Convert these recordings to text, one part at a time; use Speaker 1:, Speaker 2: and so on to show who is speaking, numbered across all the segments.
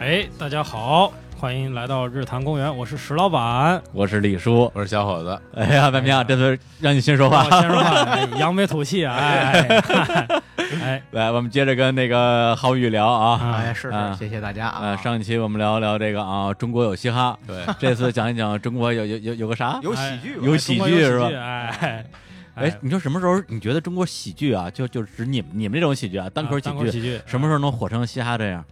Speaker 1: 哎大家好，欢迎来到日坛公园，我是石老板。
Speaker 2: 我是李叔。
Speaker 3: 我是小伙子，
Speaker 2: 哎呀，怎么样？这次让你先说话
Speaker 1: 我。先说话，哎扬眉吐气啊！哎，哎，
Speaker 2: 来，我们接着跟那个郝宇聊啊。
Speaker 1: 啊
Speaker 4: 哎，是
Speaker 2: 啊
Speaker 4: 是，谢谢大家啊
Speaker 2: 呃，。上一期我们聊聊这个啊，中国有嘻哈。
Speaker 3: 对，
Speaker 2: 这次讲一讲中国有有有有个啥？
Speaker 4: 啊有喜剧吧，
Speaker 2: 有
Speaker 1: 中
Speaker 2: 喜
Speaker 1: 国
Speaker 2: 剧
Speaker 1: 有
Speaker 2: 是吧
Speaker 1: 哎，
Speaker 2: 哎，你说什么时候你觉得中国喜剧啊，就就指你们你们这种喜剧啊，单口
Speaker 1: 啊
Speaker 2: 喜
Speaker 1: 单口
Speaker 2: 剧，
Speaker 1: 喜剧，
Speaker 2: 什么时候能火成嘻哈这样？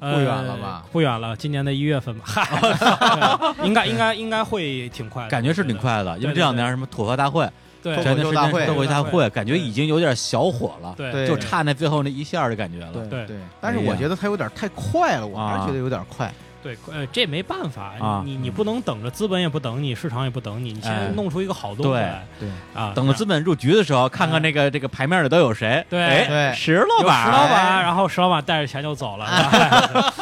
Speaker 1: 呃
Speaker 4: 不远了吧？
Speaker 1: 不远了，今年的一月 份吧。嗨，应该应该应该会挺快的，
Speaker 2: 感觉是挺快的，因为这两年什么吐槽大会，
Speaker 1: 对。
Speaker 2: 前
Speaker 1: 对
Speaker 2: 段时间是脱口秀大
Speaker 1: 脱口秀大
Speaker 2: 会，
Speaker 1: 会
Speaker 2: 感觉已经有点小火了，
Speaker 1: 对
Speaker 4: 对
Speaker 2: 就差那最后那一下的感觉了。
Speaker 1: 对
Speaker 4: 对对，但
Speaker 2: 哎
Speaker 4: 是我觉得他有点太快了，我还是觉得有点快。
Speaker 1: 对，呃，这没办法，
Speaker 2: 啊
Speaker 1: 你你不能等着资本也不等你，市场也不等你，你
Speaker 2: 哎
Speaker 1: 先弄出一个好东西
Speaker 2: 对
Speaker 1: 来
Speaker 4: 对
Speaker 1: 啊，
Speaker 2: 等着资本入局的时候，看看那个这个牌面里都有谁。
Speaker 1: 对
Speaker 2: 哎
Speaker 4: 对
Speaker 2: 石老板哎
Speaker 1: 石
Speaker 2: 儿，
Speaker 1: 老板，然后石老板带着钱就走了，是吧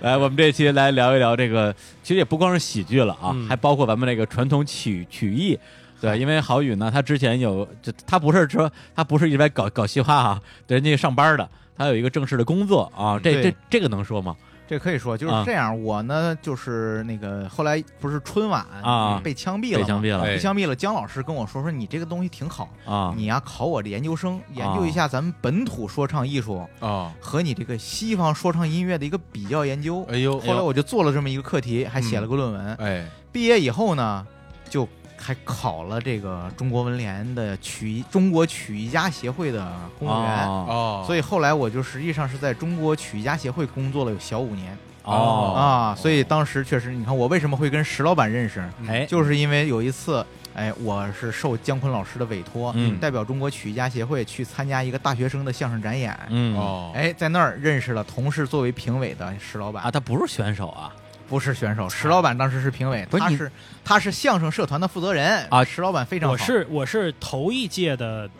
Speaker 2: 来，我们这期来聊一聊这个，其实也不光是喜剧了啊，
Speaker 1: 嗯
Speaker 2: 还包括咱们那个传统曲曲艺。对，因为郝宇呢，他之前有，就他不是说他不是一边搞搞嘻哈啊，对人家上班的，他有一个正式的工作啊，这
Speaker 4: 对
Speaker 2: 这这个能说吗？
Speaker 4: 这可以说就
Speaker 2: 啊
Speaker 4: 是这样。我呢，就是那个后来不是春晚
Speaker 2: 啊
Speaker 4: 被枪毙
Speaker 2: 被
Speaker 4: 了
Speaker 2: 枪
Speaker 4: 吗，
Speaker 2: 毙了
Speaker 3: 对
Speaker 4: 被枪毙了。姜老师跟我说说，你这个东西挺好，
Speaker 2: 啊！
Speaker 4: 你呀考我这研究生，研究一下咱们本土说唱艺
Speaker 2: 啊
Speaker 4: 术
Speaker 3: 哦，
Speaker 4: 和你这个西方说唱音乐的一个比较研究。
Speaker 3: 哎呦，
Speaker 4: 后来我就做了这么一个课题，还写了个论文。
Speaker 3: 哎，
Speaker 4: 毕业以后呢，就还考了这个中国文联的曲艺中国曲艺家协会的公务员，
Speaker 2: 哦
Speaker 3: 哦，
Speaker 4: 所
Speaker 3: 以
Speaker 4: 以后来我就实际上是在中国曲艺家协会工作了有小五年、
Speaker 2: 哦，
Speaker 4: 啊，所以当时确实，你看我为什么会跟石老板认识，
Speaker 2: 哎，
Speaker 4: 就是因为有一次，哎，我是受姜昆老师的委托，
Speaker 2: 嗯
Speaker 4: 代表中国曲艺家协会去参加一个大学生的相声展演。
Speaker 2: 嗯
Speaker 3: 哦，
Speaker 4: 哎，在那儿认识了同是作为评委的石老板
Speaker 2: 啊，他不是选手啊
Speaker 4: 不是选手，石老板当时是评委，
Speaker 2: 不是
Speaker 4: 他
Speaker 2: 你
Speaker 4: 是他是相声社团的负责人
Speaker 2: 啊
Speaker 4: 石老板非常好，
Speaker 1: 我是我是头一届的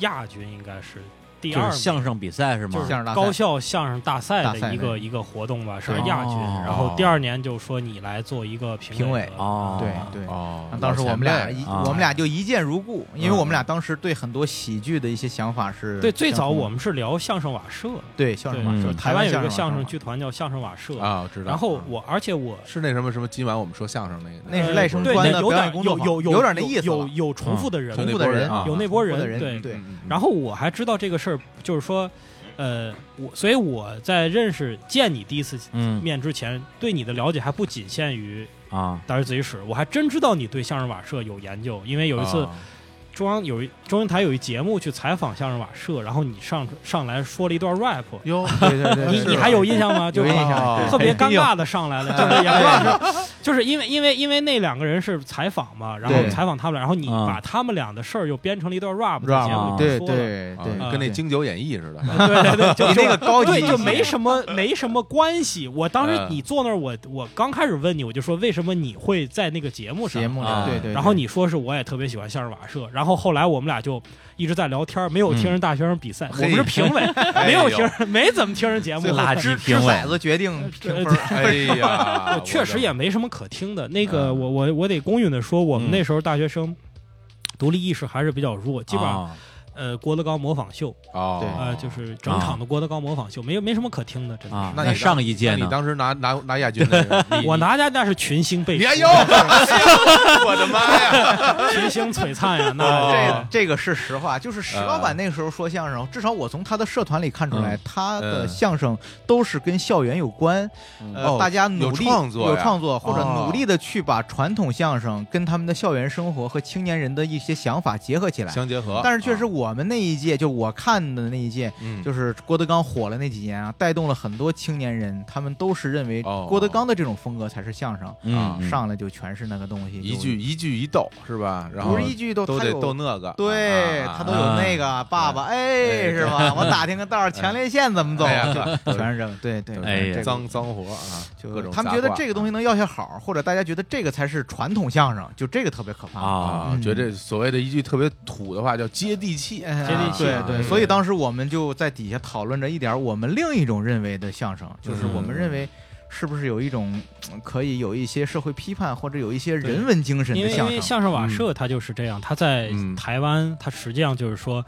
Speaker 1: 亚军，应该是第
Speaker 2: 就
Speaker 1: 二
Speaker 2: 是
Speaker 1: 名
Speaker 2: 相声比赛是
Speaker 1: 就
Speaker 2: 吗
Speaker 1: 是？
Speaker 4: 相声大赛
Speaker 1: 高校相声大赛
Speaker 4: 大
Speaker 1: 的
Speaker 4: 赛
Speaker 1: 一个一个活动吧，是
Speaker 4: 对
Speaker 1: 亚军。
Speaker 2: 哦
Speaker 1: 然后第二年就说你来做一个评
Speaker 4: 评委
Speaker 1: 的
Speaker 2: 哦
Speaker 4: 对对。
Speaker 3: 哦，
Speaker 4: 当时我们俩
Speaker 3: 老前辈
Speaker 4: 一、
Speaker 2: 啊
Speaker 4: 我们俩就一见如故，因为我们俩当时对很多喜剧的一些想法是
Speaker 1: 对，最早
Speaker 4: 相同的
Speaker 1: 我们是聊相声瓦舍，
Speaker 4: 对相声嘛，
Speaker 2: 对
Speaker 4: 就
Speaker 2: 嗯
Speaker 4: 是
Speaker 1: 台湾有一个
Speaker 4: 相
Speaker 1: 相声
Speaker 4: 嘛
Speaker 1: 剧团叫相声瓦舍。
Speaker 3: 啊，我知道。
Speaker 1: 然后
Speaker 3: 啊
Speaker 1: 我，而且我
Speaker 3: 是那什么什么，今晚我们说相声那个，
Speaker 4: 那是
Speaker 1: 呃
Speaker 4: 赖声
Speaker 1: 对
Speaker 4: 川的
Speaker 1: 有
Speaker 4: 表
Speaker 1: 点
Speaker 4: 演工
Speaker 1: 有
Speaker 4: 作
Speaker 1: 有有
Speaker 4: 有点那意思
Speaker 1: 有
Speaker 4: 了嗯
Speaker 1: 有有重复的人
Speaker 3: 同
Speaker 4: 同
Speaker 3: 那
Speaker 4: 步
Speaker 3: 波
Speaker 4: 的
Speaker 3: 人啊
Speaker 1: 有那波
Speaker 4: 同步的
Speaker 1: 人对
Speaker 4: 人对，
Speaker 3: 嗯，
Speaker 1: 然后我还知道这个事儿，就是说，呃，我所以我在认识见你第一次
Speaker 2: 嗯
Speaker 1: 面之前，对你的了解还不仅限于
Speaker 2: 啊，
Speaker 1: 大学自习室，我还真知道你对相声瓦舍有研究，因为有一次
Speaker 3: 啊
Speaker 1: 中央有一中央台有一节目去采访相声瓦舍，然后你上上来说了一段 rap，
Speaker 3: 哟，
Speaker 4: 对对对，
Speaker 1: 你
Speaker 4: 嗯是啊
Speaker 1: 你还有印象吗？就
Speaker 4: 有
Speaker 1: 是
Speaker 4: 印象啊哎
Speaker 3: 哦
Speaker 4: 对
Speaker 1: 特别尴尬的上来了，就是也不知道是，就是因为因为因为那两个人是采访嘛，然后
Speaker 4: 对
Speaker 1: 采访他们俩，然后你
Speaker 2: 嗯
Speaker 1: 把他们俩的事儿又编成了一段 rap 的节
Speaker 4: rap
Speaker 1: 目，
Speaker 4: 对
Speaker 1: 说了
Speaker 4: 对
Speaker 3: 啊
Speaker 4: 对，
Speaker 3: 跟那
Speaker 4: 对
Speaker 3: 京九演义似的，
Speaker 1: 对对 对，就
Speaker 4: 比那个高级一
Speaker 1: 对，
Speaker 4: 些，
Speaker 1: 就没什么没什么关系。我当时
Speaker 3: 嗯
Speaker 1: 你坐那儿，我我刚开始问你，我就说为什么你会在那个节目上？
Speaker 4: 节目
Speaker 2: 啊
Speaker 4: 上，对对对，
Speaker 1: 然后你说是我也特别喜欢相声瓦舍，然后后来我们俩就一直在聊天，没有听人大学生比赛，我
Speaker 3: 嘿
Speaker 1: 们是评委，
Speaker 3: 哎
Speaker 1: 没
Speaker 3: 呦
Speaker 1: 有听人，没怎么听人节目
Speaker 4: 最。后
Speaker 2: 垃圾
Speaker 4: 掷掷
Speaker 2: 评委
Speaker 4: 骰子决定评
Speaker 1: 对
Speaker 4: 分，
Speaker 3: 哎 呀，我
Speaker 1: 确实
Speaker 3: 的
Speaker 1: 也没什么可听的。那个，
Speaker 3: 嗯
Speaker 1: 我我我得公允的说，我们
Speaker 2: 嗯
Speaker 1: 那时候大学生独立意识还是比较弱，基本上
Speaker 2: 啊
Speaker 1: 呃郭德纲模仿秀，
Speaker 3: 哦，
Speaker 4: 对
Speaker 1: 呃就是整场的郭德纲模仿秀，没有没什么可听的，真的
Speaker 2: 啊
Speaker 1: 是。
Speaker 3: 那你
Speaker 2: 那上一
Speaker 3: 那
Speaker 2: 届
Speaker 3: 你
Speaker 2: 呢？
Speaker 3: 当时拿拿拿亚军那 个，你
Speaker 1: 我，拿下那是群星辈
Speaker 3: 你
Speaker 1: 出，
Speaker 3: 哎呦， 我的 妈呀！
Speaker 1: 群星璀璨呀！
Speaker 4: 这
Speaker 1: 那
Speaker 3: 啊
Speaker 4: 这个是实话，就是石老板那个时候说相声，至少我从他的社团里看出
Speaker 3: 嗯
Speaker 4: 来，他的相声都是跟校园有关，
Speaker 3: 哦
Speaker 4: 呃，大家努
Speaker 3: 有
Speaker 4: 力
Speaker 3: 创作呀
Speaker 4: 有创作或者
Speaker 3: 哦
Speaker 4: 努力的去把传统相声跟他们的校园生活和青年人的一些想法结合起来。
Speaker 3: 相结合，
Speaker 4: 但是确实，我们那一届，就我看的那一届，
Speaker 3: 嗯，
Speaker 4: 就是郭德纲火了那几年啊，带动了很多青年人，他们都是认为
Speaker 3: 哦
Speaker 4: 郭德纲的这种风格才是相声，啊
Speaker 2: 嗯，嗯
Speaker 4: 上来就全是那个东西，
Speaker 3: 一
Speaker 4: 就
Speaker 3: 句一句一逗是吧？然后
Speaker 4: 不是一句都
Speaker 3: 都
Speaker 4: 他
Speaker 3: 得
Speaker 4: 有
Speaker 3: 逗那个，
Speaker 4: 对
Speaker 3: 啊
Speaker 4: 他都有那个爸爸，哎，是吧？我打听个道儿，前列腺怎么走
Speaker 3: 哎？呀
Speaker 4: 就全是这个，对对，
Speaker 2: 哎呀
Speaker 4: 这个
Speaker 3: 脏脏活啊，
Speaker 4: 就
Speaker 3: 各种
Speaker 4: 他们觉得
Speaker 3: 杂
Speaker 4: 这个东西能要些好，或者大家觉得这个才是传统相声，就这个特别可怕。
Speaker 2: 啊，
Speaker 3: 啊，觉得所谓的一句特别土的话叫接地气，
Speaker 4: 哎
Speaker 1: 接地气啊
Speaker 4: 对
Speaker 3: 对
Speaker 4: 对，所以当时我们就在底下讨论着一点儿我们另一种认为的相声，就是我们认为是不是有一种嗯可以有一些社会批判或者有一些人文精神
Speaker 1: 因
Speaker 4: 的
Speaker 1: 为因为
Speaker 4: 相声？
Speaker 1: 相声瓦舍它就是这样，它在
Speaker 3: 嗯
Speaker 1: 台湾，它实际上就是说，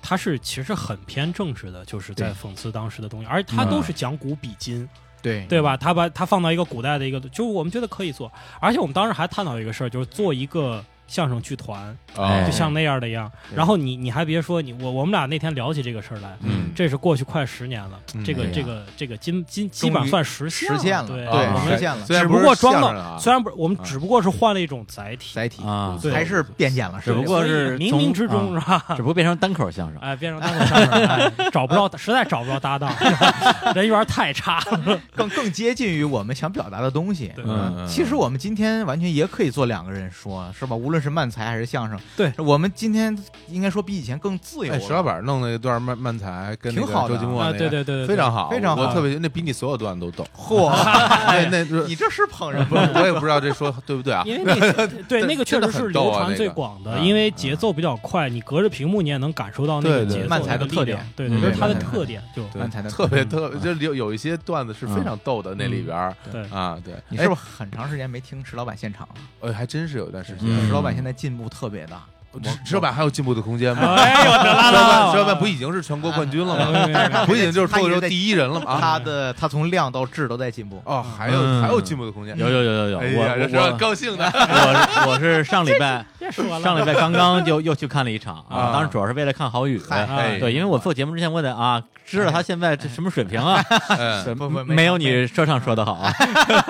Speaker 1: 它是其实很偏政治的，就是在
Speaker 4: 对
Speaker 1: 讽刺当时的东西，而它
Speaker 3: 嗯
Speaker 1: 都是讲古比今，
Speaker 4: 对
Speaker 1: 对吧？它把它放到一个古代的一个，就是我们觉得可以做，而且我们当时还探讨一个事儿，就是做一个相声剧团，
Speaker 3: 啊
Speaker 1: 就像那样的一样。
Speaker 4: 对
Speaker 1: 然后你你还别说，你我我们俩那天聊起这个事儿来，
Speaker 3: 嗯
Speaker 1: 这是过去快十年了，
Speaker 3: 嗯
Speaker 1: 这个
Speaker 4: 哎呀
Speaker 1: 这个这个今今基本上算实现
Speaker 4: 实现了，
Speaker 1: 对，
Speaker 3: 啊
Speaker 1: 我
Speaker 4: 对，实
Speaker 1: 们
Speaker 4: 现了，
Speaker 3: 虽然
Speaker 1: 哎只
Speaker 3: 不
Speaker 1: 不
Speaker 3: 是
Speaker 1: 过装
Speaker 3: 相
Speaker 1: 到
Speaker 3: 声啊
Speaker 1: 虽然不是我们
Speaker 4: 啊
Speaker 1: 只不过是换了一种载体。
Speaker 4: 载体
Speaker 2: 啊，
Speaker 1: 对
Speaker 4: 还是变简了，
Speaker 2: 只不
Speaker 4: 是
Speaker 2: 过
Speaker 1: 所以
Speaker 2: 是
Speaker 1: 冥
Speaker 2: 从
Speaker 1: 冥之中
Speaker 2: 啊
Speaker 1: 是吧？
Speaker 2: 只不过变成单口相声。
Speaker 1: 哎，变成单口相声了，哎找不着，实在找不着搭档，人缘太差了。
Speaker 4: 更更接近于我们想表达的东西。
Speaker 1: 对
Speaker 2: 嗯
Speaker 3: 嗯
Speaker 4: 其实我们今天完全也可以做两个人说，是吧？无论是漫才还是相声，
Speaker 1: 对
Speaker 4: 我们今天应该说比以前更自由
Speaker 3: 哎，
Speaker 4: 了。
Speaker 3: 石老板弄了一段漫漫才，跟那个
Speaker 4: 挺好的
Speaker 3: 周金墨
Speaker 1: 啊，
Speaker 3: 那
Speaker 1: 对对
Speaker 3: 个
Speaker 1: 对，对
Speaker 3: 非常好，
Speaker 4: 非常好
Speaker 3: 我特别那比你所有段都逗。
Speaker 4: 嚯，
Speaker 3: 那那
Speaker 4: 你这是捧人
Speaker 3: 不
Speaker 4: 吗？
Speaker 3: 是，我也不知道这说对不对啊？
Speaker 1: 因为那个对
Speaker 3: 真
Speaker 1: 那个确实是流传最广
Speaker 3: 真的很逗啊那
Speaker 1: 的，
Speaker 3: 个
Speaker 1: 因为节奏比较快，你隔着屏幕你也能感受到那个
Speaker 3: 对对
Speaker 1: 节奏
Speaker 4: 慢才
Speaker 1: 的
Speaker 4: 的
Speaker 1: 力
Speaker 4: 特
Speaker 1: 量
Speaker 4: 点，
Speaker 1: 对对，
Speaker 3: 嗯
Speaker 1: 这是它的
Speaker 4: 对
Speaker 1: 特点，就
Speaker 3: 对
Speaker 4: 漫才的
Speaker 3: 特别
Speaker 4: 嗯
Speaker 3: 特别，
Speaker 4: 嗯
Speaker 3: 就是有有一些段子是非常逗的，那里边儿
Speaker 1: 对
Speaker 3: 啊，对，
Speaker 4: 你是不是很长时间没听石老板现场了？
Speaker 3: 哎，还真是有一段时间。
Speaker 2: 嗯
Speaker 4: 石老板现在进步特别大，
Speaker 3: 石石老板还有进步的空间吗？
Speaker 1: 哎呦，得拉
Speaker 3: 石老板，
Speaker 1: 倒
Speaker 3: 石老板不已经是全国冠军了吗？
Speaker 1: 吗
Speaker 3: 不已经就是脱口秀
Speaker 4: 他一直在
Speaker 3: 第一人了吗？啊，
Speaker 4: 他的他从量到质都在进步。
Speaker 3: 哦，还有
Speaker 2: 嗯
Speaker 3: 还有进步的空间。
Speaker 2: 有有有有有，
Speaker 3: 哎呀，这石老板
Speaker 2: 我
Speaker 3: 高兴的。
Speaker 2: 我我我是上礼拜
Speaker 1: 别说了，
Speaker 2: 上礼拜刚刚就又去看了一场
Speaker 3: 啊
Speaker 2: 啊，当然主要是为了看郝宇。
Speaker 4: 嗨
Speaker 3: 哎
Speaker 2: 对，因为我做节目之前，我得啊，知道他现在这什么水平啊，
Speaker 3: 嗯
Speaker 2: 什
Speaker 4: 不不没
Speaker 2: 没有你说唱说的好啊。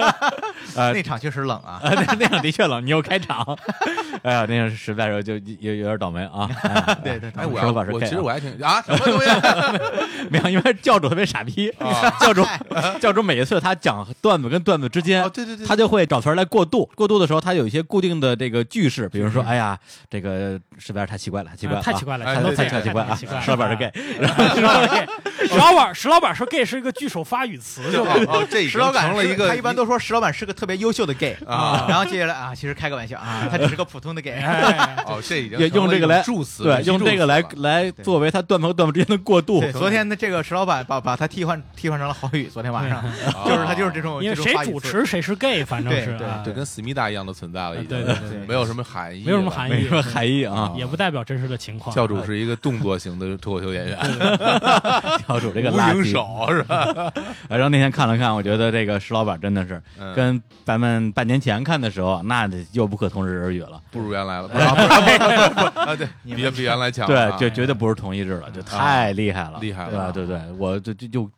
Speaker 2: 呃
Speaker 4: 那场确实冷啊，
Speaker 2: 啊，那那样的确冷，你又开场， 哎呀，那样实在是就有有点倒霉啊。哎
Speaker 4: 对对，
Speaker 3: 哎，我
Speaker 2: 石老
Speaker 3: 要
Speaker 2: 板是
Speaker 3: 我
Speaker 2: gay
Speaker 3: 其实
Speaker 2: 啊
Speaker 3: 我还挺啊，什么东西？
Speaker 2: 没有，因为教主特别傻逼，
Speaker 3: 啊
Speaker 2: 教主教主每一次他讲段子跟段子之间
Speaker 3: 哦，，对对对，
Speaker 2: 他就会找词儿来过渡。过渡的时候，他有一些固定的这个句式，比如说，哎呀，这个实在是太奇怪了，奇怪了啊，
Speaker 1: 太奇怪了，
Speaker 3: 哎
Speaker 1: 全都
Speaker 3: 对
Speaker 2: 太
Speaker 1: 太
Speaker 2: 太
Speaker 3: 对
Speaker 1: 奇
Speaker 2: 奇
Speaker 1: 怪
Speaker 2: 怪
Speaker 1: 了
Speaker 2: 啊
Speaker 1: 太奇怪，了，
Speaker 2: 石老板是 gay，
Speaker 1: 石老板是 gay，石老板石老板是 gay 是一个句首发语词， 是
Speaker 3: 就
Speaker 1: 吧？
Speaker 3: 哦，这已
Speaker 4: 石
Speaker 3: 经
Speaker 4: 老板
Speaker 3: 成了
Speaker 4: 是
Speaker 3: 一个，
Speaker 4: 他一般都说石老板是个特别优秀的 gay
Speaker 3: 啊
Speaker 4: 然后接下来啊，其实开个玩笑啊，他只是个普通 的 gay，
Speaker 1: 哎
Speaker 3: 哦，这已经
Speaker 2: 也
Speaker 3: 成
Speaker 2: 用
Speaker 3: 了
Speaker 2: 这个
Speaker 3: 一
Speaker 2: 来
Speaker 3: 助词，
Speaker 2: 对，用这个来
Speaker 3: 助词了
Speaker 2: 来作为他段子和段子之间的过渡。
Speaker 4: 对，昨天的这个石老板把把他替换替换成了郝宇，昨天晚上 就是他就是这种，
Speaker 1: 哦因为
Speaker 4: 这
Speaker 1: 谁
Speaker 4: 种发语
Speaker 1: 主
Speaker 4: 词
Speaker 1: 持谁是 gay，反正
Speaker 4: 对
Speaker 1: 是
Speaker 4: 对
Speaker 1: 啊
Speaker 3: 对，跟思密达一样的存在了，已经
Speaker 1: 对对对
Speaker 3: 没有什么含义，
Speaker 1: 没有什么含
Speaker 2: 没
Speaker 1: 义
Speaker 2: 什，么含义啊，
Speaker 1: 也不代表真实的情况。啊
Speaker 3: 教主是一个动作型的脱口秀演员，
Speaker 2: 教主这个
Speaker 3: 无
Speaker 2: 垃
Speaker 3: 影
Speaker 2: 圾。
Speaker 3: 手是吧？
Speaker 2: 然后那天看了看，我觉得这个石老板真的是
Speaker 3: 嗯
Speaker 2: 跟咱们半年前看的时候，那又不可同日而语了。
Speaker 3: 不如原来了，不啊不不不不不啊，对，
Speaker 4: 哎你
Speaker 3: 比
Speaker 4: 们
Speaker 3: 比原来强了
Speaker 2: 对，
Speaker 3: 啊，
Speaker 2: 就绝对不是同一致了，就太厉害了，
Speaker 3: 厉害了
Speaker 2: 对吧？对对，我就就就，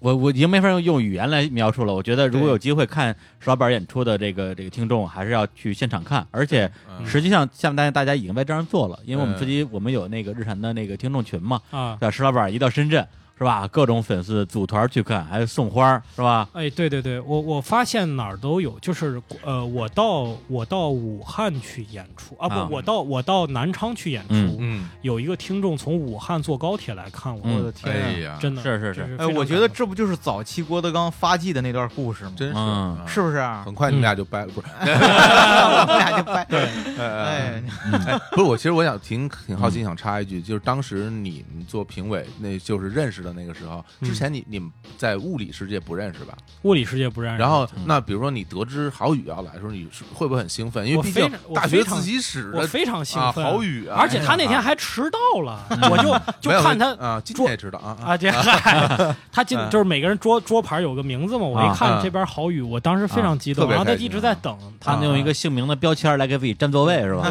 Speaker 2: 我我已经没法用用语言来描述了。我觉得如果
Speaker 4: 对
Speaker 2: 有机会看石老板演出的这个这个听众，还是要去现场看。而且
Speaker 3: 嗯
Speaker 2: 实际上，下面大家大家已经在这样做了，因为我们
Speaker 3: 嗯
Speaker 2: 自己我们有那个日产的那个听众群嘛，
Speaker 1: 啊，
Speaker 2: 对吧？石老板一到深圳是吧，各种粉丝组团去看，还送花儿是吧？
Speaker 1: 哎，对对对，我我发现哪儿都有，就是呃，我到我到武汉去演出啊，不，
Speaker 2: 啊
Speaker 1: 我到我到南昌去演出，
Speaker 2: 嗯
Speaker 3: 嗯，
Speaker 1: 有一个听众从武汉坐高铁来看我，
Speaker 2: 嗯
Speaker 4: 我的
Speaker 3: 哎
Speaker 4: 天啊！
Speaker 3: 呀，
Speaker 1: 真的
Speaker 2: 是是是
Speaker 1: 这非
Speaker 4: 哎，
Speaker 1: 常
Speaker 4: 我觉得
Speaker 1: 感
Speaker 4: 这不就是早期郭德纲发迹的那段故事吗？
Speaker 3: 真是
Speaker 2: 嗯
Speaker 3: 啊
Speaker 4: 是不是啊？
Speaker 3: 很快你们俩就掰了，不是？
Speaker 4: 我们俩就掰。
Speaker 3: 哎，
Speaker 4: 哎，
Speaker 3: 哎不是我，其实我想挺挺好奇，想插一句，就是当时你们做评委，那就是认识的那个时候，之前你你们在物理世界不认识吧？
Speaker 1: 动物理世界不认识。
Speaker 3: 然后
Speaker 2: 嗯
Speaker 3: 那比如说你得知郝宇要来的时候，你是会不会很兴奋？因为
Speaker 1: 我
Speaker 3: 毕
Speaker 1: 非
Speaker 3: 竟
Speaker 1: 常我
Speaker 3: 大学
Speaker 1: 非常
Speaker 3: 自习室
Speaker 1: 我
Speaker 3: 的
Speaker 1: 非常兴
Speaker 3: 啊，
Speaker 1: 奋，
Speaker 3: 郝宇啊，
Speaker 1: 而且他那天
Speaker 3: 啊
Speaker 1: 还迟到了，我就
Speaker 3: 没
Speaker 1: 就
Speaker 3: 有
Speaker 1: 看他。
Speaker 3: 啊，今天也知道啊，
Speaker 1: 啊，这 嗨他今
Speaker 3: 嗯
Speaker 1: 就是每个人桌桌牌有个名字嘛，我一
Speaker 3: 啊
Speaker 1: 看
Speaker 3: 啊
Speaker 1: 这边郝宇，我当时非常激
Speaker 3: 特
Speaker 1: 动，
Speaker 3: 别
Speaker 1: 然后他
Speaker 3: 开心嗯
Speaker 1: 一直在等
Speaker 2: 他们用一个姓名的标签来给自己占座位是 吧？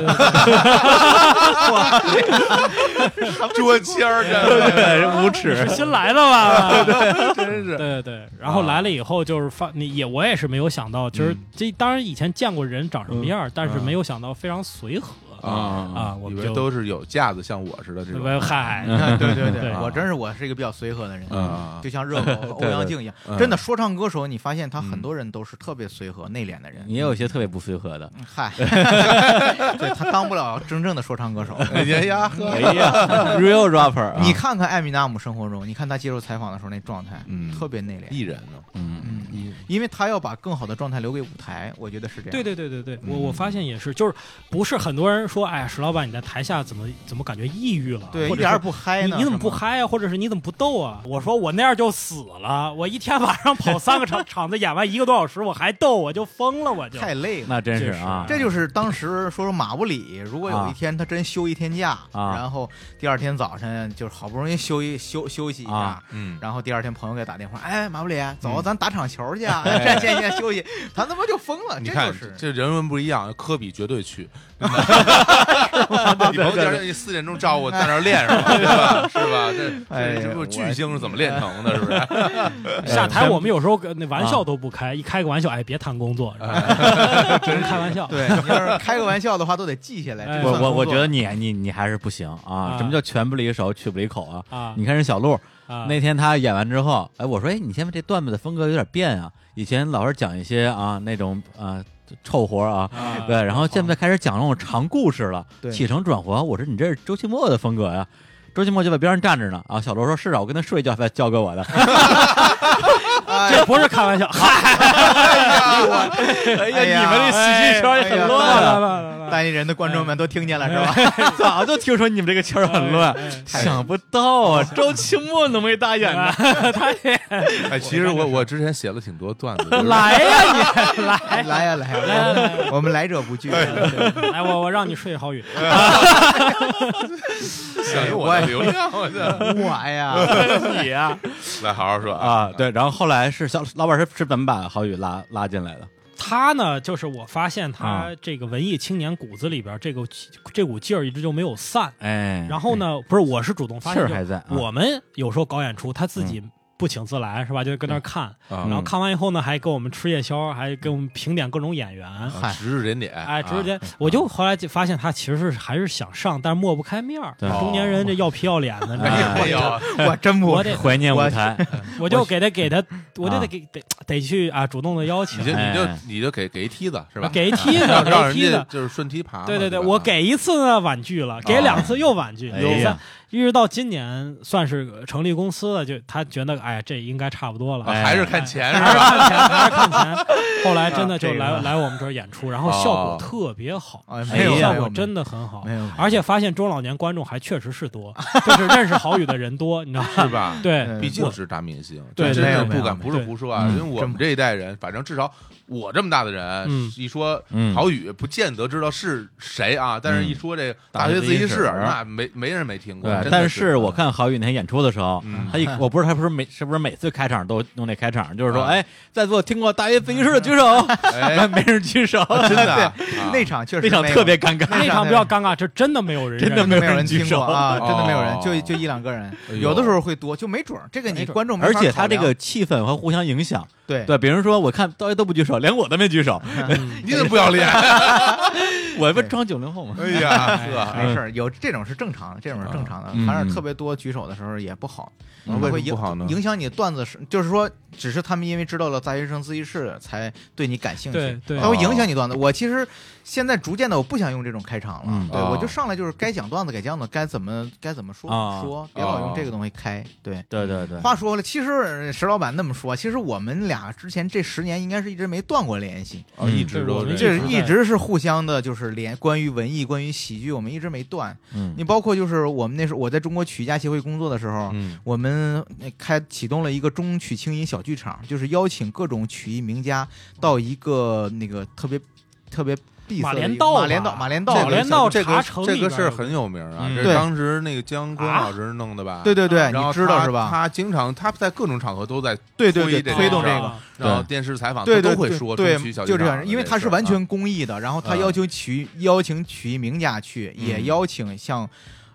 Speaker 3: 捉签儿啊真
Speaker 2: 对，无耻
Speaker 1: 是。新来的吧？
Speaker 3: 的真是，
Speaker 1: 对对对，然后来了以后就是发，你也我也是没有想到，就是
Speaker 3: 嗯
Speaker 1: 这当然以前见过人长什么样儿，但是没有想到非常随和
Speaker 3: 啊
Speaker 1: 啊，我
Speaker 3: 以
Speaker 1: 们
Speaker 3: 为
Speaker 1: 就
Speaker 3: 都嗯是有架子，像我似的这种
Speaker 1: 喂嗨，
Speaker 4: 哎 对对
Speaker 1: 对
Speaker 4: 对，我真是我是一个比较随和的人，
Speaker 1: 嗯
Speaker 3: 啊
Speaker 4: 就像热狗和欧阳靖一样
Speaker 3: 对对，
Speaker 4: 真的说唱歌手，你发现他很多人都是特别随和、内敛的人。
Speaker 2: 也有些特别不随和的，
Speaker 4: 嗯嗨，对他当不了真正的说唱歌手。
Speaker 3: 哎呀呀呵
Speaker 2: 哎，呀，real rapper，啊
Speaker 4: 你看看艾米纳姆生活中，你看他接受采访的时候那状态，
Speaker 3: 嗯
Speaker 4: 特别内敛，
Speaker 3: 艺人呢，
Speaker 2: 嗯，
Speaker 4: 嗯，
Speaker 3: 艺
Speaker 4: 因为他要把更好的状态留给舞台，我觉得是这样。
Speaker 1: 对对对对对，
Speaker 3: 嗯
Speaker 1: 我我发现也是，就是不是很多人说，哎呀，石老板你在台下怎么怎么感觉抑郁了？
Speaker 4: 对，
Speaker 1: 或
Speaker 4: 一
Speaker 1: 者
Speaker 4: 点
Speaker 1: 是
Speaker 4: 也不嗨
Speaker 1: 你
Speaker 4: 呢。
Speaker 1: 你怎么不
Speaker 4: 是吗？
Speaker 1: 嗨啊？或者是你怎么不逗啊？我说我那样就死了，我一天晚上跑三个场场子，演完一个多小时，我还逗，我就疯了，我就。
Speaker 4: 太累了。
Speaker 2: 那真是
Speaker 1: 这是
Speaker 2: 啊，
Speaker 4: 这就是当时说说马布里，如果有
Speaker 2: 啊
Speaker 4: 一天他真休一天假，
Speaker 2: 啊
Speaker 4: 然后第二天早晨就是好不容易休一休休息一下，
Speaker 2: 啊
Speaker 3: 嗯，
Speaker 4: 然后第二天朋友给他打电话，哎，马布里，走，
Speaker 2: 嗯
Speaker 4: 咱打场球去 啊，
Speaker 3: 哎
Speaker 4: 这现在休息，他他妈就疯了，
Speaker 3: 你
Speaker 4: 这
Speaker 3: 看
Speaker 4: 就是。
Speaker 3: 这人文不一样，科比绝 对去，真的你朋友圈四点钟照我在那儿练是吧？对吧？是吧？这
Speaker 4: 哎呀
Speaker 3: 这这不
Speaker 4: 我
Speaker 3: 巨星是怎么练成的？是不是？
Speaker 2: 呃
Speaker 1: 下台我们有时候
Speaker 2: 啊
Speaker 1: 跟那玩笑都不开，一开个玩笑，哎，别谈工作，是
Speaker 2: 啊
Speaker 1: 吧只能开玩笑。
Speaker 4: 对，你要是开个玩笑的话，都得记下来。
Speaker 1: 哎
Speaker 4: 这
Speaker 2: 我
Speaker 4: 算
Speaker 2: 我我
Speaker 4: 工作
Speaker 2: 觉得你你你还是不行啊！
Speaker 1: 啊
Speaker 2: 什么叫拳不离手，曲不离口啊？
Speaker 1: 啊
Speaker 2: 你看人小鹿
Speaker 1: 啊，
Speaker 2: 那天他演完之后，哎，我说哎，你现在这段子的风格有点变啊，以前老是讲一些啊那种啊臭活啊。
Speaker 1: 啊
Speaker 2: 对，然后现在开始讲那种长故事了，
Speaker 4: 对
Speaker 2: 起承转合。我说你这是周奇墨的风格呀、周奇墨就在边上站着呢。啊，小罗说是啊，我跟他睡一觉才叫给 我的。
Speaker 1: 这不是开玩笑。 嗨，
Speaker 4: 哎
Speaker 2: 哎呀，你们这喜剧圈也很
Speaker 4: 哎
Speaker 2: 乱
Speaker 4: 呀
Speaker 2: 啊， 哎
Speaker 4: 大连人的观众们都听见了是吧？
Speaker 2: 早就听说你们这个圈儿很乱，
Speaker 1: 哎
Speaker 4: 哎
Speaker 2: 想不到啊，周奇墨浓眉大眼的，
Speaker 3: 哎，其实我我之前写了挺多段子，就是
Speaker 1: 来呀
Speaker 4: 来呀来呀，我们来者不拒。
Speaker 1: 你！来，我我让你睡 好雨。
Speaker 3: 想用我的流量，我的
Speaker 4: 我哎呀，
Speaker 1: 你呀，
Speaker 3: 来好好说
Speaker 2: 啊，对，然后后来是小老板是是怎么把郝宇拉拉进来的？
Speaker 1: 他呢，就是我发现
Speaker 2: 啊
Speaker 1: 他这个文艺青年骨子里边这个这股劲儿一直就没有散。
Speaker 3: 嗯
Speaker 2: 哎，
Speaker 1: 然后呢，不是，我是主动发
Speaker 2: 气
Speaker 1: 现
Speaker 2: 儿
Speaker 1: 就
Speaker 2: 还在啊
Speaker 1: 我们有时候搞演出，他自
Speaker 3: 嗯
Speaker 1: 己不请自来是吧？就跟那儿看，
Speaker 3: 啊
Speaker 1: 然后看完以后呢，还跟我们吃夜宵，还给我们评点各种演员。
Speaker 3: 啊，指指点点，
Speaker 1: 哎，直
Speaker 3: 啊
Speaker 1: 接我就后来就发现他其实是还是想上，但是抹不开面儿。
Speaker 2: 对
Speaker 1: 中年人这要皮要脸的，你知道吗
Speaker 3: 哦哎呦，
Speaker 4: 我真不
Speaker 1: 我 得
Speaker 2: 怀念舞台，
Speaker 1: 我就给他给他，我就得给得得去啊，主动的邀请
Speaker 3: 你就，你就
Speaker 2: 哎
Speaker 3: 你就给给一梯子是吧？
Speaker 1: 给一梯子
Speaker 3: 让让
Speaker 1: 给一梯
Speaker 3: 人
Speaker 1: 子
Speaker 3: 家就是顺梯爬嘛。
Speaker 1: 对对对，
Speaker 3: 啊吧
Speaker 1: 我给一次呢婉拒了，给两次又婉拒，
Speaker 2: 哎
Speaker 1: 有
Speaker 2: 呀
Speaker 1: 三，一直到今年算是成立公司了，就他觉得哎这应该差不多了，
Speaker 3: 啊
Speaker 2: 哎
Speaker 3: 还是看钱 是
Speaker 1: 还是
Speaker 3: 吧？
Speaker 1: 看钱，还是看钱。后来真的就
Speaker 4: 这个
Speaker 1: 来来我们这儿演出，然后效果特别好，
Speaker 4: 哎
Speaker 2: 没有
Speaker 1: 效
Speaker 4: 没有
Speaker 1: 果真的很好
Speaker 4: 没有没有，
Speaker 1: 而且发现中老年观众还确实是多，就是认识郝宇的人多，你知道吗？
Speaker 3: 是吧？
Speaker 1: 对，
Speaker 4: 嗯
Speaker 3: 毕竟是大明星，
Speaker 1: 对
Speaker 3: 这
Speaker 1: 对
Speaker 3: 真
Speaker 1: 没
Speaker 3: 是
Speaker 1: 有
Speaker 4: 没有
Speaker 3: 不敢，
Speaker 4: 没
Speaker 1: 有
Speaker 3: 不是胡说啊，
Speaker 2: 嗯
Speaker 3: 因为我们这一代人，反正至少我这么大的人
Speaker 1: 嗯，
Speaker 3: 一说
Speaker 2: 嗯
Speaker 3: 郝宇，不见得知道是谁啊，但是一说这大学自习室，那没没人没听过。
Speaker 2: 对
Speaker 3: 真，的
Speaker 2: 但
Speaker 3: 是
Speaker 2: 是我看郝宇那天演出的时候
Speaker 3: 嗯，
Speaker 2: 他一我不是他不是每是不是每次开场都弄那开场，就是说，
Speaker 3: 啊
Speaker 2: 哎，在座听过大学自习室的举手，
Speaker 3: 哎，
Speaker 2: 没人举手，
Speaker 3: 真的啊
Speaker 4: 那场确 实
Speaker 2: 那场
Speaker 4: 没有
Speaker 2: 特别尴尬，
Speaker 1: 那场比较尴尬，这真的没有人认识，
Speaker 2: 真的
Speaker 4: 没有
Speaker 2: 人
Speaker 4: 人
Speaker 2: 举
Speaker 4: 听过
Speaker 2: 手
Speaker 4: 啊，真的没有人，
Speaker 3: 哦
Speaker 4: 就就一两个人
Speaker 3: 哎，呦
Speaker 4: 有的时候会多，就没准儿这个你
Speaker 1: 没准儿
Speaker 4: 观众没
Speaker 2: 而
Speaker 4: 法
Speaker 2: 且他
Speaker 4: 考
Speaker 2: 这
Speaker 4: 量
Speaker 2: 个气氛会互相影响。
Speaker 4: 对
Speaker 2: 对，比如说我看大家都不举手，连我都没举手，
Speaker 3: 你怎么不要脸？
Speaker 2: 我不装九零后吗？
Speaker 3: 哎呀，呵，
Speaker 4: 没事儿，有这种是正常的，这种是正常的
Speaker 2: 嗯，
Speaker 4: 反正特别多举手的时候也不好，
Speaker 2: 嗯
Speaker 4: 会
Speaker 3: 为
Speaker 4: 会
Speaker 3: 什么不
Speaker 4: 影
Speaker 3: 好呢？
Speaker 4: 影响你段子是，就是说，只是他们因为知道了大学生自习室才对你感兴趣，
Speaker 1: 对对
Speaker 4: 它
Speaker 2: 哦
Speaker 4: 会影响你段子。我其实现在逐渐的我不想用这种开场了，
Speaker 2: 嗯
Speaker 4: 对、
Speaker 3: 哦
Speaker 4: 我就上来就是该讲段子该讲的，该怎么该怎么说、
Speaker 2: 啊
Speaker 4: 说，别老用这个东西开。对，
Speaker 2: 对对对，
Speaker 4: 话说了，其实石老板那么说，其实我们俩之前这十年应该是一直没断过联系。
Speaker 3: 哦一直都
Speaker 1: 对我们
Speaker 4: 这
Speaker 1: 嗯一直
Speaker 4: 一直是互相的，就是连关于文艺、关于喜剧，我们一直没断。
Speaker 2: 嗯
Speaker 4: 你包括就是我们那时候我在中国曲艺家协会工作的时候，
Speaker 3: 嗯
Speaker 4: 我们呃开启动了一个中曲清音小剧场，就是邀请各种曲艺名家到一个那个特别特别闭塞
Speaker 1: 马
Speaker 4: 的一个
Speaker 1: 连道吧
Speaker 4: 马连道马连
Speaker 1: 这
Speaker 4: 道
Speaker 1: 个
Speaker 4: 的
Speaker 1: 连道
Speaker 3: 这
Speaker 1: 茶
Speaker 3: 个
Speaker 1: 城
Speaker 3: 这
Speaker 1: 里
Speaker 3: 个
Speaker 1: 边
Speaker 3: 事儿
Speaker 1: 有
Speaker 3: 很有名啊，
Speaker 2: 嗯
Speaker 3: 这
Speaker 4: 对啊
Speaker 3: 是当时那个姜昆老师弄的吧？
Speaker 4: 对对对，
Speaker 3: 然后
Speaker 4: 你知道
Speaker 3: 他
Speaker 4: 是吧？
Speaker 3: 他经常他在各种场合都在
Speaker 4: 对对
Speaker 3: 这
Speaker 4: 对，
Speaker 3: 个
Speaker 4: 推动这
Speaker 3: 事
Speaker 4: 个
Speaker 3: 儿。
Speaker 1: 啊
Speaker 3: 然后电视采访，
Speaker 4: 对
Speaker 3: 他
Speaker 4: 对
Speaker 3: 都会
Speaker 4: 对
Speaker 3: 说
Speaker 4: 对，
Speaker 3: 中区小剧
Speaker 4: 就
Speaker 3: 场
Speaker 4: 这
Speaker 3: 的
Speaker 4: 样，因为
Speaker 3: 这
Speaker 4: 他
Speaker 3: 事
Speaker 4: 是
Speaker 3: 儿
Speaker 4: 完
Speaker 3: 啊
Speaker 4: 全公益的，然后他
Speaker 3: 嗯
Speaker 4: 要求曲邀请曲艺名家去，也
Speaker 3: 嗯
Speaker 4: 邀请像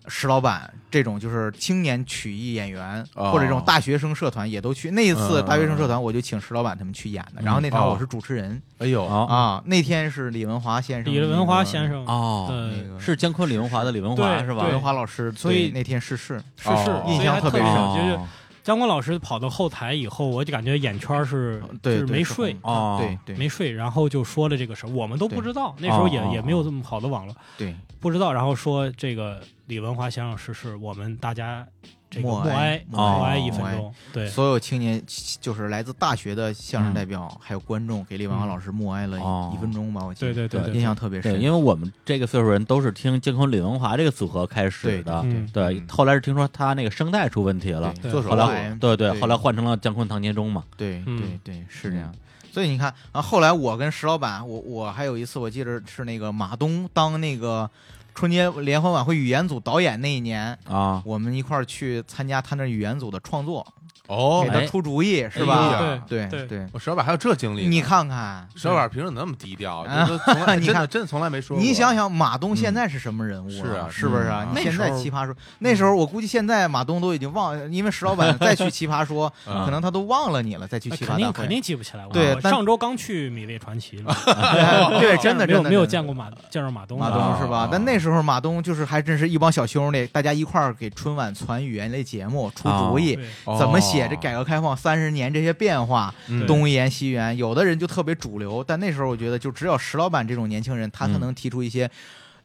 Speaker 4: 石老板这种就是青年曲艺演员
Speaker 3: 哦
Speaker 4: 或者这种大学生社团也都去。那一次
Speaker 3: 嗯
Speaker 4: 大学生社团我就请石老板他们去演的，
Speaker 2: 嗯
Speaker 4: 然后那场
Speaker 3: 哦
Speaker 4: 我是主持人
Speaker 3: 哎呦
Speaker 2: 好
Speaker 4: 啊，那天是李文华先生，
Speaker 1: 李文华先。生，呃
Speaker 2: 哦，
Speaker 1: 对
Speaker 4: 那个
Speaker 2: 是姜昆李文华的李文华
Speaker 1: 对
Speaker 2: 是吧？
Speaker 4: 文华老师，
Speaker 1: 所以
Speaker 4: 对那天逝世，
Speaker 1: 是是
Speaker 3: 哦，
Speaker 1: 所以
Speaker 4: 印象
Speaker 1: 还
Speaker 4: 特别
Speaker 1: 深，
Speaker 4: 深
Speaker 1: 就是
Speaker 2: 哦
Speaker 1: 姜昆老师跑到后台以后，我就感觉眼圈是
Speaker 4: 对，
Speaker 1: 就是
Speaker 4: 对
Speaker 1: 没
Speaker 4: 是
Speaker 1: 睡啊
Speaker 4: 红。
Speaker 2: 哦
Speaker 4: 对对
Speaker 1: 没睡，然后就说了这个事儿，我们都不知道，那时候也、
Speaker 2: 哦哦
Speaker 1: 也没有这么好的网络，
Speaker 4: 对，
Speaker 1: 不知道。然后说这个李文华先生逝世，我们大家这个
Speaker 4: 默
Speaker 1: 默
Speaker 4: 哀
Speaker 1: 哀
Speaker 4: 默
Speaker 1: 默哀
Speaker 2: 哀
Speaker 1: 一分
Speaker 4: 默哀哦
Speaker 1: 钟，对，
Speaker 4: 所有青年就是来自大学的相声代表，还有观众给李婉华老师默哀了
Speaker 2: 哦
Speaker 4: 一一分钟吧，我记
Speaker 1: 对
Speaker 4: 得，
Speaker 1: 嗯对对
Speaker 2: 对
Speaker 4: 印
Speaker 1: 对，
Speaker 4: 象特别
Speaker 2: 对，
Speaker 4: 深。
Speaker 2: 因为我们这个岁数人都是听健康李文华这个组合开始的，
Speaker 1: 嗯，
Speaker 2: 对，
Speaker 3: 嗯
Speaker 2: 后来是听说他那个声带出问题了，
Speaker 1: 对
Speaker 4: 做手
Speaker 2: 后来
Speaker 4: 来，
Speaker 2: 对对，
Speaker 4: 对
Speaker 2: 后来换成了姜昆、唐杰忠嘛，
Speaker 4: 对
Speaker 1: 嗯
Speaker 4: 对对，是这样
Speaker 2: 嗯。
Speaker 4: 所以你看，啊，后来我跟石老板，我我还有一次，我记得是那个马东当那个春节联欢晚会语言组导演那一年，
Speaker 2: 啊，
Speaker 4: 我们一块儿去参加他那语言组的创作，
Speaker 3: 哦
Speaker 4: 给，他
Speaker 2: 哎
Speaker 4: 出主意，是
Speaker 3: 哎
Speaker 4: 吧？
Speaker 3: 呀
Speaker 1: 对
Speaker 4: 对
Speaker 1: 对
Speaker 4: 对，
Speaker 3: 我石老板还有这经历呢，
Speaker 4: 你看看，
Speaker 3: 石老板平时那么低调，
Speaker 4: 啊
Speaker 3: 这都从来
Speaker 4: 你
Speaker 3: 真的
Speaker 4: 看
Speaker 3: 真的从来没说过。
Speaker 4: 你想，想马东现在是什么人物、
Speaker 3: 嗯是啊
Speaker 4: 是不是啊
Speaker 3: 嗯？
Speaker 4: 你
Speaker 1: 那
Speaker 4: 现在
Speaker 1: 时候
Speaker 4: 奇葩说那时候，我估计现在马东都已经忘了，因为石老板再去奇 葩说，
Speaker 3: 嗯
Speaker 4: 可能他都忘了你了，再去
Speaker 1: 那
Speaker 4: 奇
Speaker 1: 肯
Speaker 4: 葩大
Speaker 1: 定
Speaker 4: 会。
Speaker 1: 肯 定记不起来。我
Speaker 4: 对
Speaker 1: 我
Speaker 4: 但
Speaker 1: 上周刚去米未传奇了，
Speaker 4: 对 对，真的
Speaker 1: 没有
Speaker 4: 真的
Speaker 1: 没有
Speaker 4: 真的
Speaker 1: 见过马见着马东
Speaker 4: 马
Speaker 1: 的
Speaker 4: 东是吧
Speaker 3: 啊？
Speaker 4: 但那时候马东就是还真是一帮小兄弟，大家一块儿给春晚传语言类节目出
Speaker 3: 啊
Speaker 4: 主意。
Speaker 1: 对
Speaker 3: 哦
Speaker 4: 怎么写这改革开放三十年这些变化，
Speaker 1: 对
Speaker 4: 东一言西一言，有的人就特别主流，但那时候我觉得，就只有石老板这种年轻人，他才
Speaker 2: 嗯
Speaker 4: 能提出一些，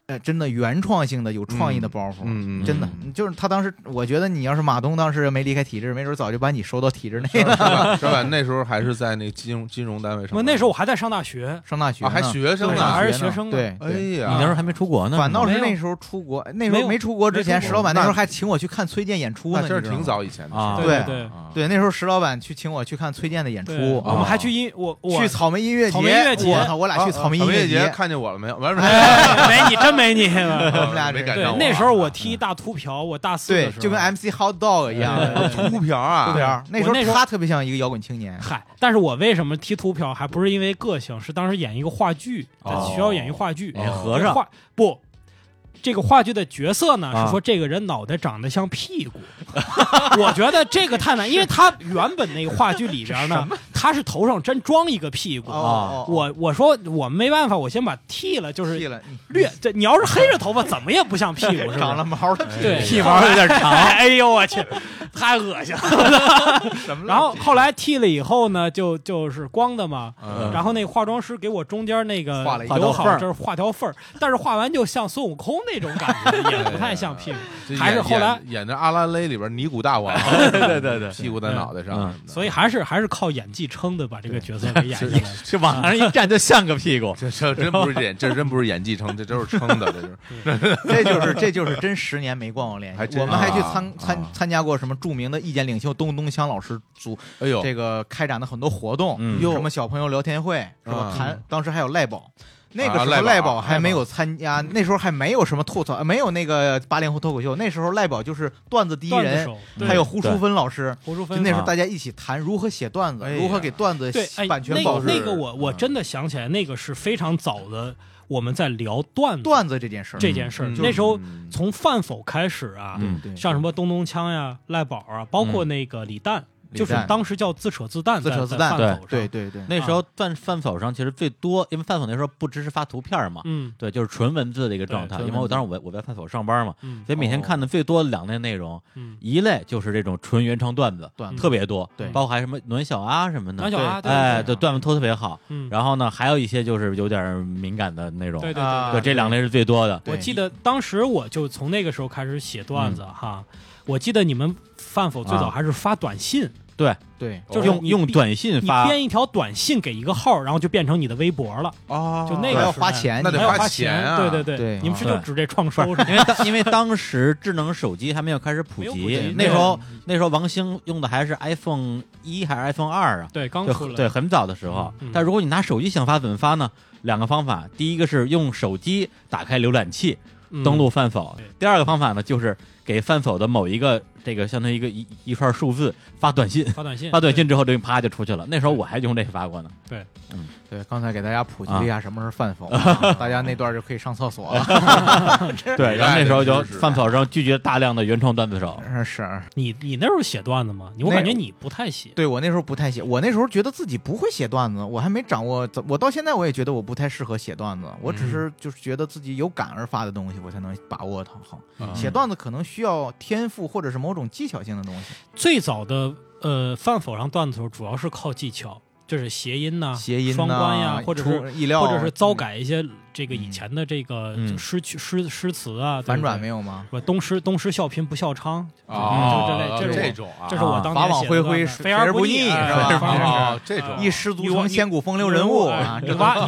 Speaker 4: 呃，真的原创性的、有创意的包袱。
Speaker 3: 嗯，嗯
Speaker 4: 真的，就是他当时，我觉得你要是马东当时没离开体制，没准早就把你收到体制内了。
Speaker 3: 石老石老板那时候还是在那金融金融单位上
Speaker 1: 我
Speaker 3: 班，
Speaker 1: 那时候我还在上大学，
Speaker 4: 上大学
Speaker 3: 啊
Speaker 4: 呢
Speaker 3: 还学生
Speaker 1: 对
Speaker 3: 呢，
Speaker 1: 还是
Speaker 4: 学
Speaker 1: 学生呢
Speaker 4: 对，
Speaker 3: 哎
Speaker 4: 对
Speaker 2: 你那时
Speaker 3: 呀，
Speaker 2: 候还没出国呢，
Speaker 4: 啊反倒是
Speaker 1: 没有
Speaker 4: 那时候出国，那时
Speaker 1: 没
Speaker 4: 候
Speaker 1: 有
Speaker 4: 没出国之前，
Speaker 1: 没出国
Speaker 4: 石老板那时候
Speaker 3: 那
Speaker 4: 还请我去看崔健演出呢，
Speaker 3: 那这是
Speaker 4: 你知道吗
Speaker 3: 挺。早以前的
Speaker 2: 啊
Speaker 3: 事。
Speaker 4: 对
Speaker 1: 对
Speaker 4: 对，那时候石老板去请我去看崔健的演
Speaker 1: 对
Speaker 4: 出，啊
Speaker 1: 我们还去音我我
Speaker 4: 哦去草莓音乐节，
Speaker 1: 草莓音乐节
Speaker 4: 我操，我俩去
Speaker 3: 啊
Speaker 4: 草莓
Speaker 3: 草
Speaker 4: 音
Speaker 3: 莓
Speaker 4: 乐
Speaker 3: 节
Speaker 4: 节，
Speaker 3: 看见我了没有？ 完了，
Speaker 1: 哎，没你真没你。
Speaker 4: 我们俩
Speaker 3: 没
Speaker 4: 人
Speaker 3: 赶
Speaker 1: 对
Speaker 3: 上我啊。，
Speaker 1: 那时候我踢大秃瓢，我大四的
Speaker 4: 嗯对，
Speaker 1: 时候
Speaker 4: 就跟 MC Hot Dog 一样，
Speaker 1: 对啊
Speaker 4: 对
Speaker 3: 秃瓢
Speaker 4: 对
Speaker 3: 啊，
Speaker 4: 啊，那时
Speaker 1: 我那时
Speaker 4: 候
Speaker 1: 候
Speaker 4: 他特别像一个摇滚青年，
Speaker 1: 嗨，但是我为什么踢秃瓢，还不是因为个性，是当时演一个话剧，在
Speaker 2: 哦
Speaker 1: 学校演一话剧，
Speaker 2: 演和尚
Speaker 1: 话不。这个话剧的角色呢，
Speaker 2: 啊
Speaker 1: 是说这个人脑袋长得像屁股， 我觉得这个太难，因为他原本那个话剧里 边呢，他是头上真装一个屁股。
Speaker 4: 哦，
Speaker 1: 我我说我没办法，我先把剃了，就
Speaker 4: 就是了，你
Speaker 1: 略这你要是黑着头发，怎么也不像屁股，是吧
Speaker 4: 长了毛了，
Speaker 1: 对
Speaker 2: 屁毛有点长，
Speaker 1: 哎呦我去，太恶心了。
Speaker 4: 什么了？
Speaker 1: 然后后来剃了以后呢，就就是光的嘛。
Speaker 3: 嗯
Speaker 1: 然后那化妆师给我中间那个
Speaker 4: 画了一
Speaker 2: 条
Speaker 1: 留好，
Speaker 2: 缝儿
Speaker 1: 就是画条缝儿，但是画完就像孙悟空那种感觉，也不太像屁股。
Speaker 3: 这
Speaker 1: 还是
Speaker 3: 演
Speaker 1: 后来
Speaker 3: 演演的《阿拉蕾》里边尼古大王，
Speaker 2: 对对对对
Speaker 3: 屁股在脑袋上
Speaker 2: 嗯
Speaker 3: 什么的，
Speaker 1: 所以还是还是靠演技撑的，把这个角色给演下来。
Speaker 2: 这往上一站就像个屁 股，
Speaker 3: 这这真不是演，这真不是演技撑，这都是撑的，这是。
Speaker 4: 这就是这就是真十年没逛过联
Speaker 3: 还
Speaker 4: 系，
Speaker 3: 真
Speaker 4: 我们还去
Speaker 3: 啊
Speaker 4: 参参
Speaker 3: 啊
Speaker 4: 参加过什么著名的意见领袖东东锵老师组
Speaker 3: 哎呦，
Speaker 4: 这个开展的很多活动，
Speaker 2: 嗯
Speaker 4: 什么小朋友聊天会是吧
Speaker 3: 嗯？
Speaker 4: 谈当时还有赖宝。那个时
Speaker 3: 赖
Speaker 4: 候
Speaker 3: 宝
Speaker 4: 赖宝还没有参加，那时候还没有什么吐槽，呃没有那个八零后脱口秀。那时候赖宝就是段子第一
Speaker 1: 段子
Speaker 4: 人，
Speaker 1: 手，对
Speaker 4: 还有胡淑芬老师，
Speaker 1: 胡淑
Speaker 4: 就
Speaker 1: 芬
Speaker 4: 那时
Speaker 2: 啊
Speaker 4: 候大家一起谈如何写段子，
Speaker 3: 哎呀
Speaker 4: 如何给段子
Speaker 1: 对，哎，
Speaker 4: 版权
Speaker 1: 那
Speaker 4: 保
Speaker 1: 个
Speaker 4: 护
Speaker 3: 是
Speaker 1: 那个我我
Speaker 3: 嗯
Speaker 1: 真的想起来，那个是非常早的，我们在聊段子
Speaker 4: 段子这件事儿。
Speaker 1: 这件事儿。
Speaker 3: 嗯
Speaker 1: 那时候
Speaker 3: 嗯
Speaker 1: 从饭否开始啊，
Speaker 2: 嗯
Speaker 4: 对，
Speaker 1: 像什么东东锵呀、赖宝啊，包括那个李诞，
Speaker 4: 李
Speaker 1: 就是
Speaker 4: 诞
Speaker 1: 当时叫自扯自诞
Speaker 4: 自
Speaker 1: 在，
Speaker 4: 扯自
Speaker 1: 在
Speaker 4: 诞
Speaker 1: 饭否上
Speaker 4: 对，对对，
Speaker 2: 那时候饭饭否上其实最多，因为饭否那时候不支持发图片嘛，
Speaker 1: 嗯
Speaker 2: 对，就是纯文字的一个状
Speaker 1: 对
Speaker 2: 态。
Speaker 4: 纯
Speaker 2: 因为我
Speaker 4: 文
Speaker 2: 当时我我在饭否上班嘛，
Speaker 1: 嗯
Speaker 2: 所以每天
Speaker 4: 哦
Speaker 2: 看的最多两类内容，
Speaker 1: 嗯，
Speaker 2: 一类就是这种纯原创段子，
Speaker 4: 段子
Speaker 2: 特别多，
Speaker 4: 对
Speaker 2: 包括还什么暖小啊什么
Speaker 1: 暖
Speaker 2: 的，
Speaker 1: 小啊，对
Speaker 2: 哎，
Speaker 1: 对
Speaker 2: 对，段子都特别好。
Speaker 1: 嗯，
Speaker 2: 然后呢，还有一些就是有点敏感的内容，
Speaker 1: 对对
Speaker 4: 啊
Speaker 1: 对
Speaker 2: 对这两类是最多的。
Speaker 1: 对，我记得当时我就从那个时候开始写段子哈。我记得你们饭否最
Speaker 2: 啊
Speaker 1: 早还是发短信，
Speaker 2: 对，
Speaker 4: 对
Speaker 1: 就是
Speaker 2: 用
Speaker 1: 你
Speaker 2: 用
Speaker 1: 必
Speaker 2: 短信
Speaker 1: 你
Speaker 2: 发，
Speaker 1: 编一条短信给一个号，然后就变成你的微博了，
Speaker 3: 啊，
Speaker 1: 就那
Speaker 4: 还
Speaker 1: 个
Speaker 4: 要
Speaker 1: 时
Speaker 4: 花
Speaker 1: 代
Speaker 4: 钱，
Speaker 3: 那得
Speaker 1: 还要
Speaker 3: 花
Speaker 1: 花
Speaker 3: 钱啊
Speaker 1: 对对
Speaker 4: 对
Speaker 1: 你们是
Speaker 2: 啊
Speaker 1: 就指这创收是吧？
Speaker 2: 因 为当因为当时智能手机还没有开始普
Speaker 1: 没有普
Speaker 2: 及
Speaker 1: 及，
Speaker 2: 那
Speaker 1: 对
Speaker 2: 时候那时候王兴用的还是 iPhone 一还是 iPhone 二啊？
Speaker 1: 对，刚出
Speaker 2: 对
Speaker 1: 来，
Speaker 2: 对，很早的时候。
Speaker 1: 嗯
Speaker 2: 但如果你拿手机想发，怎么发呢？两个方法，第一个是用手机打开浏览器
Speaker 1: 嗯
Speaker 2: 登录饭否
Speaker 1: 对，
Speaker 2: 第二个方法呢就是给饭否的某一个这个相当于一个一一串数字发短信，
Speaker 1: 发短信，
Speaker 2: 发短信之后就啪就出去了。那时候我还用这个发过呢。
Speaker 4: 对，刚才给大家普及了一下什么是饭否，啊大家那段就可以上厕所了。
Speaker 2: 对，然后那时候就是
Speaker 3: 是是
Speaker 2: 饭否上拒绝大量的原创段子手。
Speaker 4: 是，
Speaker 1: 你你那时候写段子吗？你我
Speaker 4: 那
Speaker 1: 感觉你不太写，
Speaker 4: 对我那时候不太写，我那时候觉得自己不会写段子，我还没掌握，怎我到现在我也觉得我不太适合写段子，我只是就是觉得自己有感而发的东西，我才能把握它好。
Speaker 3: 嗯
Speaker 4: 写段子可能需要天赋或者是某种技巧性的东西，
Speaker 1: 最早的呃饭否上段子手主要是靠技巧，就是谐音呐、
Speaker 4: 谐音
Speaker 1: 双关
Speaker 4: 呐
Speaker 1: 呀，，或者是
Speaker 4: 出意料，啊嗯
Speaker 1: 或者是糟改一些这个以前的这个
Speaker 2: 嗯
Speaker 1: 诗曲、诗诗词啊，
Speaker 4: 反转没
Speaker 1: 有？
Speaker 4: 有吗？
Speaker 1: 我东施东施效颦不效昌，
Speaker 3: 哦，
Speaker 1: 嗯就
Speaker 3: 这
Speaker 1: 这类这
Speaker 3: 种啊，
Speaker 1: 这是我当年
Speaker 4: 法网
Speaker 1: 写的
Speaker 4: 恢恢
Speaker 1: 段子
Speaker 4: 谁
Speaker 1: 肥而
Speaker 4: 而不
Speaker 1: 腻
Speaker 4: 腻
Speaker 1: 哎
Speaker 4: 是吧
Speaker 1: 对
Speaker 3: 哦
Speaker 1: 反正
Speaker 3: 哦，这种
Speaker 1: 啊
Speaker 4: 嗯一失足
Speaker 1: 女娲
Speaker 4: 成千古风流人物啊，
Speaker 1: 女
Speaker 4: 这
Speaker 1: 娲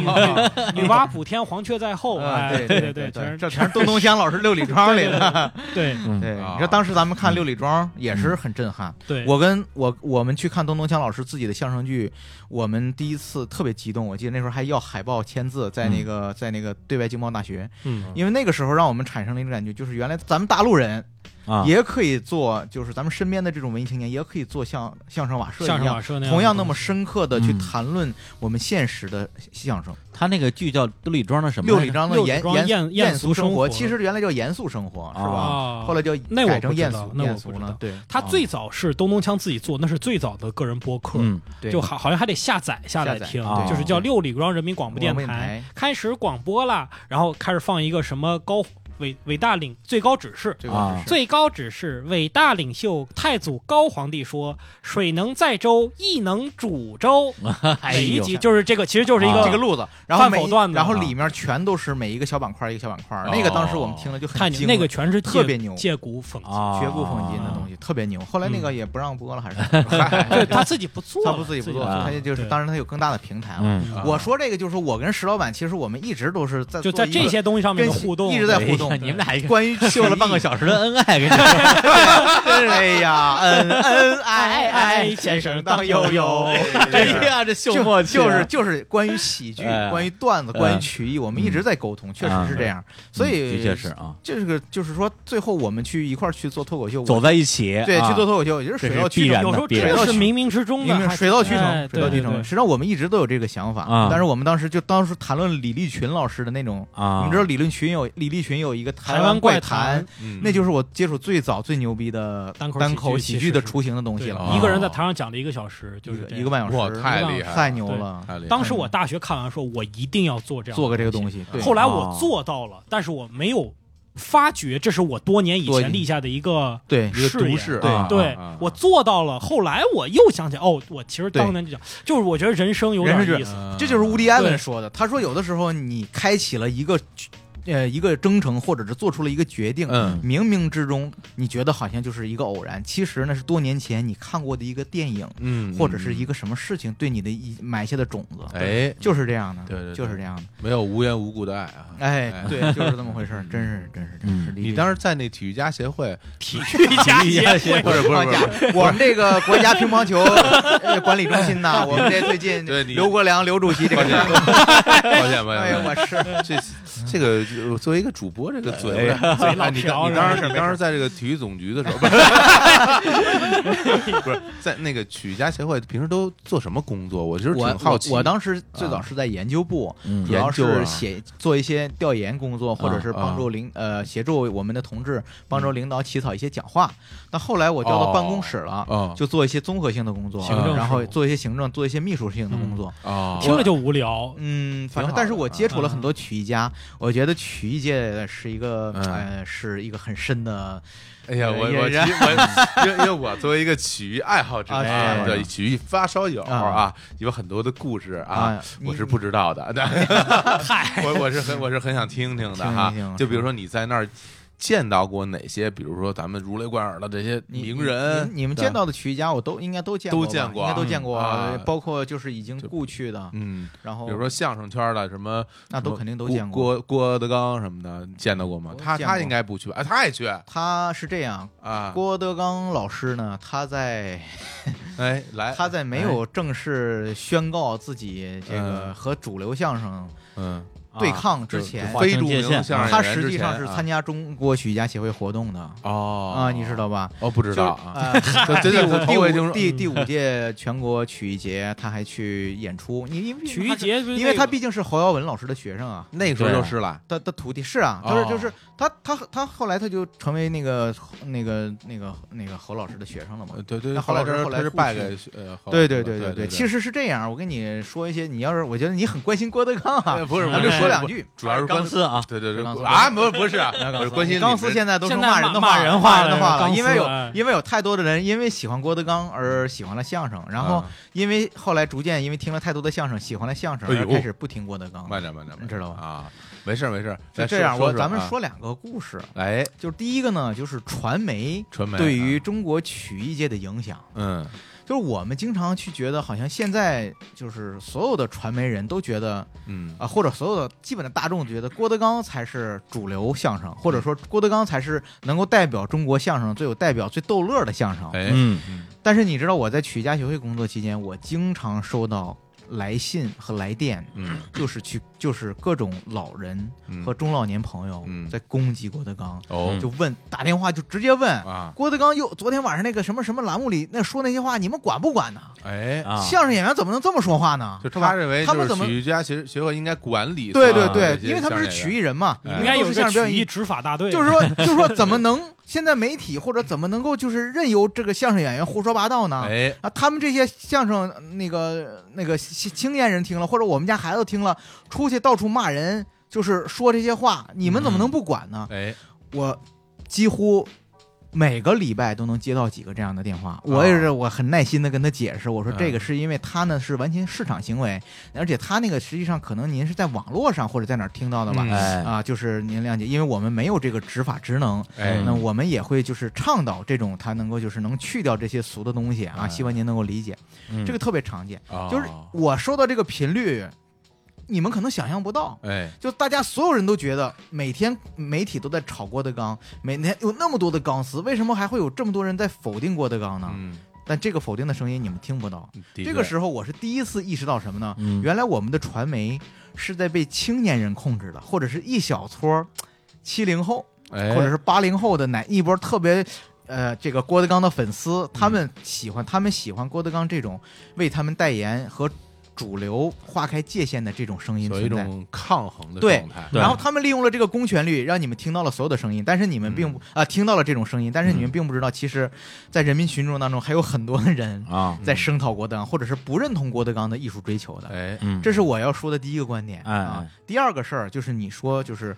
Speaker 1: 女女娲补天，黄雀在后。
Speaker 4: 啊，
Speaker 1: 哎，
Speaker 4: 对
Speaker 1: 对
Speaker 4: 对
Speaker 1: 全
Speaker 4: 这
Speaker 1: 是
Speaker 4: 全是东东乡老师六里庄里的。
Speaker 1: 对
Speaker 4: 对，
Speaker 3: 啊
Speaker 4: 你说当时咱们看六里庄也是很震撼。
Speaker 1: 对，
Speaker 4: 我跟我我们去看东东乡老师自己的相声剧，我们第一次特别激动，我记得那时候还要海报签字，在那个在那个对外经贸大学，
Speaker 1: 嗯
Speaker 4: 因为那个时候让我们产生了一种感觉，就是原来咱们大陆人
Speaker 2: 啊，
Speaker 4: 也可以做，就是咱们身边的这种文艺青年也可以做像相声瓦舍
Speaker 1: 相
Speaker 4: 一
Speaker 1: 声
Speaker 4: 样
Speaker 1: 瓦。舍那样的东西，
Speaker 4: 同样那么深刻的去
Speaker 2: 嗯
Speaker 4: 谈论我们现实的相声，
Speaker 2: 他那个剧叫《六里庄》的什么
Speaker 4: 六
Speaker 2: 来着？
Speaker 4: 里庄的
Speaker 1: 六里
Speaker 4: 严
Speaker 1: 庄
Speaker 4: 严
Speaker 1: 艳
Speaker 4: 艳
Speaker 1: 艳俗
Speaker 4: 生
Speaker 1: 生活
Speaker 4: 其实原来叫严肃生活，是吧？
Speaker 1: 啊，
Speaker 4: 后来叫
Speaker 1: 那我
Speaker 4: 改成
Speaker 1: 不知
Speaker 4: 艳
Speaker 1: 道
Speaker 4: 俗
Speaker 1: 那我
Speaker 4: 艳
Speaker 1: 不
Speaker 4: 俗
Speaker 1: 知
Speaker 4: 了
Speaker 1: 道。
Speaker 4: 对
Speaker 1: 他最早是东东锵自己做，那是最早的个人播客，
Speaker 2: 嗯，
Speaker 4: 对，
Speaker 1: 就好好像还得下载下来
Speaker 4: 下载
Speaker 1: 听
Speaker 2: 啊，
Speaker 1: 就是叫六里庄人民广播电
Speaker 4: 广播电台
Speaker 1: 开始广播啦，然后开始放一个什么高伟伟大领最高指示。
Speaker 4: 这个
Speaker 2: 啊
Speaker 4: 是
Speaker 1: 最高指示，伟大领袖太祖高皇帝说：“水能载舟，亦能煮粥。”每一集就是这个，其实就是一
Speaker 2: 啊
Speaker 1: 个
Speaker 4: 哎这个路子，然后
Speaker 1: 饭
Speaker 4: 每
Speaker 1: 否段子
Speaker 4: 然后里面全都是每一个小板块儿一个小板块儿，那个当时我们听了就
Speaker 1: 啊看
Speaker 4: 很
Speaker 1: 你
Speaker 4: 惊，
Speaker 1: 那个全是借
Speaker 4: 特别牛
Speaker 1: 借古讽今。
Speaker 2: 啊，
Speaker 4: 绝不讽今的东西特别牛。后来那个也不让播了， 还是嗨
Speaker 1: 嗯对他自己不做了，
Speaker 4: 他不自己不做，
Speaker 2: 啊
Speaker 4: 他就是
Speaker 1: 对
Speaker 4: 当然他有更大的平台了。
Speaker 2: 嗯，
Speaker 3: 啊
Speaker 4: 我说这个就是我跟石老板，其实我们一直都是在
Speaker 1: 就
Speaker 4: 做
Speaker 1: 在
Speaker 4: 一个
Speaker 1: 这些东西上面的
Speaker 4: 跟
Speaker 1: 互动，
Speaker 4: 一直在 互动
Speaker 2: 哎呀你们俩一个
Speaker 4: 关于
Speaker 2: 秀了半个
Speaker 4: 时，
Speaker 2: 小时的恩爱，跟你说，
Speaker 4: 哎呀，恩恩
Speaker 1: 哎
Speaker 4: 爱爱，先生当悠悠。
Speaker 2: 哎呀，这秀默契啊
Speaker 4: 就是就是关于喜剧、
Speaker 2: 哎
Speaker 4: 关于段子、关于曲艺，我们一直在沟通，确实是这样。所以
Speaker 2: 的确是啊，
Speaker 4: 这个就是说，最后我们去一块儿去做脱口秀，
Speaker 2: 走
Speaker 4: 我
Speaker 2: 在一起，
Speaker 4: 对
Speaker 2: 啊
Speaker 4: 去做脱口秀，也是
Speaker 2: 这
Speaker 4: 水
Speaker 2: 是
Speaker 4: 到
Speaker 2: 必
Speaker 4: 渠
Speaker 2: 然
Speaker 4: 成。
Speaker 1: 有时候
Speaker 2: 别
Speaker 1: 这
Speaker 4: 人
Speaker 1: 个是冥冥之中
Speaker 4: 明
Speaker 1: 的，
Speaker 4: 明
Speaker 1: 还
Speaker 4: 水到渠
Speaker 1: 哎
Speaker 4: 成，水
Speaker 1: 对
Speaker 4: 到渠
Speaker 1: 对对
Speaker 4: 成。实际上，我们一直都有这个想法
Speaker 2: 啊，
Speaker 4: 但是我们当时就当时谈论李立群老师的那种，
Speaker 2: 啊，
Speaker 4: 你们知道李立群有李立群有一个
Speaker 1: 台
Speaker 4: 湾
Speaker 1: 湾怪
Speaker 4: 谈
Speaker 1: 谈，
Speaker 3: 嗯
Speaker 4: 那就是我接触最早最牛逼的
Speaker 1: 单口
Speaker 4: 单
Speaker 1: 喜剧
Speaker 4: 口喜剧
Speaker 1: 其
Speaker 4: 的
Speaker 1: 实是
Speaker 4: 雏形的东西
Speaker 1: 对
Speaker 4: 了，
Speaker 3: 哦
Speaker 1: 一个人在台上讲了一个小时，就
Speaker 4: 一
Speaker 1: 是
Speaker 4: 个
Speaker 1: 这
Speaker 4: 一
Speaker 1: 样
Speaker 4: 个。半
Speaker 3: 哇
Speaker 4: 小时，
Speaker 3: 太厉害了，
Speaker 4: 太牛了，
Speaker 3: 嗯太厉害了，
Speaker 1: 当时我大学看完说，我一定要做这样的
Speaker 4: 做个这个东西，对
Speaker 1: 西。后来
Speaker 2: 哦
Speaker 1: 我做到了，但是我没有发觉这是我多年以
Speaker 4: 多
Speaker 1: 前立下的一个。
Speaker 4: 对
Speaker 3: 一个
Speaker 1: 视野
Speaker 3: 都市，
Speaker 4: 对
Speaker 3: 啊
Speaker 1: 对
Speaker 3: 啊啊，
Speaker 1: 我做到了。后来我又想起，哦，我其实
Speaker 4: 对
Speaker 1: 当年就讲，就是我觉得人生有点
Speaker 4: 人生就
Speaker 1: 意思。
Speaker 4: 这
Speaker 3: 嗯
Speaker 4: 就是乌迪安
Speaker 1: 对
Speaker 4: 文说的，他说有的时候你开启了一个，呃，一个征程，或者是做出了一个决定，
Speaker 3: 嗯
Speaker 4: 冥冥之中你觉得好像就是一个偶然，其实那是多年前你看过的一个电影，
Speaker 3: 嗯，
Speaker 4: 或者是一
Speaker 3: 个
Speaker 4: 个什么事情对你的一埋下的种子，
Speaker 3: 哎，
Speaker 4: 就是这样的，
Speaker 3: 对对对
Speaker 4: 就是这样的，
Speaker 3: 没有无缘无故的爱啊。
Speaker 4: 哎，对，就是这么回事儿，真是，真是，真是。
Speaker 2: 嗯
Speaker 4: 理解
Speaker 3: 你当时在那体育家协会，
Speaker 1: 体育家协
Speaker 3: 不
Speaker 1: 会，
Speaker 3: 是不是
Speaker 4: 放
Speaker 3: 不
Speaker 4: 假
Speaker 3: 是，，
Speaker 4: 我们这个国家乒 乓球呃管理中心呐，我们这最近
Speaker 3: 对你
Speaker 4: 刘国梁刘主席 这个
Speaker 3: 抱
Speaker 4: 事
Speaker 3: 歉
Speaker 4: 儿，
Speaker 3: 抱歉抱
Speaker 4: 哎
Speaker 3: 歉
Speaker 4: 呦，，我是
Speaker 3: 这这个就作为一个主播，这个嘴
Speaker 2: 哎
Speaker 3: 不
Speaker 1: 嘴
Speaker 3: 是哎
Speaker 1: 老
Speaker 3: 你
Speaker 1: 瓢
Speaker 3: 当你
Speaker 1: 是吧
Speaker 3: 当时你 当时在这个体育总局的时候，不是不是 在那个曲艺家协会，平时都做什么工作？我其实
Speaker 4: 我
Speaker 3: 挺好奇。啊
Speaker 4: 我我当时最早是在研究部，
Speaker 2: 嗯
Speaker 4: 主要
Speaker 3: 研究啊啊
Speaker 4: 是写做一些调研工作，或者是帮助领呃协助我们的同志帮
Speaker 3: 嗯
Speaker 4: 助领导起草一些讲话。那后来我调
Speaker 3: 哦
Speaker 4: 到办公室了，
Speaker 3: 啊
Speaker 4: 就做一些综合性的工作，
Speaker 1: 行政
Speaker 4: 然
Speaker 1: 事
Speaker 4: 后
Speaker 1: 务
Speaker 4: 做一些行政，做一些秘书性的工作。
Speaker 3: 啊，
Speaker 1: 听着就无聊。
Speaker 4: 嗯，
Speaker 3: 挺
Speaker 4: 反
Speaker 3: 好
Speaker 4: 正
Speaker 3: 的
Speaker 4: 但是我接触了很多曲艺家，我觉得曲艺界是一个
Speaker 3: 嗯
Speaker 4: 呃是一个很深的
Speaker 3: 哎呀，我我
Speaker 4: 也
Speaker 3: 我
Speaker 4: 也
Speaker 3: 因为因为我作为一个曲艺爱好者
Speaker 4: 啊
Speaker 3: 啊，
Speaker 4: 是
Speaker 3: 对曲艺发烧友
Speaker 4: 啊
Speaker 3: 啊，有很多的故事啊
Speaker 4: 啊，你
Speaker 3: 我是不知道 的。
Speaker 1: 嗨，
Speaker 3: 我我是很我是很想听听的哈
Speaker 4: 听一听。
Speaker 3: 就比如说你在那儿见到过哪些，比如说咱们如雷贯耳的这些
Speaker 4: 你
Speaker 3: 名
Speaker 4: 你
Speaker 3: 人，
Speaker 4: 你你们
Speaker 3: 对
Speaker 4: 见，到的曲艺家我都应该都见过吧，
Speaker 3: 都见过
Speaker 4: 应该都
Speaker 3: 嗯
Speaker 4: 见过，呃
Speaker 3: 啊
Speaker 4: 包括就是已经
Speaker 3: 就
Speaker 4: 故去的，
Speaker 3: 嗯，
Speaker 4: 然后
Speaker 3: 比如说相声圈的什么，
Speaker 4: 哦那都肯定都
Speaker 3: 郭
Speaker 4: 见过。
Speaker 3: 郭郭德纲什么的，见到过吗
Speaker 4: 我？
Speaker 3: 他
Speaker 4: 见过
Speaker 3: 他应该不去吧？啊，他也去啊。
Speaker 4: 他是这样，郭德纲老师呢，他在
Speaker 3: 哎，嗯来，
Speaker 4: 他在没有正式宣告自己这个和主流相声
Speaker 3: 嗯，
Speaker 4: 对抗之
Speaker 2: 啊
Speaker 4: 前
Speaker 2: 就，划
Speaker 3: 非
Speaker 2: 清
Speaker 3: 著
Speaker 2: 界
Speaker 3: 名
Speaker 2: 限
Speaker 3: 相声
Speaker 4: 他
Speaker 3: 演员
Speaker 4: 实际
Speaker 3: 之
Speaker 4: 上
Speaker 3: 前
Speaker 4: 是
Speaker 3: 啊
Speaker 4: 参加中国曲艺家协会活动的
Speaker 3: 哦
Speaker 4: 啊，你知道吧？
Speaker 3: 哦，不知道
Speaker 4: 就
Speaker 3: 啊，
Speaker 4: 呃
Speaker 3: 真
Speaker 4: 第
Speaker 3: 的我
Speaker 4: 五
Speaker 3: 头回听
Speaker 4: 第
Speaker 3: 说
Speaker 4: 五第第五届全国曲艺节，他还去演出。你因为
Speaker 1: 曲艺，节，
Speaker 4: 因为他毕竟是侯耀文老师的学生啊，
Speaker 3: 那个时候就是了，
Speaker 4: 他的徒弟是啊，
Speaker 3: 哦
Speaker 4: 就是就是他他他后来他就成为那个那个那个那个侯老师的学生了嘛
Speaker 3: 呃。对对，
Speaker 4: 那后来
Speaker 3: 侯老师
Speaker 4: 后来
Speaker 3: 他是
Speaker 4: 互
Speaker 3: 败
Speaker 4: 去
Speaker 3: 给呃，侯
Speaker 4: 对
Speaker 3: 老师
Speaker 4: 对
Speaker 3: 的
Speaker 4: 对
Speaker 3: 对
Speaker 4: 对，
Speaker 3: 对，
Speaker 4: 其实是这样。我跟你说一些，你要是我觉得你很关心郭德纲
Speaker 3: 哎
Speaker 4: 啊，
Speaker 3: 不是，我
Speaker 4: 咱
Speaker 3: 就
Speaker 4: 就
Speaker 3: 说
Speaker 4: 说两句。
Speaker 3: 主要是关
Speaker 2: 钢丝啊，
Speaker 3: 对对对
Speaker 4: 钢丝
Speaker 3: 啊，不不是啊，我是关心
Speaker 4: 钢丝现在都是
Speaker 1: 现在骂
Speaker 4: 人的
Speaker 1: 骂
Speaker 4: 人
Speaker 1: 人
Speaker 4: 话
Speaker 1: 话
Speaker 4: 的
Speaker 1: 了
Speaker 4: 话了，
Speaker 1: 钢丝
Speaker 4: 因为有
Speaker 1: 哎
Speaker 4: 因为有太多的人因为喜欢郭德纲而喜欢了相声，然后
Speaker 3: 啊
Speaker 4: 因为后来逐渐因为听了太多的相声，喜欢了相声
Speaker 3: 哎
Speaker 4: 而
Speaker 3: 呦
Speaker 4: 开始不听郭德纲。
Speaker 3: 慢点慢点，慢点
Speaker 4: 你知道吧
Speaker 3: 啊，没事儿没事儿，
Speaker 4: 是
Speaker 3: 来
Speaker 4: 这样，
Speaker 3: 说啊
Speaker 4: 我咱们
Speaker 3: 说
Speaker 4: 说两个故事，
Speaker 3: 啊，哎，
Speaker 4: 就是第一个呢，就是传媒
Speaker 3: 传媒
Speaker 4: 对
Speaker 3: 啊
Speaker 4: 于中国曲艺界的影响。
Speaker 3: 嗯
Speaker 4: 就是我们经常去觉得，好像现在就是所有的传媒人都觉得
Speaker 3: 嗯
Speaker 4: 啊、或者所有的基本的大众觉得郭德纲才是主流相
Speaker 3: 嗯
Speaker 4: 声，或者说郭德纲才是能够代表中国相声最有代表、最逗乐的相声。
Speaker 3: 哎
Speaker 2: 嗯
Speaker 4: 但是你知道，我在曲艺家学会工作期间，我经常收到来信和来电，
Speaker 3: 嗯
Speaker 4: 就是去就是各种老人
Speaker 3: 嗯
Speaker 4: 和中老年朋友
Speaker 3: 嗯
Speaker 4: 在攻击郭德纲，
Speaker 3: 哦
Speaker 4: 就问打电话就直接问。
Speaker 3: 啊
Speaker 4: 郭德纲又昨天晚上那个什么什么栏目里那说那些话，你们管不管呢？
Speaker 3: 哎
Speaker 2: 啊，
Speaker 4: 相声演员怎么能这么说话呢？
Speaker 3: 就是他
Speaker 4: 吧？
Speaker 3: 认为
Speaker 4: 他
Speaker 3: 就
Speaker 4: 们
Speaker 3: 是
Speaker 4: 怎么
Speaker 3: 曲艺家学学会应该管理
Speaker 4: 对对
Speaker 3: 啊
Speaker 4: 对，
Speaker 3: 这些
Speaker 4: 因为他们是
Speaker 3: 相声
Speaker 4: 曲
Speaker 3: 演
Speaker 4: 艺
Speaker 3: 员
Speaker 4: 人嘛，你
Speaker 3: 哎
Speaker 4: 们
Speaker 1: 应该
Speaker 4: 都
Speaker 1: 有
Speaker 4: 是
Speaker 1: 一
Speaker 4: 相
Speaker 1: 个
Speaker 4: 声表
Speaker 1: 曲
Speaker 4: 演
Speaker 1: 艺，执法大队，嗯
Speaker 4: 就是说就是说怎么能现在媒体或者怎么能够就是任由这个相声演员胡说八道呢？
Speaker 3: 哎
Speaker 4: 啊，他们这些相声呃那个那个青青年人听了，或者我们家孩子听了，出去到处骂人，就是说这些话，你们怎
Speaker 3: 嗯
Speaker 4: 么能不管呢？
Speaker 3: 哎
Speaker 4: 我几乎每个礼拜都能接到几个这样的电话，我也是我很耐心的跟他解释，我说
Speaker 3: 哦嗯
Speaker 4: 这个是因为他呢是完全市场行为，而且他那个实际上可能您是在网络上或者在哪儿听到的吧。
Speaker 3: 嗯
Speaker 2: 哎，
Speaker 4: 啊，就是您谅解，因为我们没有这个执法职能，
Speaker 3: 哎
Speaker 4: 那我们也会就是倡导这种他能够就是能去掉这些俗的东西啊，
Speaker 3: 哎
Speaker 4: 希望您能够理解，
Speaker 2: 嗯
Speaker 4: 这个特别常见。
Speaker 3: 哦
Speaker 4: 就是我收到这个频率，你们可能想象不到，
Speaker 3: 哎
Speaker 4: 就大家所有人都觉得每天媒体都在炒郭德纲，每天有那么多的钢丝，为什么还会有这么多人在否定郭德纲呢？
Speaker 3: 嗯，
Speaker 4: 但这个否定的声音你们听不到。
Speaker 3: 的
Speaker 4: 啊这个
Speaker 3: 确
Speaker 4: 时候我是第一次意识到什么呢？
Speaker 2: 嗯
Speaker 4: 原来我们的传媒是在被青年人控制的，或者是一小撮七零后
Speaker 3: 哎
Speaker 4: 或者是八零后的哪一波特别。呃，这个郭德纲的粉
Speaker 3: 嗯
Speaker 4: 丝，他们喜欢，他们喜欢郭德纲这种为他们代言和主流划开界限的这种声音
Speaker 3: 有一
Speaker 4: 存在。
Speaker 3: 种抗衡的
Speaker 4: 对
Speaker 3: 状态，
Speaker 2: 对
Speaker 4: 然后他们利用了这个公权力，让你们听到了所有的声音，但是你们并不啊、听到了这种声音，但是你们并不知道，其实，在人民群众当中还有很多的人
Speaker 2: 啊，
Speaker 4: 在声讨郭德纲，或者是不认同郭德纲的艺术追求的。
Speaker 3: 哎
Speaker 2: 嗯，
Speaker 4: 这是我要说的第一个观点
Speaker 2: 哎
Speaker 4: 啊
Speaker 2: 哎。
Speaker 4: 第二个事儿就是你说就是。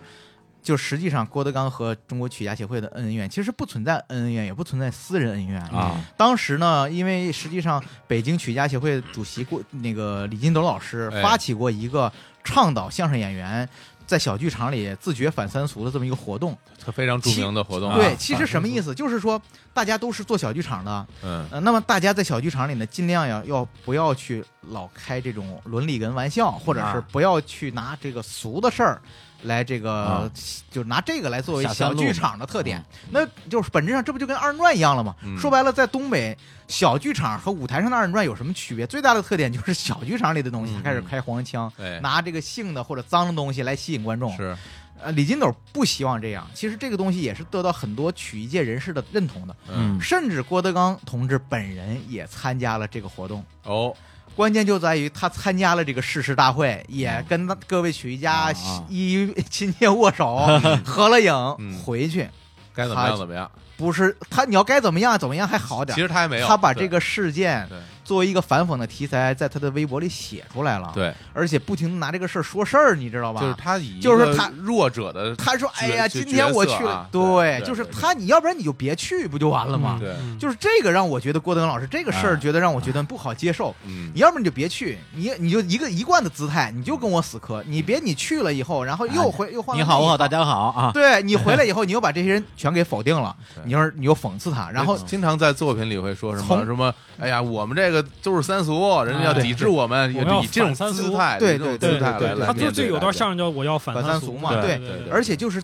Speaker 4: 就实际上，郭德纲和中国曲艺家协会的恩怨，其实不存在恩怨，也不存在私人恩怨。
Speaker 2: 啊，
Speaker 4: 当时呢，因为实际上北京曲艺家协会主席过那个李金斗老师
Speaker 3: 哎
Speaker 4: 发起过一个倡导相声演员在小剧场里自觉反三俗的这么一个活动。
Speaker 3: 它非常著名的活动啊，
Speaker 4: 对，其实什么意思？就是说大家都是做小剧场的，
Speaker 3: 嗯
Speaker 4: 呃，那么大家在小剧场里呢，尽量要要不要去老开这种伦理跟玩笑，或者是
Speaker 2: 啊
Speaker 4: 不要去拿这个俗的事儿来这个，
Speaker 2: 啊
Speaker 4: 就拿这个来作为
Speaker 2: 下三
Speaker 4: 小
Speaker 2: 路
Speaker 4: 剧
Speaker 2: 嘛嗯
Speaker 4: 场的特点。那就是本质上这不就跟二人转一样了吗？
Speaker 3: 嗯
Speaker 4: 说白了，在东北小剧场和舞台上的二人转有什么区别？最大的特点就是小剧场里的东西，
Speaker 3: 嗯
Speaker 4: 他开始开黄腔。
Speaker 3: 哎
Speaker 4: 拿这个性的或者脏的东西来吸引观众，
Speaker 3: 是
Speaker 4: 呃，李金斗不希望这样。其实这个东西也是得到很多曲艺界人士的认同的。
Speaker 2: 嗯
Speaker 4: 甚至郭德纲同志本人也参加了这个活动。
Speaker 3: 哦
Speaker 4: 关键就在于他参加了这个誓师大会，也跟
Speaker 3: 嗯
Speaker 4: 他各位曲艺家
Speaker 2: 啊啊
Speaker 4: 一 亲切握手， 合了影
Speaker 3: 嗯，
Speaker 4: 回去。
Speaker 3: 该怎么
Speaker 4: 他
Speaker 3: 样怎么样，
Speaker 4: 不是他，你要该怎么样怎么样还好
Speaker 3: 其
Speaker 4: 点
Speaker 3: 实
Speaker 4: 儿。
Speaker 3: 他还没有，
Speaker 4: 他把
Speaker 3: 对
Speaker 4: 这个事件
Speaker 3: 对
Speaker 4: 作为一个反讽的题材，在他的微博里写出来了，
Speaker 3: 对，
Speaker 4: 而且不停地拿这个事儿说事儿，你知道吧？
Speaker 3: 就是他以一
Speaker 4: 就是
Speaker 3: 个
Speaker 4: 他
Speaker 3: 弱者的
Speaker 4: 他说：“哎呀，
Speaker 3: 角
Speaker 4: 今天我
Speaker 3: 角色
Speaker 4: 去了，
Speaker 3: 啊对
Speaker 4: 对，
Speaker 3: 对
Speaker 4: 就是
Speaker 3: 对
Speaker 4: 他，你要不然你就别去，不就完了吗？
Speaker 3: 对
Speaker 1: 嗯
Speaker 4: 就是这个让我觉得郭德纲老师这个事儿，
Speaker 2: 哎
Speaker 4: 觉得让我觉得不好接受。
Speaker 3: 嗯
Speaker 4: 你要不你就别去，你你就一个一贯的姿态，你就跟我死磕，你别你去了以后，然后又回、又换了
Speaker 2: 哎你好，
Speaker 4: 另一
Speaker 2: 我好，
Speaker 4: 套
Speaker 2: 大。家好啊，
Speaker 4: 对你回来以后，你又把这些人全给否定了
Speaker 3: 对，
Speaker 4: 你又你又讽刺他，然后
Speaker 3: 经常在作品里会说什么
Speaker 4: 从哎
Speaker 3: 什么，哎呀，我们这个都是三俗，人家要
Speaker 1: 啊对
Speaker 3: 抵制我们，
Speaker 1: 我们要
Speaker 3: 以这种
Speaker 1: 反三俗
Speaker 3: 姿态，
Speaker 4: 对
Speaker 3: 以这种
Speaker 4: 对
Speaker 3: 姿态
Speaker 4: 对
Speaker 3: 来
Speaker 4: 对
Speaker 3: 来
Speaker 1: 他
Speaker 3: 面
Speaker 1: 就
Speaker 3: 对
Speaker 1: 就有段相声叫“我要反
Speaker 4: 反三俗嘛
Speaker 1: 对
Speaker 4: 对
Speaker 3: 对
Speaker 4: 而且就是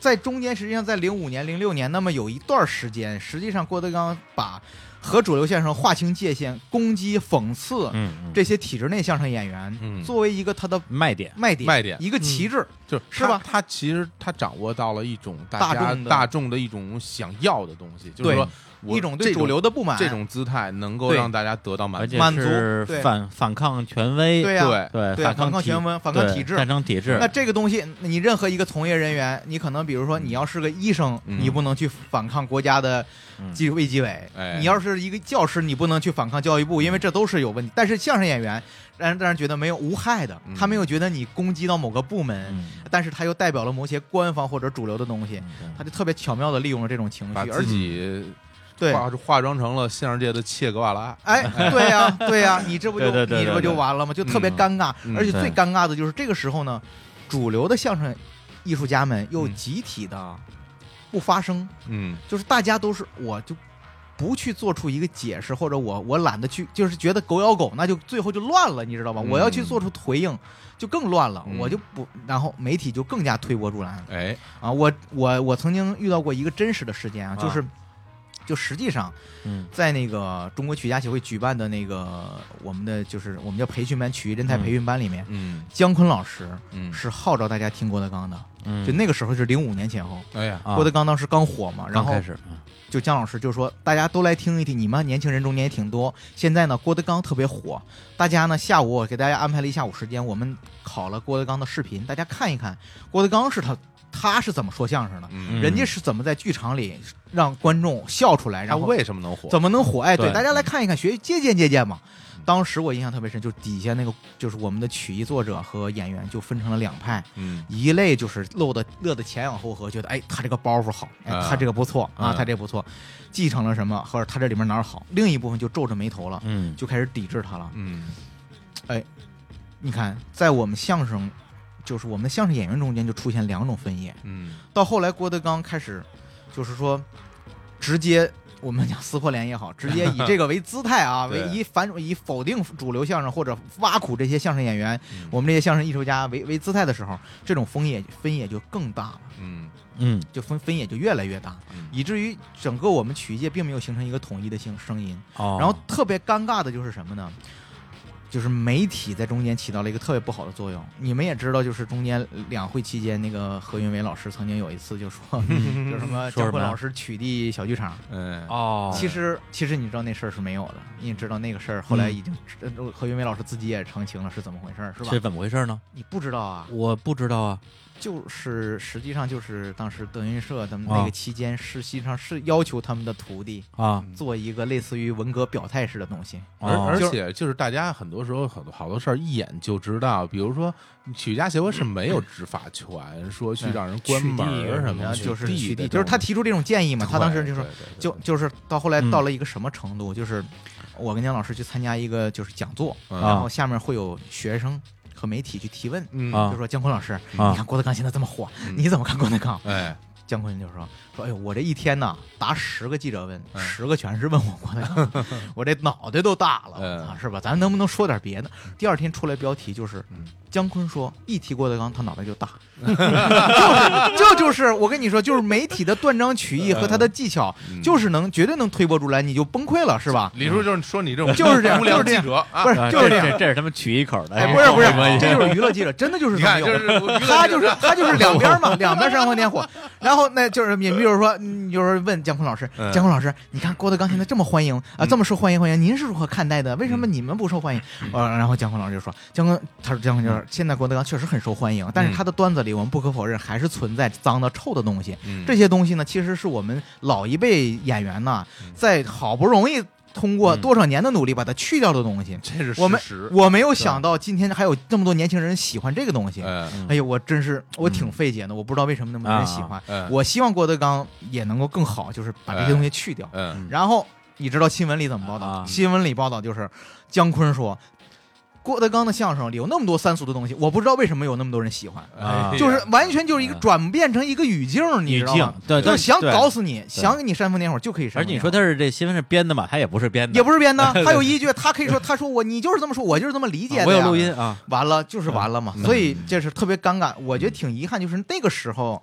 Speaker 4: 在中间，实际上在零五年、零六年，那么有一段时间，实际上郭德纲把和主流相声划清界限，攻击、讽刺
Speaker 2: 嗯，
Speaker 4: 这些体制内相声演员，
Speaker 3: 嗯
Speaker 4: 作为一个他的
Speaker 2: 卖点，嗯
Speaker 4: 卖点，
Speaker 3: 卖点
Speaker 4: 一个旗帜。
Speaker 3: 就是
Speaker 4: 是吧
Speaker 3: 他他其实他掌握到了一种
Speaker 4: 大
Speaker 3: 大家
Speaker 4: 众的
Speaker 3: 大众的一种想要的东西，就是
Speaker 4: 对
Speaker 3: 说我
Speaker 4: 一种
Speaker 3: 这
Speaker 4: 对主流的不满，
Speaker 3: 这种姿态能够
Speaker 4: 对
Speaker 3: 让大家得到满
Speaker 2: 而
Speaker 3: 足
Speaker 2: 且，
Speaker 4: 满足
Speaker 2: 是
Speaker 4: 对
Speaker 2: 反反抗权威，
Speaker 4: 对呀、
Speaker 3: 对
Speaker 2: 对
Speaker 4: 对
Speaker 2: 抗
Speaker 4: 反抗
Speaker 2: 体
Speaker 4: 权威反抗
Speaker 2: 对
Speaker 4: 体制
Speaker 2: 战争体制
Speaker 4: 那，这个东西，你任何一个从业人员，你可能比如说你要是个医生，
Speaker 3: 嗯
Speaker 4: 你不能去反抗国家的
Speaker 2: 嗯
Speaker 4: 纪卫计委；
Speaker 3: 哎
Speaker 4: 你要是一个教师，你不能去反抗教育部，因为这都是有问题。但是相声演员，让人让人觉得没有无害的
Speaker 3: 嗯，
Speaker 4: 他没有觉得你攻击到某个部门，
Speaker 2: 嗯，
Speaker 4: 但是他又代表了某些官方或者主流的东西，
Speaker 2: 嗯
Speaker 4: 他就特别巧妙的利用了这种情
Speaker 3: 把
Speaker 4: 绪，而
Speaker 3: 自
Speaker 4: 且
Speaker 3: 己
Speaker 4: 对。
Speaker 3: 化化妆成了相声界的切格瓦拉，
Speaker 4: 哎，对呀、对呀、你这不就
Speaker 2: 对对对对
Speaker 4: 你这不就
Speaker 2: 对
Speaker 4: 完了吗？就特别
Speaker 2: 嗯
Speaker 4: 尴尬，
Speaker 3: 嗯
Speaker 4: 而且最
Speaker 2: 对
Speaker 4: 尴尬的就是这个时候呢，主流的相声艺术家们又
Speaker 3: 嗯
Speaker 4: 集体的不发声，
Speaker 3: 嗯
Speaker 4: 就是大家都是我就不去做出一个解释，或者我我懒得去，就是觉得狗咬狗，那就最后就乱了，你知道吧？
Speaker 3: 嗯
Speaker 4: 我要去做出回应，就更乱了，
Speaker 3: 嗯
Speaker 4: 我就不，然后媒体就更加推波助澜
Speaker 3: 哎
Speaker 4: 啊！我我我曾经遇到过一个真实的事件啊，
Speaker 3: 啊
Speaker 4: 就是。就实际上，
Speaker 2: 嗯
Speaker 4: 在那个中国曲家协会举办的那个我们的就是我们叫培训班曲艺人才培训班里面，
Speaker 3: 嗯
Speaker 4: 姜昆老师
Speaker 3: 嗯，
Speaker 4: 是号召大家听郭德纲的。
Speaker 2: 嗯
Speaker 4: 就那个时候是零五年前后，
Speaker 3: 哎呀，
Speaker 2: 啊
Speaker 4: 郭德纲当时刚火嘛，然
Speaker 2: 刚
Speaker 4: 后
Speaker 2: 开始，嗯
Speaker 4: 就姜老师就说，大家都来听一听，你们年轻人中间也挺多。现在呢，郭德纲特别火，大家呢下午我给大家安排了一下午时间，我们考了郭德纲的视频，大家看一看郭德纲是他他是怎么说相声的，
Speaker 3: 嗯，
Speaker 4: 人家是怎么在剧场里让观众笑出来，
Speaker 3: 他
Speaker 4: 然后
Speaker 3: 为什么能火？
Speaker 4: 怎么能火？哎，对，
Speaker 2: 对
Speaker 4: 大家来看一看，学借鉴借鉴嘛
Speaker 3: 嗯。
Speaker 4: 当时我印象特别深，就底下那个就是我们的曲艺作者和演员就分成了两派，
Speaker 3: 嗯
Speaker 4: 一类就是露的乐的前仰后合，觉得哎他这个包袱好，哎
Speaker 3: 啊
Speaker 4: 他这个不错啊，
Speaker 3: 嗯
Speaker 4: 他这不错，继承了什么或者他这里面哪儿好。另一部分就皱着眉头了，
Speaker 2: 嗯
Speaker 4: 就开始抵制他了。
Speaker 3: 嗯
Speaker 4: 你看，在我们相声，就是我们的相声演员中间就出现两种分野。
Speaker 3: 嗯
Speaker 4: 到后来，郭德纲开始就是说，直接我们讲撕破脸也好，直接以这个为姿态啊，为
Speaker 3: 对
Speaker 4: 以反以否定主流相声或者挖苦这些相声演员，
Speaker 3: 嗯
Speaker 4: 我们这些相声艺术家为为姿态的时候，这种分野分野就更大了，
Speaker 3: 嗯
Speaker 2: 嗯
Speaker 4: 就分分野就越来越大，
Speaker 3: 嗯
Speaker 4: 以至于整个我们曲艺界并没有形成一个统一的声声音。
Speaker 2: 哦，
Speaker 4: 然后特别尴尬的就是什么呢？就是媒体在中间起到了一个特别不好的作用。你们也知道，就是中间两会期间，那个何云伟老师曾经有一次 就说，
Speaker 2: 嗯
Speaker 4: 就是什么
Speaker 2: 说什么
Speaker 4: 姜昆老师取缔小剧场。
Speaker 3: 嗯
Speaker 2: 哦，
Speaker 4: 其实，其实你知道那事儿是没有的，你也知道那个事儿后来
Speaker 2: 嗯
Speaker 4: 已经、呃何云伟老师自己也澄清了是怎么回事儿，是吧
Speaker 2: 这？怎么回事呢？
Speaker 4: 你不知道啊，
Speaker 2: 我不知道啊，
Speaker 4: 就是实际上就是当时德云社他们那
Speaker 2: 啊
Speaker 4: 个期间是实际上是要求他们的徒弟
Speaker 2: 啊，
Speaker 4: 做一个类似于文革表态式的东西。
Speaker 3: 而
Speaker 2: 哦
Speaker 3: 而
Speaker 4: 就是
Speaker 3: 且就是大家很多时候很多好多事儿一眼就知道，比如说曲家协会是没有执法权，说去
Speaker 4: 对
Speaker 3: 让人关
Speaker 1: 取
Speaker 3: 门
Speaker 1: 缔
Speaker 3: 儿什么的，
Speaker 4: 然后就是
Speaker 3: 取
Speaker 4: 取
Speaker 3: 的
Speaker 4: 缔，就是他
Speaker 3: 这
Speaker 4: 提出这种建议嘛，
Speaker 3: 种
Speaker 4: 他当时
Speaker 3: 对
Speaker 4: 就说
Speaker 3: 对对对
Speaker 4: 就
Speaker 3: 对
Speaker 4: 就是到后来
Speaker 2: 嗯
Speaker 4: 到了一个什么程度，就是我跟姜老师去参加一个就是讲座，
Speaker 3: 嗯
Speaker 4: 然
Speaker 2: 啊
Speaker 4: 后下面会有学生和媒体去提问，
Speaker 3: 嗯
Speaker 2: 啊
Speaker 4: 就说姜昆老师，
Speaker 2: 啊
Speaker 4: 你看郭德纲现在这么火，
Speaker 3: 嗯
Speaker 4: 你怎么看郭德纲？
Speaker 3: 哎
Speaker 4: 姜昆就说说，哎呦，我这一天呐，答十个记者问，
Speaker 3: 嗯
Speaker 4: 十个全是问我郭德纲， 我这脑袋都大了，
Speaker 3: 嗯
Speaker 4: 我操是吧？咱能不能说点别的？第二天出来标题就是
Speaker 3: 嗯
Speaker 4: 姜昆说，一提郭德纲，他脑袋就 大，就是这就是我跟你说，就是媒体的断章取义和他的技巧，
Speaker 3: 嗯
Speaker 4: 就是能绝对能推波助澜，你就崩溃了，是吧？
Speaker 3: 李叔就是说你这种
Speaker 4: 就是这样
Speaker 3: 无良
Speaker 4: 就是这
Speaker 3: 记
Speaker 4: 样
Speaker 3: 者啊
Speaker 4: 不，是
Speaker 2: 啊
Speaker 4: 就是这样，
Speaker 2: 这这是他们取一口的，
Speaker 4: 哎，不是不是
Speaker 2: 没关，系
Speaker 4: 这就是娱乐记者，真的就 是
Speaker 3: 你
Speaker 4: 这么
Speaker 3: 看
Speaker 4: 有
Speaker 3: 就。 是
Speaker 4: 他就是他就是两边 嘛，两边煽风点火。然后那就是你比如说，你就是问姜昆老师，
Speaker 3: 嗯
Speaker 4: 姜昆老师，你看郭德纲现在这么欢迎啊，这么受欢迎欢迎，您是如何看待的？为什么
Speaker 3: 嗯
Speaker 4: 你们不受欢迎？呃，然后姜昆老师就说，姜昆他说姜昆
Speaker 3: 嗯
Speaker 4: 就是现在郭德纲确实很受欢迎，但是他的段子里我们不可否认还是存在脏的臭的东
Speaker 3: 嗯
Speaker 4: 西。这些东西呢，其实是我们老一辈演员呐
Speaker 3: 嗯，
Speaker 4: 在好不容易通过
Speaker 2: 嗯
Speaker 4: 多少年的努力把它去掉的东西。
Speaker 3: 这是啊
Speaker 4: 我们
Speaker 3: 事实
Speaker 4: 我没有想到今天还有这么多年轻人喜欢这个东西。
Speaker 3: 哎
Speaker 2: 嗯
Speaker 4: 哎呦，我真是我挺费解的，我不知道为什么那么多人喜欢。
Speaker 3: 哎
Speaker 4: 我希望郭德纲也能够更好，就是把这些东西去掉。
Speaker 3: 嗯
Speaker 4: 然后你知道新闻里怎么报道？
Speaker 2: 啊
Speaker 4: 哎新闻里报道就是姜昆说，郭德纲的相声里有那么多三俗的东西，我不知道为什么有那么多人喜欢，
Speaker 2: 啊
Speaker 3: 哎呀
Speaker 4: 就是完全就是一个转变成一个啊语境，你
Speaker 2: 语
Speaker 4: 知道
Speaker 2: 境
Speaker 4: 吗？，
Speaker 2: 对，
Speaker 4: 就是
Speaker 2: 但
Speaker 4: 想
Speaker 2: 对
Speaker 4: 搞死你，想给你煽风点火就可以煽
Speaker 2: 而
Speaker 4: 风
Speaker 2: 且你
Speaker 4: 点火。
Speaker 2: 说他是这新闻是编的嘛，他也不是编的，
Speaker 4: 也不是编的，他有依据，他可以说，他说我你就是这么说，我就是这么理解的。
Speaker 2: 我有录音啊，
Speaker 4: 完了就是完了嘛，
Speaker 3: 嗯
Speaker 4: 所以这是特别尴
Speaker 2: 嗯
Speaker 4: 尬。我觉得挺遗憾，就是那个时候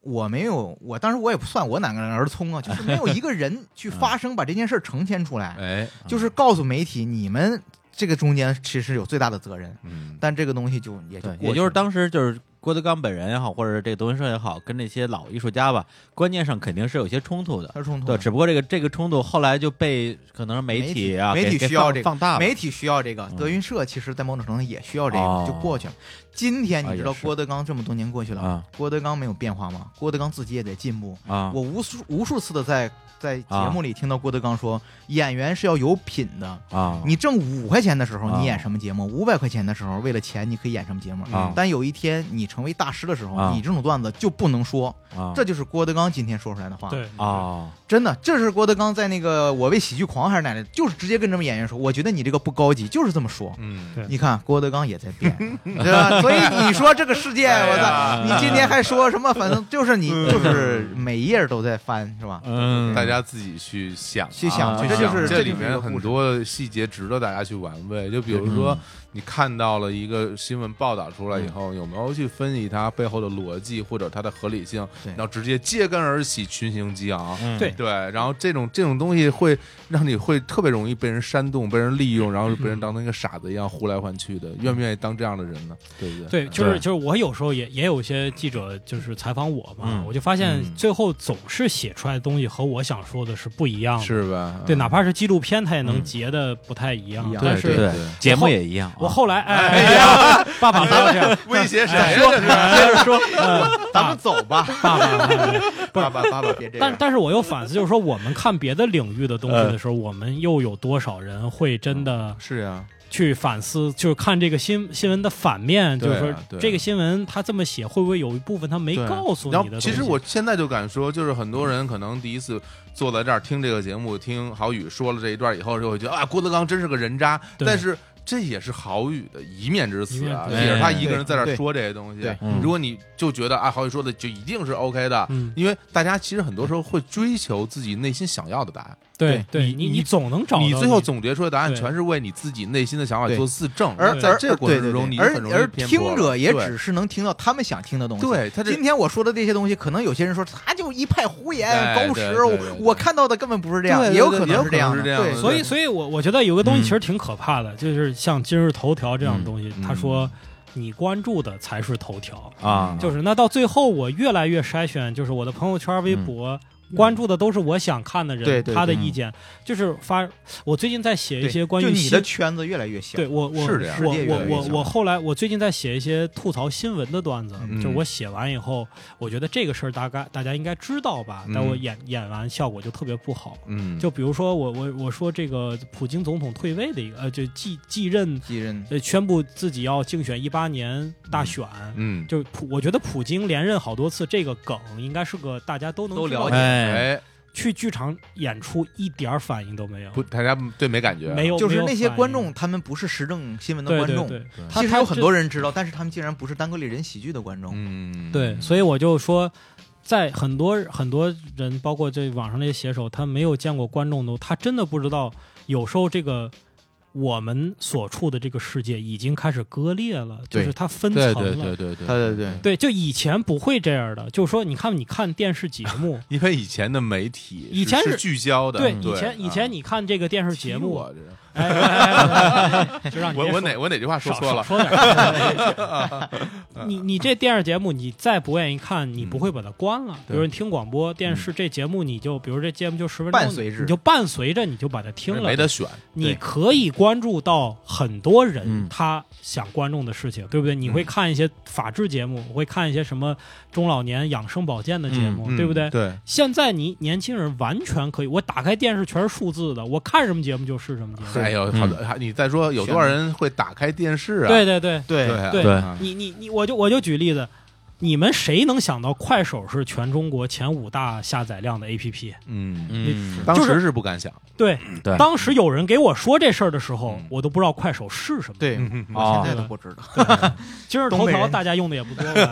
Speaker 4: 我没有，我当时我也不算我哪个人儿聪 啊，就是没有一个人去发声把这件事儿呈现出
Speaker 2: 嗯
Speaker 4: 来，
Speaker 3: 哎
Speaker 4: 就是告诉媒体你们这个中间其实有最大的责任，
Speaker 3: 嗯
Speaker 4: 但这个东西就也就
Speaker 2: 对，
Speaker 4: 过
Speaker 2: 也就是
Speaker 4: 去了
Speaker 2: 当时就是郭德纲本人也好，或者这个德云社也好，跟那些老艺术家吧，观念上肯定是有些冲突的。
Speaker 4: 它是冲突
Speaker 2: 对，
Speaker 4: 的，
Speaker 2: 只不过这个这个冲突后来就被可能是
Speaker 4: 媒
Speaker 2: 体啊，
Speaker 4: 媒
Speaker 2: 给
Speaker 4: 体
Speaker 2: 给
Speaker 4: 需要
Speaker 2: 放
Speaker 4: 这个
Speaker 2: 放大了，
Speaker 4: 媒体需要这个，
Speaker 2: 嗯
Speaker 4: 德云社其实在某种程度上也需要这
Speaker 2: 哦
Speaker 4: 个，就过去了。今天
Speaker 2: 啊
Speaker 4: 你知道
Speaker 2: 也是
Speaker 4: 郭德纲这么多年过去了，
Speaker 2: 啊
Speaker 4: 郭德纲没有变化吗？郭德纲自己也得进步。
Speaker 2: 啊，
Speaker 4: 我无数无数次的在在节目里听到郭德纲说，演员是要有品的。
Speaker 2: 啊，
Speaker 4: 你挣五块钱的时候，
Speaker 2: 啊
Speaker 4: 你演什么节目？五百块钱的时候，为了钱，你可以演什么节目
Speaker 2: 啊？
Speaker 4: 但有一天你成为大师的时候，
Speaker 2: 啊
Speaker 4: 你这种段子就不能说。
Speaker 2: 啊，
Speaker 4: 这就是郭德纲今天说出来的话。
Speaker 1: 对，
Speaker 2: 啊，
Speaker 4: 真的，这是郭德纲在那个《我为喜剧狂》还是哪里，就是直接跟这么演员说，我觉得你这个不高级，就是这么说。
Speaker 3: 嗯，
Speaker 1: 对
Speaker 4: 你看郭德纲也在 变，对吧？所以你说这个世界，我
Speaker 2: 哎
Speaker 4: 操！你今天还说什么？反正就是你，就是每一页都在翻，是吧？
Speaker 2: 嗯，
Speaker 3: 大家自己去想啊，
Speaker 4: 去想
Speaker 2: 去
Speaker 3: 这
Speaker 2: 想
Speaker 4: 这就是
Speaker 3: 这
Speaker 4: 这
Speaker 3: 里
Speaker 4: 就是一个
Speaker 3: 面很
Speaker 4: 故事
Speaker 3: 多细节值得大家去玩味。就比如说，你看到了一个新闻报道出来
Speaker 4: 嗯
Speaker 3: 以后，有没有去分析它背后的逻辑或者它的合理性，
Speaker 4: 对
Speaker 3: 然后直接揭竿而起，群情激昂。
Speaker 2: 嗯
Speaker 1: 对
Speaker 3: 对，然后这种这种东西会让你会特别容易被人煽动、被人利
Speaker 4: 嗯
Speaker 3: 用，然后被人当成一个傻子一样呼来唤去的。愿不愿意当这样的人呢？对不对？
Speaker 1: 对，就是就是我有时候也也有些记者就是采访我嘛，
Speaker 2: 嗯
Speaker 1: 我就发现
Speaker 3: 嗯
Speaker 1: 最后总是写出来的东西和我想说的是不一样的。
Speaker 3: 是吧？
Speaker 1: 对，
Speaker 3: 嗯
Speaker 1: 哪怕是纪录片，它也能
Speaker 2: 嗯啊
Speaker 1: 截的不太一样
Speaker 4: 一。样
Speaker 1: 但
Speaker 2: 对
Speaker 1: 是
Speaker 2: 对
Speaker 3: 对，
Speaker 2: 节目也一样啊，
Speaker 1: 我后来哎，哎呀，爸爸不要这样，
Speaker 3: 威胁谁
Speaker 4: 哎
Speaker 2: 说
Speaker 3: 呀？
Speaker 2: 接着说，嗯
Speaker 4: 咱们走吧，
Speaker 1: 爸爸。
Speaker 4: 爸爸，爸爸，别这
Speaker 1: 但
Speaker 4: 样。
Speaker 1: 但是我又反思，就是说我们看别的领域的东西的时候，我们又有多少人会真的
Speaker 3: 是呀，
Speaker 1: 去反思，就是看这个新新闻的反面，就
Speaker 3: 对啊
Speaker 1: 是说
Speaker 3: 对啊
Speaker 1: 这个新闻他这么写，会不会有一部分他没
Speaker 3: 对啊
Speaker 1: 告诉
Speaker 3: 然
Speaker 1: 你
Speaker 3: 后
Speaker 1: 的？
Speaker 3: 其实我。现在就敢说，就是很多人可能第一次坐在这儿听这个节目，听郝宇说了这一段以后，就会觉得啊，郭德纲真是个人渣。
Speaker 1: 对
Speaker 3: 但是这也是郝宇的一面之词啊，
Speaker 1: 一
Speaker 2: 面之词
Speaker 3: 也是他一个人在这
Speaker 4: 对
Speaker 3: 儿说这些东西啊
Speaker 4: 对。
Speaker 2: 嗯
Speaker 3: 如果你就觉得啊，郝宇说的就一定是 OK 的，
Speaker 1: 嗯，
Speaker 3: 因为大家其实很多时候会追求自己内心想要的答案，
Speaker 1: 对对，你
Speaker 3: 你你
Speaker 1: 总能找到
Speaker 3: 你最后总结出来的答案
Speaker 1: 对
Speaker 3: 全是为你自己内心的想法
Speaker 4: 对
Speaker 3: 做自证，
Speaker 4: 而
Speaker 1: 对
Speaker 3: 在这个过
Speaker 4: 对
Speaker 3: 程
Speaker 4: 对
Speaker 3: 中，你
Speaker 4: 对，
Speaker 3: 很容
Speaker 4: 而
Speaker 3: 易
Speaker 4: 而
Speaker 3: 偏颇
Speaker 4: 听者也
Speaker 3: 对
Speaker 4: 只是能听到他们想听的东西。
Speaker 3: 对他这
Speaker 4: 今天我说的这些东西，可能有些人说他就一派胡言
Speaker 3: 对哎
Speaker 4: 狗
Speaker 3: 对
Speaker 4: 屎，
Speaker 3: 对
Speaker 4: 我
Speaker 3: 对对
Speaker 4: 我看到的根本不是这样，
Speaker 3: 对对
Speaker 4: 也有
Speaker 3: 对
Speaker 4: 可
Speaker 3: 也有
Speaker 4: 能
Speaker 3: 可
Speaker 4: 这
Speaker 3: 能
Speaker 4: 样
Speaker 3: 是
Speaker 4: 的。
Speaker 3: 这样
Speaker 4: 对
Speaker 3: 的
Speaker 1: 所以，所以我我觉得有个东西
Speaker 2: 嗯
Speaker 1: 其实挺可怕的，就是像今日头条这样的东西，
Speaker 3: 嗯
Speaker 1: 他说你关注的才是头条，
Speaker 4: 嗯
Speaker 2: 啊，
Speaker 1: 就是那到最后我越来越筛选，就是我的朋友圈、微
Speaker 3: 嗯
Speaker 1: 博。关注的都是我想看的人，
Speaker 4: 对对
Speaker 1: 他的
Speaker 2: 对
Speaker 1: 意见就是发。我最近在写一
Speaker 4: 对
Speaker 1: 些关
Speaker 4: 就
Speaker 1: 于
Speaker 4: 你
Speaker 1: 新，
Speaker 4: 的圈子越来越小。
Speaker 1: 对我我
Speaker 3: 是这样
Speaker 1: 我
Speaker 4: 世界越
Speaker 1: 我
Speaker 4: 来越
Speaker 1: 我
Speaker 4: 小
Speaker 1: 我后来我最近在写一些吐槽新闻的段子，
Speaker 4: 嗯
Speaker 1: 就是我写完以后，我觉得这个事儿大概大家应该知道吧，
Speaker 3: 嗯
Speaker 1: 但我演演完效果就特别不好。
Speaker 3: 嗯，
Speaker 1: 就比如说我我我说这个普京总统退位的一个呃，就继继任
Speaker 4: 继任
Speaker 1: 呃宣布自己要竞选一八年大选，
Speaker 3: 嗯
Speaker 1: 就普我觉得普京连任好多次这个梗应该是个大家都能
Speaker 4: 都
Speaker 1: 知道
Speaker 4: 了
Speaker 1: 的
Speaker 4: 解
Speaker 2: 哎，
Speaker 3: 哎，
Speaker 1: 去剧场演出一点儿反应都没有，
Speaker 3: 不，大家对没感觉，
Speaker 1: 没有
Speaker 4: 就是
Speaker 1: 没有
Speaker 4: 那些
Speaker 1: 反
Speaker 4: 观
Speaker 1: 应
Speaker 4: 众，他们不是时政新闻的
Speaker 1: 对
Speaker 4: 观
Speaker 1: 对
Speaker 4: 众，
Speaker 1: 对，他
Speaker 4: 其实
Speaker 1: 他
Speaker 4: 有很
Speaker 1: 这
Speaker 4: 多人知道，但是他们竟然不是单个丽人喜剧的观众。
Speaker 3: 嗯，
Speaker 1: 对，所以我就说。在很多很多人，包括这网上那些写手，他没有见过观众都，他真的不知道，有时候这个我们所处的这个世界已经开始割裂了，就
Speaker 4: 对
Speaker 1: 是它分层
Speaker 3: 对
Speaker 1: 了。
Speaker 3: 对对对对，
Speaker 4: 对对对
Speaker 1: 对就以前不会这样的，就是说，你看你看电视节目，
Speaker 3: 因为以前的媒体
Speaker 1: 以前
Speaker 3: 是
Speaker 1: 是
Speaker 3: 聚焦的，
Speaker 1: 对，
Speaker 3: 对，嗯
Speaker 1: 以前以前你看这个电视节目，
Speaker 3: 啊踢我
Speaker 1: 哎哎，哎哎就让你
Speaker 3: 这我
Speaker 1: 别说
Speaker 3: 我哪我哪句话说
Speaker 1: 少
Speaker 3: 错了？
Speaker 1: 少说点。 你你这电视节目，你再不愿意看，你不会把它关了。比如你听广播电视这节目，你就比如这节目就十分钟，
Speaker 4: 伴随着
Speaker 1: 你就伴随着你就把它听了
Speaker 3: 没。得选，
Speaker 1: 你可以关注到很多
Speaker 2: 嗯
Speaker 1: 人他想关注的事情，对不对？你会
Speaker 3: 嗯
Speaker 1: 看一些法制节目，会看一些什么中老年养生保健的节目，对不对？
Speaker 3: 嗯对，
Speaker 1: 现在你年轻人完全可以，我打开电视全是数字的，我看什么节目就是什么节目。
Speaker 3: 哎呦，
Speaker 2: 嗯
Speaker 3: 好的，还你再说有多少人会打开电视啊？
Speaker 1: 对对对，
Speaker 4: 对
Speaker 3: 对啊
Speaker 1: 对
Speaker 2: 对
Speaker 3: 啊
Speaker 1: 你你你，我就我就举例子，你们谁能想到快手是全中国前五大下载量的 APP？
Speaker 3: 嗯，
Speaker 2: 嗯，
Speaker 3: 当
Speaker 1: 就
Speaker 3: 时
Speaker 1: 是
Speaker 3: 是不敢想，
Speaker 1: 对，
Speaker 2: 对
Speaker 1: 当时有人给我说这事儿的时候
Speaker 3: 嗯，
Speaker 1: 我都不知道快手是什么。，
Speaker 4: 对，
Speaker 2: 哦
Speaker 4: 我现在都不知道，
Speaker 1: 今日
Speaker 4: 东
Speaker 1: 头
Speaker 4: 北
Speaker 1: 条
Speaker 4: 人
Speaker 1: 大家用的也 不多吧？对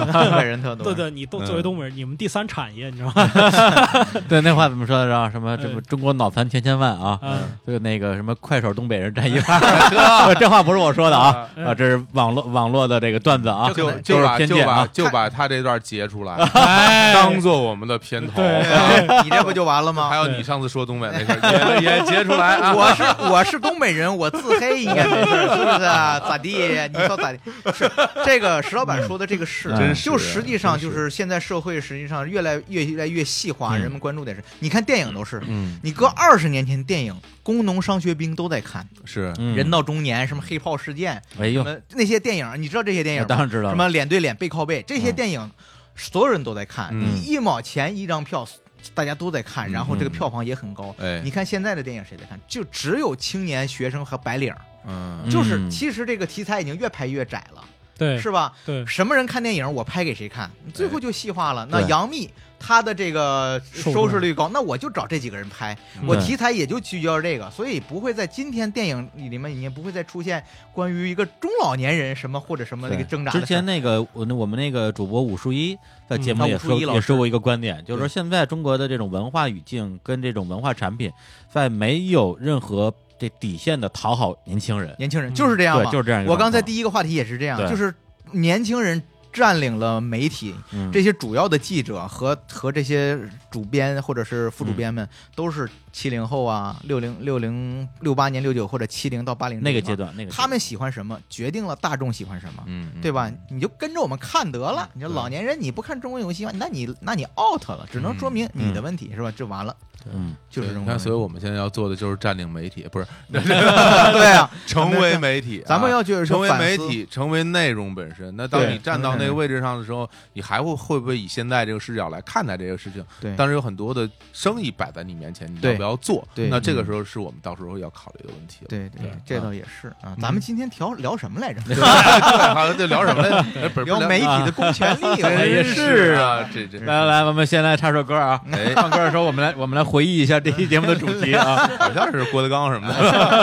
Speaker 1: 吧
Speaker 4: 东北人特
Speaker 1: 对
Speaker 4: 多。
Speaker 1: 对，你都作为
Speaker 3: 嗯
Speaker 1: 东北人，你们第三产业，你知道吗？
Speaker 2: 对，那话怎么说来着？什
Speaker 4: 哎
Speaker 2: 么这
Speaker 1: 呃
Speaker 2: 不中国脑残千千万啊？
Speaker 1: 嗯，
Speaker 2: 这个那个什么快手东北人 站一块儿，这话不是我说的啊，
Speaker 1: 嗯
Speaker 2: 啊，这是网络网络的这个段子啊，
Speaker 3: 就
Speaker 2: 都
Speaker 3: 就是把
Speaker 2: 偏
Speaker 3: 就
Speaker 2: 见
Speaker 3: 把
Speaker 2: 啊，
Speaker 3: 就把他这段截出来，
Speaker 1: 哎
Speaker 3: 当做我们的片头。
Speaker 1: 对
Speaker 4: 对 你这不就完了
Speaker 3: 还
Speaker 4: 吗？
Speaker 3: 有你上次说东 北那事儿，也也截出 来啊。
Speaker 4: 我是我是东北人，我自黑应该没事，是不是啊？咋地？你说咋地？是这个石老板说的这个是，
Speaker 2: 真
Speaker 3: 是
Speaker 4: 就实际上就
Speaker 3: 真
Speaker 4: 是现在社会实际上越来越越来越细化，
Speaker 2: 嗯
Speaker 4: 人们关注点是，你看电影都是，
Speaker 3: 嗯，
Speaker 4: 你搁二十年前电影，工农商学兵都在看，
Speaker 3: 是
Speaker 2: 嗯
Speaker 4: 人到中年什么黑炮事件，
Speaker 2: 哎
Speaker 4: 什
Speaker 2: 呦，
Speaker 4: 么那些电影，你知道这些电
Speaker 2: 我
Speaker 4: 影
Speaker 2: 当
Speaker 4: 吗？
Speaker 2: 然知道
Speaker 4: 什
Speaker 2: 了，
Speaker 4: 么脸对脸背靠背这些电影，所有人都在看，
Speaker 3: 嗯
Speaker 4: 你一毛钱一张票，大家都在看，
Speaker 3: 嗯
Speaker 4: 然后这个票房也很高。
Speaker 3: 哎
Speaker 4: 你，看现在的电影谁在看？就只有青年学生和白领儿，
Speaker 3: 嗯
Speaker 2: 嗯
Speaker 4: 就是其实这个题材已经越拍越窄了。
Speaker 1: 对
Speaker 4: 是吧？
Speaker 1: 对
Speaker 4: 什么人看电影，我拍给谁看，最后就细化了。那
Speaker 2: 对
Speaker 4: 杨幂她的这个
Speaker 1: 受
Speaker 4: 收视
Speaker 1: 众
Speaker 4: 率高，那我就找这几个人拍，
Speaker 3: 嗯
Speaker 4: 我
Speaker 2: 对
Speaker 4: 题材也就聚焦这个，所以不会在今天电影里面，你也不会再出现关于一个中老年人什么或者什么那个挣扎的
Speaker 2: 之
Speaker 4: 事儿
Speaker 2: 前那个我那我们那个主播武术一在节目
Speaker 4: 嗯
Speaker 2: 里也
Speaker 4: 武术
Speaker 2: 说、
Speaker 4: 一老
Speaker 2: 也
Speaker 4: 师
Speaker 2: 说过一个观点，就是说
Speaker 4: 对
Speaker 2: 现在中国的这种文化语境跟这种文化产品，在没有任何这底线的讨好年轻人，
Speaker 4: 年轻人
Speaker 1: 嗯
Speaker 4: 就是这样
Speaker 2: 对，
Speaker 4: 嘛。
Speaker 2: 就是这样一个状况。
Speaker 4: 我刚才第一个话题也是这样，
Speaker 2: 对
Speaker 4: 就是年轻人占领了媒体，
Speaker 2: 嗯
Speaker 4: 这些主要的记者和和这些主编或者是
Speaker 2: 嗯
Speaker 4: 副主编们，都是七零后啊，六零六零六八年六九或者七零到八零啊
Speaker 2: 那个阶，段，那个阶
Speaker 4: 他
Speaker 2: 段
Speaker 4: 们喜欢什么，决定了大众喜欢什么。
Speaker 3: 嗯，
Speaker 4: 对吧？你就跟着我们看得
Speaker 2: 嗯
Speaker 4: 了。你这老年人，你不看中国有嘻哈，那你那你 out 了，只能说明你的问题是吧？这完了，
Speaker 2: 嗯，
Speaker 4: 就是这种
Speaker 3: 你
Speaker 4: 问
Speaker 3: 看，
Speaker 4: 题。
Speaker 3: 所以我们现在要做的就是占领媒体，不是
Speaker 4: 对啊，
Speaker 3: 成为媒体，
Speaker 4: 咱们
Speaker 3: 啊
Speaker 4: 要去
Speaker 3: 成为
Speaker 4: 反
Speaker 3: 媒
Speaker 4: 思，
Speaker 3: 体，成为内容本身。那当
Speaker 4: 对
Speaker 3: 你站到
Speaker 4: 成为
Speaker 3: 那
Speaker 4: 内
Speaker 3: 个
Speaker 4: 容
Speaker 3: 位置上的时候，你还会会不会以现在这个视角来看待这个事情？
Speaker 4: 对，
Speaker 3: 当时有很多的生意摆在你面前，你要
Speaker 4: 对
Speaker 3: 不要做？
Speaker 4: 对
Speaker 3: 那这个
Speaker 2: 嗯
Speaker 3: 时候是我们到时候要考虑的问题了。
Speaker 4: 对对
Speaker 1: 对，
Speaker 4: 这
Speaker 3: 啊
Speaker 4: 倒也是啊。咱们今天聊聊什么来着？
Speaker 3: 好，这聊什么来着？哎不是
Speaker 4: 聊媒体的公权 力，我
Speaker 2: 哎
Speaker 3: 真
Speaker 2: 也
Speaker 3: 是
Speaker 2: 是
Speaker 3: 啊，这
Speaker 4: 嗯
Speaker 3: 这
Speaker 2: 来来来，我们先来唱首歌 啊！
Speaker 3: 哎
Speaker 2: 唱歌的时候，我们来我们来回忆一下这期节目的主题啊！
Speaker 3: 好像是郭德纲什么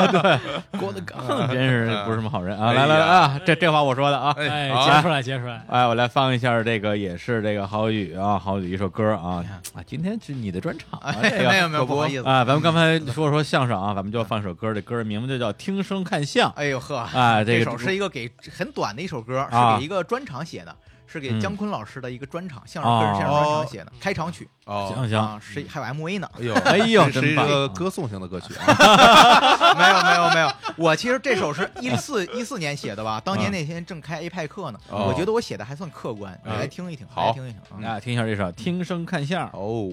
Speaker 3: 的。
Speaker 2: 郭德
Speaker 3: 啊
Speaker 2: 纲真是不是什么好人啊！
Speaker 3: 哎
Speaker 2: 来来
Speaker 3: 呀
Speaker 2: 来啊，这这话我说的啊！
Speaker 1: 哎，
Speaker 3: 好
Speaker 1: 截出来，截出来，
Speaker 2: 哎，我来放一下这个，也是这个郝宇啊，郝宇一首歌啊
Speaker 4: 哎呀哎
Speaker 2: 啊！今天是你的专场啊，这
Speaker 4: 没
Speaker 2: 个
Speaker 4: 有没有，不好意思。
Speaker 2: 啊，咱们刚才说说相声啊，咱们就要放首歌，这歌的名字就叫《听声看相》
Speaker 4: 哎呦呵，
Speaker 2: 啊。
Speaker 4: 这
Speaker 2: 个
Speaker 4: 首是一个给很短的一首歌，
Speaker 2: 啊
Speaker 4: 是给一个专场写的，是给
Speaker 2: 嗯
Speaker 4: 姜昆老师的一个专场相声个人相声专场写的开场曲
Speaker 3: 哦，
Speaker 2: 行行，
Speaker 4: 啊，是还有 MV 呢。
Speaker 3: 哎呦，
Speaker 2: 哎呦
Speaker 3: 这
Speaker 2: 真
Speaker 3: 是一
Speaker 2: 棒
Speaker 3: 个歌颂性的歌曲 啊。
Speaker 4: 没有没有没有，我其实这首是一四一四年写的吧，当年那天正开 A 派课呢，
Speaker 3: 哦
Speaker 4: 我觉得我写的还算客观，你
Speaker 3: 哎
Speaker 4: 来听一听，
Speaker 3: 好
Speaker 4: 来听一听啊。
Speaker 2: 啊，听一下这首《听声看相》。
Speaker 3: 哦，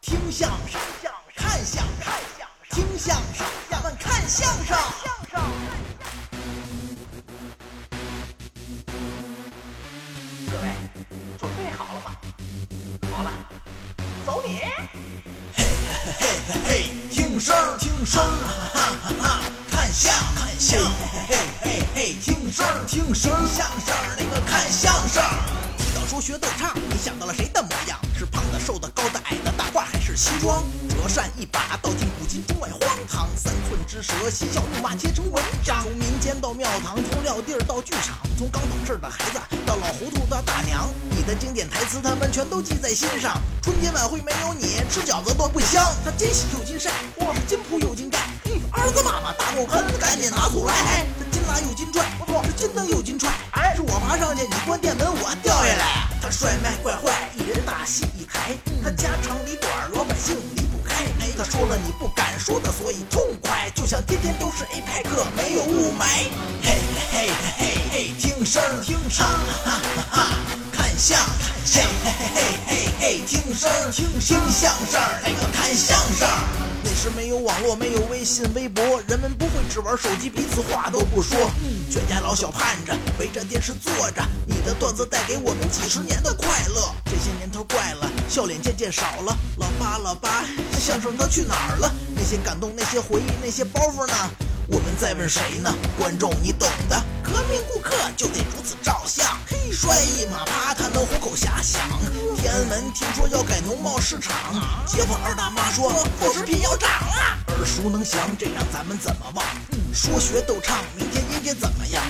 Speaker 5: 听相声，看相声，听相声，咱们看相声。各位，准备好了吗？好了，走你！嘿嘿嘿，听声儿听声儿，哈哈哈哈，看相看相，嘿嘿嘿，听声儿听声儿，相声儿那个看相声儿。提到说学逗唱，你想到了谁的模样？是胖的、瘦的、高的、矮的，大褂还是西装？折扇一把，道尽古今中外荒唐。三寸之舌，嬉笑怒骂皆成文章。从民间到庙堂，从撂地儿到剧场，从刚懂事儿的孩子到老糊涂的大娘，你的经典台词他们全都记在心上。春节晚会没有你，吃饺子多不香。他今喜又今晒，我是金铺又金盖。嗯，儿子妈妈打狗盆，赶紧拿土来。这金拉又金拽，我是金灯又金踹。哎，是我爬上去，你关店门，我掉下来。他帅卖怪坏，一人打戏一台。他家长里短，老百姓离不开。哎，他说了你不敢说的，所以痛快。就像天天都是 A 派克，没有雾霾。嘿嘿嘿嘿嘿，听声儿听声儿，哈哈哈哈，看相看相，嘿嘿嘿嘿嘿，听声儿听声儿，听相声儿，那个看相声儿。那时没有网络，没有微信、微博，人们不会只玩手机，彼此话都不说。全家老小盼着，围着电视坐着，你的段子带给我们几十年的快乐。这些年头怪了，笑脸渐渐少了。老八老八，相声它去哪儿了？那些感动，那些回忆，那些包袱呢？我们在问谁呢？观众，你懂的。革命顾客就得如此照相。嘿，摔一马趴，他能虎口遐想。天安门听说要改农贸市场，街坊二大妈说副食品要涨啊，耳熟能详，这让咱们怎么忘？说学逗唱，明天音乐怎么样？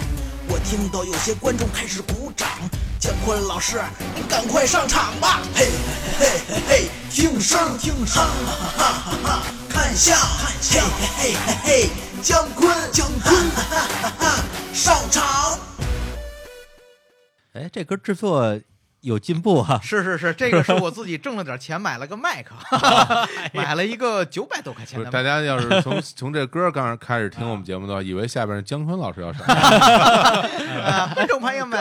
Speaker 5: 我听到有些观众开始鼓掌。姜昆老师，你赶快上场吧！嘿嘿嘿嘿嘿，听声儿听声儿，哈哈哈哈哈，看相看相，嘿嘿嘿嘿嘿，姜昆姜昆，哈哈哈哈哈，上场。
Speaker 2: 哎，这歌制作有进步啊哈、
Speaker 4: 是是是，这个是我自己挣了点钱，买了个麦克，买了一个九百多块钱
Speaker 3: 不是，
Speaker 4: 的
Speaker 3: 大
Speaker 4: 麦克。
Speaker 3: 家要是从从这歌刚开始听我们节目的话，以为下边是姜昆老师要上，
Speaker 4: 啊观众朋友们，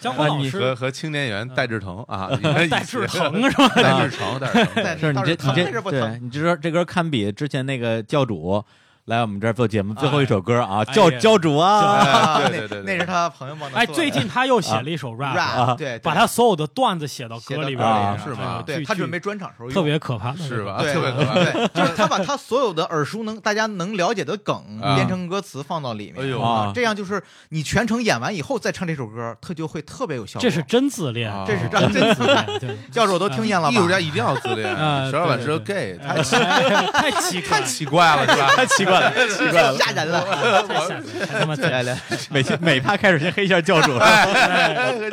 Speaker 1: 姜昆老
Speaker 3: 和
Speaker 1: 师，
Speaker 3: 和青年演员戴志腾啊，你们
Speaker 1: 戴志 腾是吧？
Speaker 3: 戴志腾，戴志腾，
Speaker 4: 在
Speaker 2: 是你
Speaker 4: 倒
Speaker 2: 这
Speaker 4: 是
Speaker 2: 你
Speaker 4: 疼
Speaker 2: 这
Speaker 4: 在这不
Speaker 2: 对
Speaker 4: 疼？
Speaker 2: 你这歌这歌堪比之前那个教主来我们这儿做节目最后一首歌啊，
Speaker 1: 哎
Speaker 2: 教
Speaker 1: 呀
Speaker 2: 教主啊，
Speaker 3: 哎
Speaker 4: 啊
Speaker 3: 对对对
Speaker 4: 那
Speaker 3: 对
Speaker 4: 那是他朋友帮他
Speaker 1: 哎，
Speaker 4: 做的
Speaker 1: 最近他又写了一
Speaker 3: 啊
Speaker 1: 首 rap，、
Speaker 4: rap 啊对，对
Speaker 1: 把他所有的段子写到
Speaker 4: 写
Speaker 1: 歌
Speaker 4: 到
Speaker 1: 里边
Speaker 4: 歌
Speaker 2: 里
Speaker 1: 来了，
Speaker 3: 是吗
Speaker 1: 哎呦
Speaker 4: 对
Speaker 1: 巨
Speaker 4: 他
Speaker 1: 巨
Speaker 4: 准备专场时候用
Speaker 1: 特别可怕，
Speaker 3: 是？吧？
Speaker 4: 对
Speaker 3: 啊特别可怕。
Speaker 4: 对，就是他把他所有的耳熟能大家能了解的梗
Speaker 3: 啊
Speaker 4: 编成歌词放到里面，
Speaker 3: 哎呦
Speaker 4: 啊
Speaker 2: 啊，
Speaker 4: 这样就是你全程演完以后再唱这首歌，他就会特别有效果。
Speaker 1: 这是真自恋，
Speaker 3: 啊
Speaker 4: 这是
Speaker 1: 真
Speaker 4: 真真
Speaker 1: 自恋，对，
Speaker 4: 教授都听见了
Speaker 3: 艺术家
Speaker 4: 吧？
Speaker 3: 一定要自恋
Speaker 1: 啊，
Speaker 3: 小老板
Speaker 1: 对
Speaker 3: 是个
Speaker 1: 对
Speaker 3: gay，太
Speaker 1: 太 奇太奇怪
Speaker 3: 太奇怪了，是吧？
Speaker 2: 太奇怪了， 太奇怪了，
Speaker 4: 哎吓 人了！
Speaker 1: 太吓人，太他妈自恋。
Speaker 4: 来来，
Speaker 2: 每期每趴开始先黑一下教主，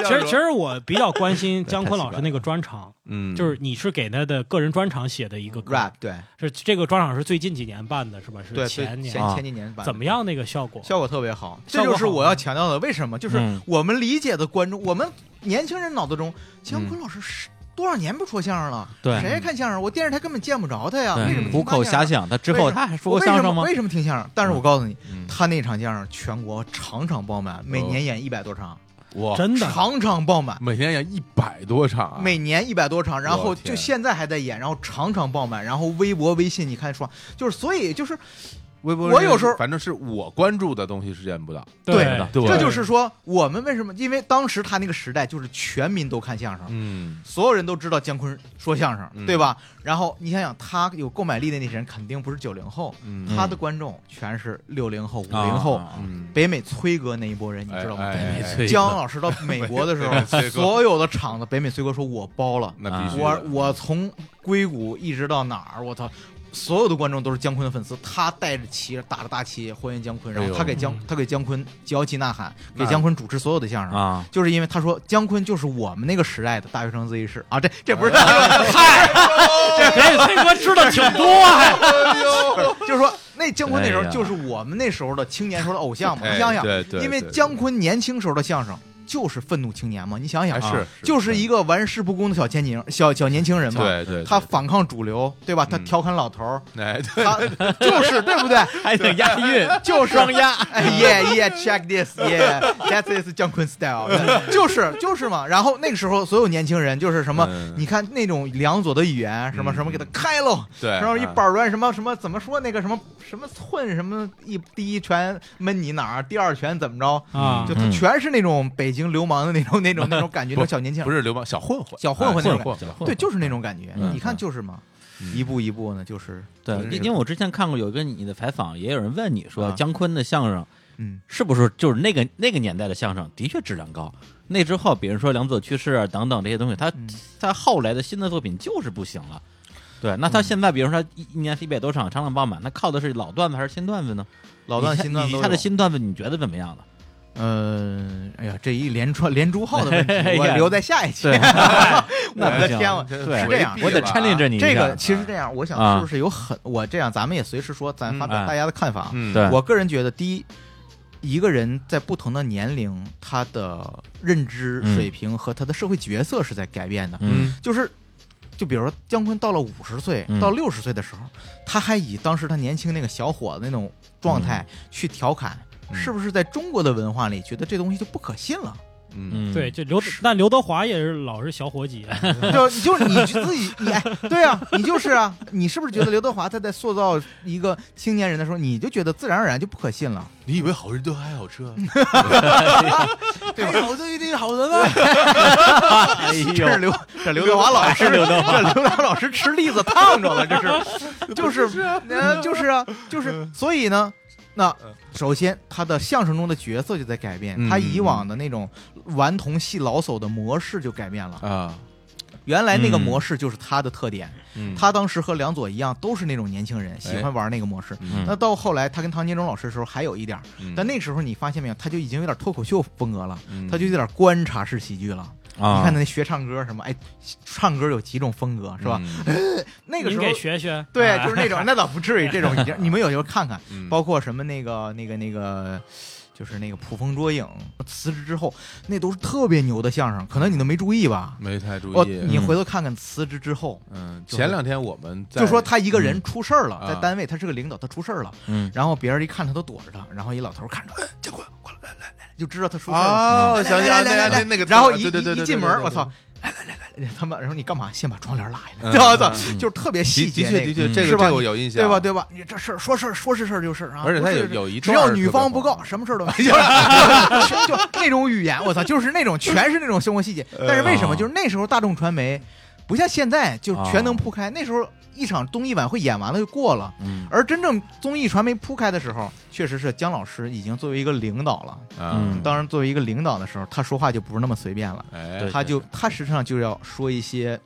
Speaker 1: 其实，其实我比较关心姜昆老师那个专场，
Speaker 3: 嗯，
Speaker 1: 就是你是给他的个人专场写的一个歌
Speaker 4: rap 对
Speaker 1: 是这个专场是最近几年办的，是吧？
Speaker 4: 对
Speaker 1: 是
Speaker 4: 最
Speaker 1: 前年
Speaker 4: 前前几年版的
Speaker 1: 怎么样？那个效果？
Speaker 4: 效果特别好，
Speaker 1: 效
Speaker 4: 这
Speaker 1: 果
Speaker 4: 就是
Speaker 1: 好
Speaker 4: 我要强调的。为什么？就是
Speaker 2: 嗯
Speaker 4: 我们理解的观众，我们年轻人脑子中，姜昆老师是多少年不说相声了？
Speaker 2: 嗯对
Speaker 4: 谁还看相声？我电视台根本见不着他呀，啊为什么
Speaker 2: 对，
Speaker 4: 听
Speaker 2: 虎口
Speaker 4: 他
Speaker 2: 遐
Speaker 4: 相声？
Speaker 2: 想，他之后
Speaker 4: 为什么
Speaker 2: 他还说
Speaker 4: 我
Speaker 2: 过
Speaker 4: 为
Speaker 2: 相
Speaker 4: 什么
Speaker 2: 声吗？
Speaker 4: 为什么听相声？但是我告诉你，
Speaker 3: 嗯
Speaker 4: 他那场相声全国场场爆
Speaker 2: 哦
Speaker 4: 满，每年演一百多场，
Speaker 3: 我
Speaker 1: 真的
Speaker 4: 场场爆满。
Speaker 3: 每天演一百多场啊，
Speaker 4: 每年一百多场，然后
Speaker 3: 我天
Speaker 4: 就现在还在演，然后场场爆满，然后微博、微信，你看说，就是所以就是
Speaker 3: 微博
Speaker 4: 我有时候
Speaker 3: 反正是我关注的东西是见不到，
Speaker 4: 对
Speaker 1: 的，
Speaker 3: 对
Speaker 4: 这就是说，我们为什么？因为当时他那个时代就是全民都看相声，
Speaker 3: 嗯，
Speaker 4: 所有人都知道姜昆说相
Speaker 3: 嗯
Speaker 4: 声，对吧？然后你想想，他有购买力的那些人肯定不是九零后，
Speaker 3: 嗯
Speaker 4: 他的观众全是六零后、五
Speaker 2: 啊
Speaker 4: 零后，
Speaker 2: 啊
Speaker 3: 嗯，
Speaker 4: 北美崔哥那一波人，你知道吗？
Speaker 3: 哎哎哎
Speaker 2: 崔哥
Speaker 4: 姜老师到美国的时
Speaker 3: 北美崔哥
Speaker 4: 候，所有的厂子北美崔哥说我包了，
Speaker 3: 那必须的，
Speaker 4: 我我从硅谷一直到哪儿，我操！所有的观众都是姜昆的粉丝，他带着旗打着大旗欢迎姜昆，然
Speaker 3: 哎
Speaker 4: 后
Speaker 3: 呦
Speaker 4: 他给姜、
Speaker 1: 嗯
Speaker 4: 他给姜昆摇旗呐喊，
Speaker 3: 那
Speaker 4: 给姜昆主持所有的相声，
Speaker 2: 啊，
Speaker 4: 就是因为他说姜昆就是我们那个时代的大学生自习室啊，这这
Speaker 3: 哎
Speaker 4: 不是，
Speaker 1: 这人哎家崔哥知道挺多，
Speaker 4: 啊
Speaker 1: 还
Speaker 4: 就是说那姜昆那时
Speaker 2: 哎
Speaker 4: 候
Speaker 2: 呀
Speaker 4: 就是我们那时候的青年时候的偶像嘛，
Speaker 3: 哎
Speaker 4: 你想想，
Speaker 3: 对对
Speaker 4: 因为
Speaker 3: 对
Speaker 4: 姜昆年轻时候的相声就是愤怒青年嘛，你想想
Speaker 3: 还
Speaker 4: 啊，
Speaker 3: 哎是
Speaker 4: 就是一个玩世不恭的小千宁小小年轻人嘛，
Speaker 3: 嗯对对，
Speaker 4: 他
Speaker 3: 对
Speaker 4: 反抗主流，对吧？他
Speaker 3: 嗯
Speaker 4: 调侃 老头儿，
Speaker 3: 哎对
Speaker 4: 他就是对不对？
Speaker 2: 还得押 韵，
Speaker 4: 就是
Speaker 2: 双押，
Speaker 4: 哎，yeah yeah，check this，yeah，that is 姜昆 style，就是就是嘛。然后那个时候，所有年轻人就是什么
Speaker 3: 嗯，
Speaker 4: 你看那种梁左的语言，什么
Speaker 3: 嗯
Speaker 4: 什么给他开喽，
Speaker 3: 对，
Speaker 4: 然后一
Speaker 3: 嗯
Speaker 4: 板砖什么什么怎么说那个什么什么寸什么一第一拳闷你哪儿，第二拳怎么着，
Speaker 1: 啊
Speaker 4: 就他
Speaker 2: 嗯
Speaker 4: 全是那种北京流氓的那种那种那种感觉，那种小年轻人
Speaker 3: 不是流氓小混混，
Speaker 4: 小混混那
Speaker 3: 哎
Speaker 4: 种
Speaker 3: 混混，
Speaker 2: 小混
Speaker 4: 对，就是那种感觉。
Speaker 2: 嗯
Speaker 4: 你看就是嘛，
Speaker 3: 嗯
Speaker 4: 一步一步呢，就是
Speaker 2: 对
Speaker 3: 就是，那
Speaker 2: 因为我之前看过有一个你的采访，也有人问你说
Speaker 4: 啊
Speaker 2: 姜昆的相声
Speaker 4: 嗯。
Speaker 2: 是不是就是那个那个年代的相声，的确质量高。那之后，比如说《梁左去世》啊等等这些东西，他
Speaker 4: 嗯
Speaker 2: 他后来的新的作品就是不行了。对，那他
Speaker 4: 嗯
Speaker 2: 现在，比如说他一一年一百多场，场场爆满，他靠的是老段子还是新段子呢？
Speaker 4: 老段
Speaker 2: 你看
Speaker 4: 新段
Speaker 2: 你
Speaker 4: 都
Speaker 2: 他的
Speaker 4: 有
Speaker 2: 新段子你觉得怎么样 了？
Speaker 4: 呃，哎呀，这一连串连珠炮的 问
Speaker 2: 哎
Speaker 4: 题，我
Speaker 2: 呀
Speaker 4: 留在下一期。
Speaker 2: 对
Speaker 4: 我的天啊，
Speaker 3: 这
Speaker 2: 对
Speaker 4: 是这样
Speaker 3: 回避
Speaker 2: 我得
Speaker 3: 了
Speaker 2: challenge 你一下
Speaker 4: 这个其实这样，我想
Speaker 2: 啊
Speaker 4: 是不是有很我这样，咱们也随时说，咱发
Speaker 2: 嗯
Speaker 4: 表大家的看法。啊
Speaker 3: 嗯
Speaker 2: 对
Speaker 4: 我个人觉得，第一，一个人在不同的年龄，他的认知
Speaker 2: 嗯
Speaker 4: 水平和他的社会角色是在改变的。
Speaker 2: 嗯，
Speaker 4: 就是，就比如说姜昆到了五十岁
Speaker 2: 嗯
Speaker 4: 到六十岁的时候，他还以当时他年轻那个小伙子那种状态去调侃，
Speaker 3: 嗯
Speaker 4: 是不是在中国的文化里觉得这东西就不可信了？
Speaker 3: 嗯
Speaker 2: 嗯
Speaker 1: 对，，这刘那刘德华也是老是小伙计，啊
Speaker 4: 就你就是你自己，你哎，对啊，你就是啊，你是不是觉得刘德华他在塑造一个青年人的时候，你就觉得自然而然就不可信了？
Speaker 3: 你以为好人都还好车？
Speaker 4: 对吧？好一定好人啊！
Speaker 2: 哎
Speaker 4: 这是
Speaker 2: 呦，
Speaker 4: 刘这刘德华老师，
Speaker 2: 刘德华
Speaker 4: 这刘德华老师吃栗子烫着了，这 是，就是，呃，就是啊，嗯就是，所以呢。那首先，他的相声中的角色就在改变，
Speaker 3: 嗯
Speaker 4: 他以往的那种顽童戏老叟的模式就改变了。
Speaker 3: 啊，
Speaker 4: 原来那个
Speaker 2: 嗯
Speaker 4: 模式就是他的特点，
Speaker 3: 嗯
Speaker 4: 他当时和梁左一样，都是那种年轻人，喜欢玩那个模式。
Speaker 2: 嗯
Speaker 4: 那到后来，他跟唐杰忠老师的时候还有一点儿，
Speaker 3: 嗯
Speaker 4: 但那时候你发现没有，他就已经有点脱口秀风格了，
Speaker 3: 嗯
Speaker 4: 他就有点观察式喜剧了。
Speaker 2: 啊，
Speaker 4: 你看他那学唱歌什么，哎，唱歌有几种风格是吧？？
Speaker 3: 嗯
Speaker 4: 那个
Speaker 1: 您
Speaker 4: 时候
Speaker 1: 给学学。
Speaker 4: 对，
Speaker 1: 哎
Speaker 4: 就是 那种，那倒不至于这种已经，你们有时候看看，
Speaker 3: 嗯
Speaker 4: 包括什么那个那个那个，就是那个捕风捉影，辞职之后那都是特别牛的相声，可能你都没注意吧？
Speaker 3: 没太注
Speaker 4: 哦，
Speaker 3: 意，
Speaker 4: 你回头看看辞职之后，
Speaker 3: 嗯，
Speaker 4: 就是
Speaker 3: 前两天我们在
Speaker 4: 就说他一个人出事儿了，
Speaker 3: 嗯
Speaker 4: 在
Speaker 3: 啊
Speaker 4: 单位他是个领导，他出事儿了，
Speaker 2: 嗯
Speaker 4: 然后别人一看他都躲着他，然后一老头看着，哎姜昆，过来来来来，就知道他出事儿了。嗯
Speaker 3: 哦，想起来
Speaker 4: 来来来来
Speaker 3: 那个，
Speaker 4: 然后一
Speaker 3: 对对对
Speaker 4: 一
Speaker 3: 对
Speaker 4: 进
Speaker 3: 对
Speaker 4: 门，
Speaker 3: 对
Speaker 4: 我操，来来来来他们，然后你干嘛？先把窗帘拉下
Speaker 3: 嗯
Speaker 4: 来，对吧？
Speaker 3: 嗯
Speaker 4: 就是特别
Speaker 3: 的
Speaker 4: 细
Speaker 3: 的
Speaker 4: 节
Speaker 3: 确
Speaker 4: 那
Speaker 3: 的
Speaker 4: 个，
Speaker 3: 确，这个
Speaker 4: 是吧
Speaker 3: 这个我有印象，
Speaker 4: 对吧？？对吧？你这事儿说事儿说是事儿就是啊，
Speaker 3: 而且他
Speaker 4: 不
Speaker 3: 有
Speaker 4: 是
Speaker 3: 有一
Speaker 4: 只
Speaker 3: 段儿
Speaker 4: 要
Speaker 3: 特别啊
Speaker 4: 女方不
Speaker 3: 黄
Speaker 4: 够，什么 事儿都没有，就是就那种语言，我操，就是那种全是那种生活细节。
Speaker 3: 呃
Speaker 4: 但是为
Speaker 3: 啊
Speaker 4: 什么？就是那时候大众传媒不像现在就全能铺开，那时候一场综艺晚会演完了就过了。
Speaker 2: 嗯
Speaker 4: 而真正综艺传媒铺开的时候，确实是姜老师已经作为一个领导了。
Speaker 3: 嗯，
Speaker 4: 当然，作为一个领导的时候，他说话就不是那么随便了，
Speaker 3: 哎，
Speaker 4: 他就他实际上就要说一些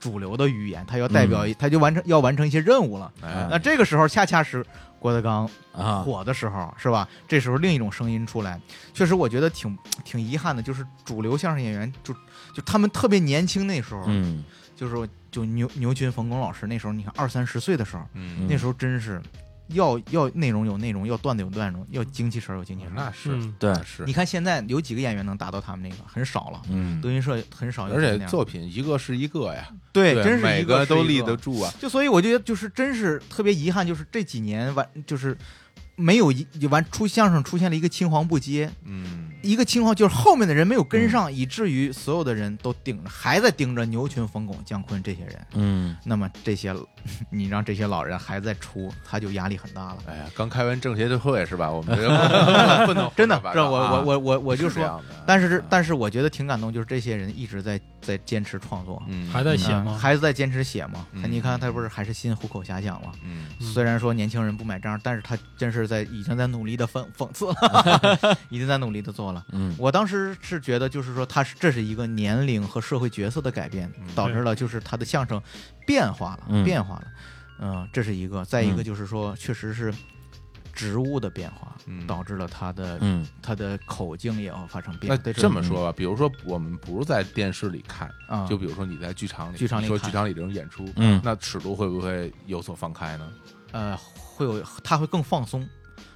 Speaker 4: 主流的语言，他要代
Speaker 2: 嗯
Speaker 4: 表，他就完成要完成一些任务了。
Speaker 3: 哎
Speaker 4: 那这个时候恰恰是郭德纲
Speaker 2: 啊，
Speaker 4: 火的时候，是吧？这时候另一种声音出来，确实我觉得挺挺遗憾的，就是主流相声演员就就他们特别年轻那时候，
Speaker 2: 嗯
Speaker 4: 就是就牛牛群、冯巩老师那时候，你看二三十岁的时候，
Speaker 3: 嗯，
Speaker 4: 那时候真是要要内容有内容，要段子有段子，要精气神儿有精气神儿。
Speaker 3: 那是
Speaker 1: 嗯，
Speaker 2: 对
Speaker 3: 哦那，是
Speaker 4: 你，看现在有几个演员能达到他们那个，很少了。
Speaker 2: 嗯
Speaker 4: 德云社很少有
Speaker 3: 而且
Speaker 4: 那样
Speaker 3: 作品一个是一个呀，
Speaker 4: 对，真是
Speaker 3: 每
Speaker 4: 一个
Speaker 3: 都
Speaker 4: 是一
Speaker 3: 立
Speaker 4: 个
Speaker 3: 得住啊，
Speaker 4: 就所以我觉得就是真是特别遗憾，就是这几年完就是没有一完出相声出现了一个青黄不接，
Speaker 3: 嗯，
Speaker 4: 一个青黄就是后面的人没有跟上，以至于所有的人都盯着还在盯着牛群、冯巩、姜昆这些人。
Speaker 2: 嗯
Speaker 4: 那么这些 你让这些老人还在出，他就压力很大了。
Speaker 3: 哎呀，刚开完政协会是吧？我们这个混弄
Speaker 4: 真的
Speaker 3: 混弄，八
Speaker 4: 这我我
Speaker 3: 糟啊
Speaker 4: 我我我就是
Speaker 3: 这
Speaker 4: 说，
Speaker 3: 样的，
Speaker 4: 但是
Speaker 3: 嗯
Speaker 4: 但是我觉得挺感动，就是这些人一直在在坚持创作，
Speaker 3: 嗯
Speaker 1: 还在写
Speaker 4: 嗯
Speaker 1: 吗？
Speaker 4: 还是在坚持写嘛。
Speaker 3: 嗯
Speaker 4: 他你看他不是还是新虎口遐想吗？
Speaker 3: 嗯
Speaker 1: 嗯
Speaker 4: 虽然说年轻人不买账，但是他真是在已经在努力的讽讽刺 了，已经在努力的做了。
Speaker 2: 嗯
Speaker 4: 我当时是觉得，就是说他是这是一个年龄和社会角色的改变
Speaker 3: 嗯，
Speaker 4: 导致了就是他的相声变化
Speaker 2: 嗯
Speaker 4: 了，变化了。嗯，这是一个，再一个
Speaker 2: 嗯
Speaker 4: 就是说，确实是职务的变化
Speaker 3: 嗯
Speaker 4: 导致了他的
Speaker 2: 嗯
Speaker 4: 他的口径也要发生变
Speaker 3: 那
Speaker 4: 化。
Speaker 3: 这么说吧，比如说我们不是在电视里看，
Speaker 4: 啊，
Speaker 3: 就比如说你在剧场里，
Speaker 4: 剧场里
Speaker 3: 你说
Speaker 4: 看
Speaker 3: 剧场里这种演出，
Speaker 2: 嗯
Speaker 3: 那尺度会不会有所放开呢？
Speaker 4: 呃，会有他会更放松，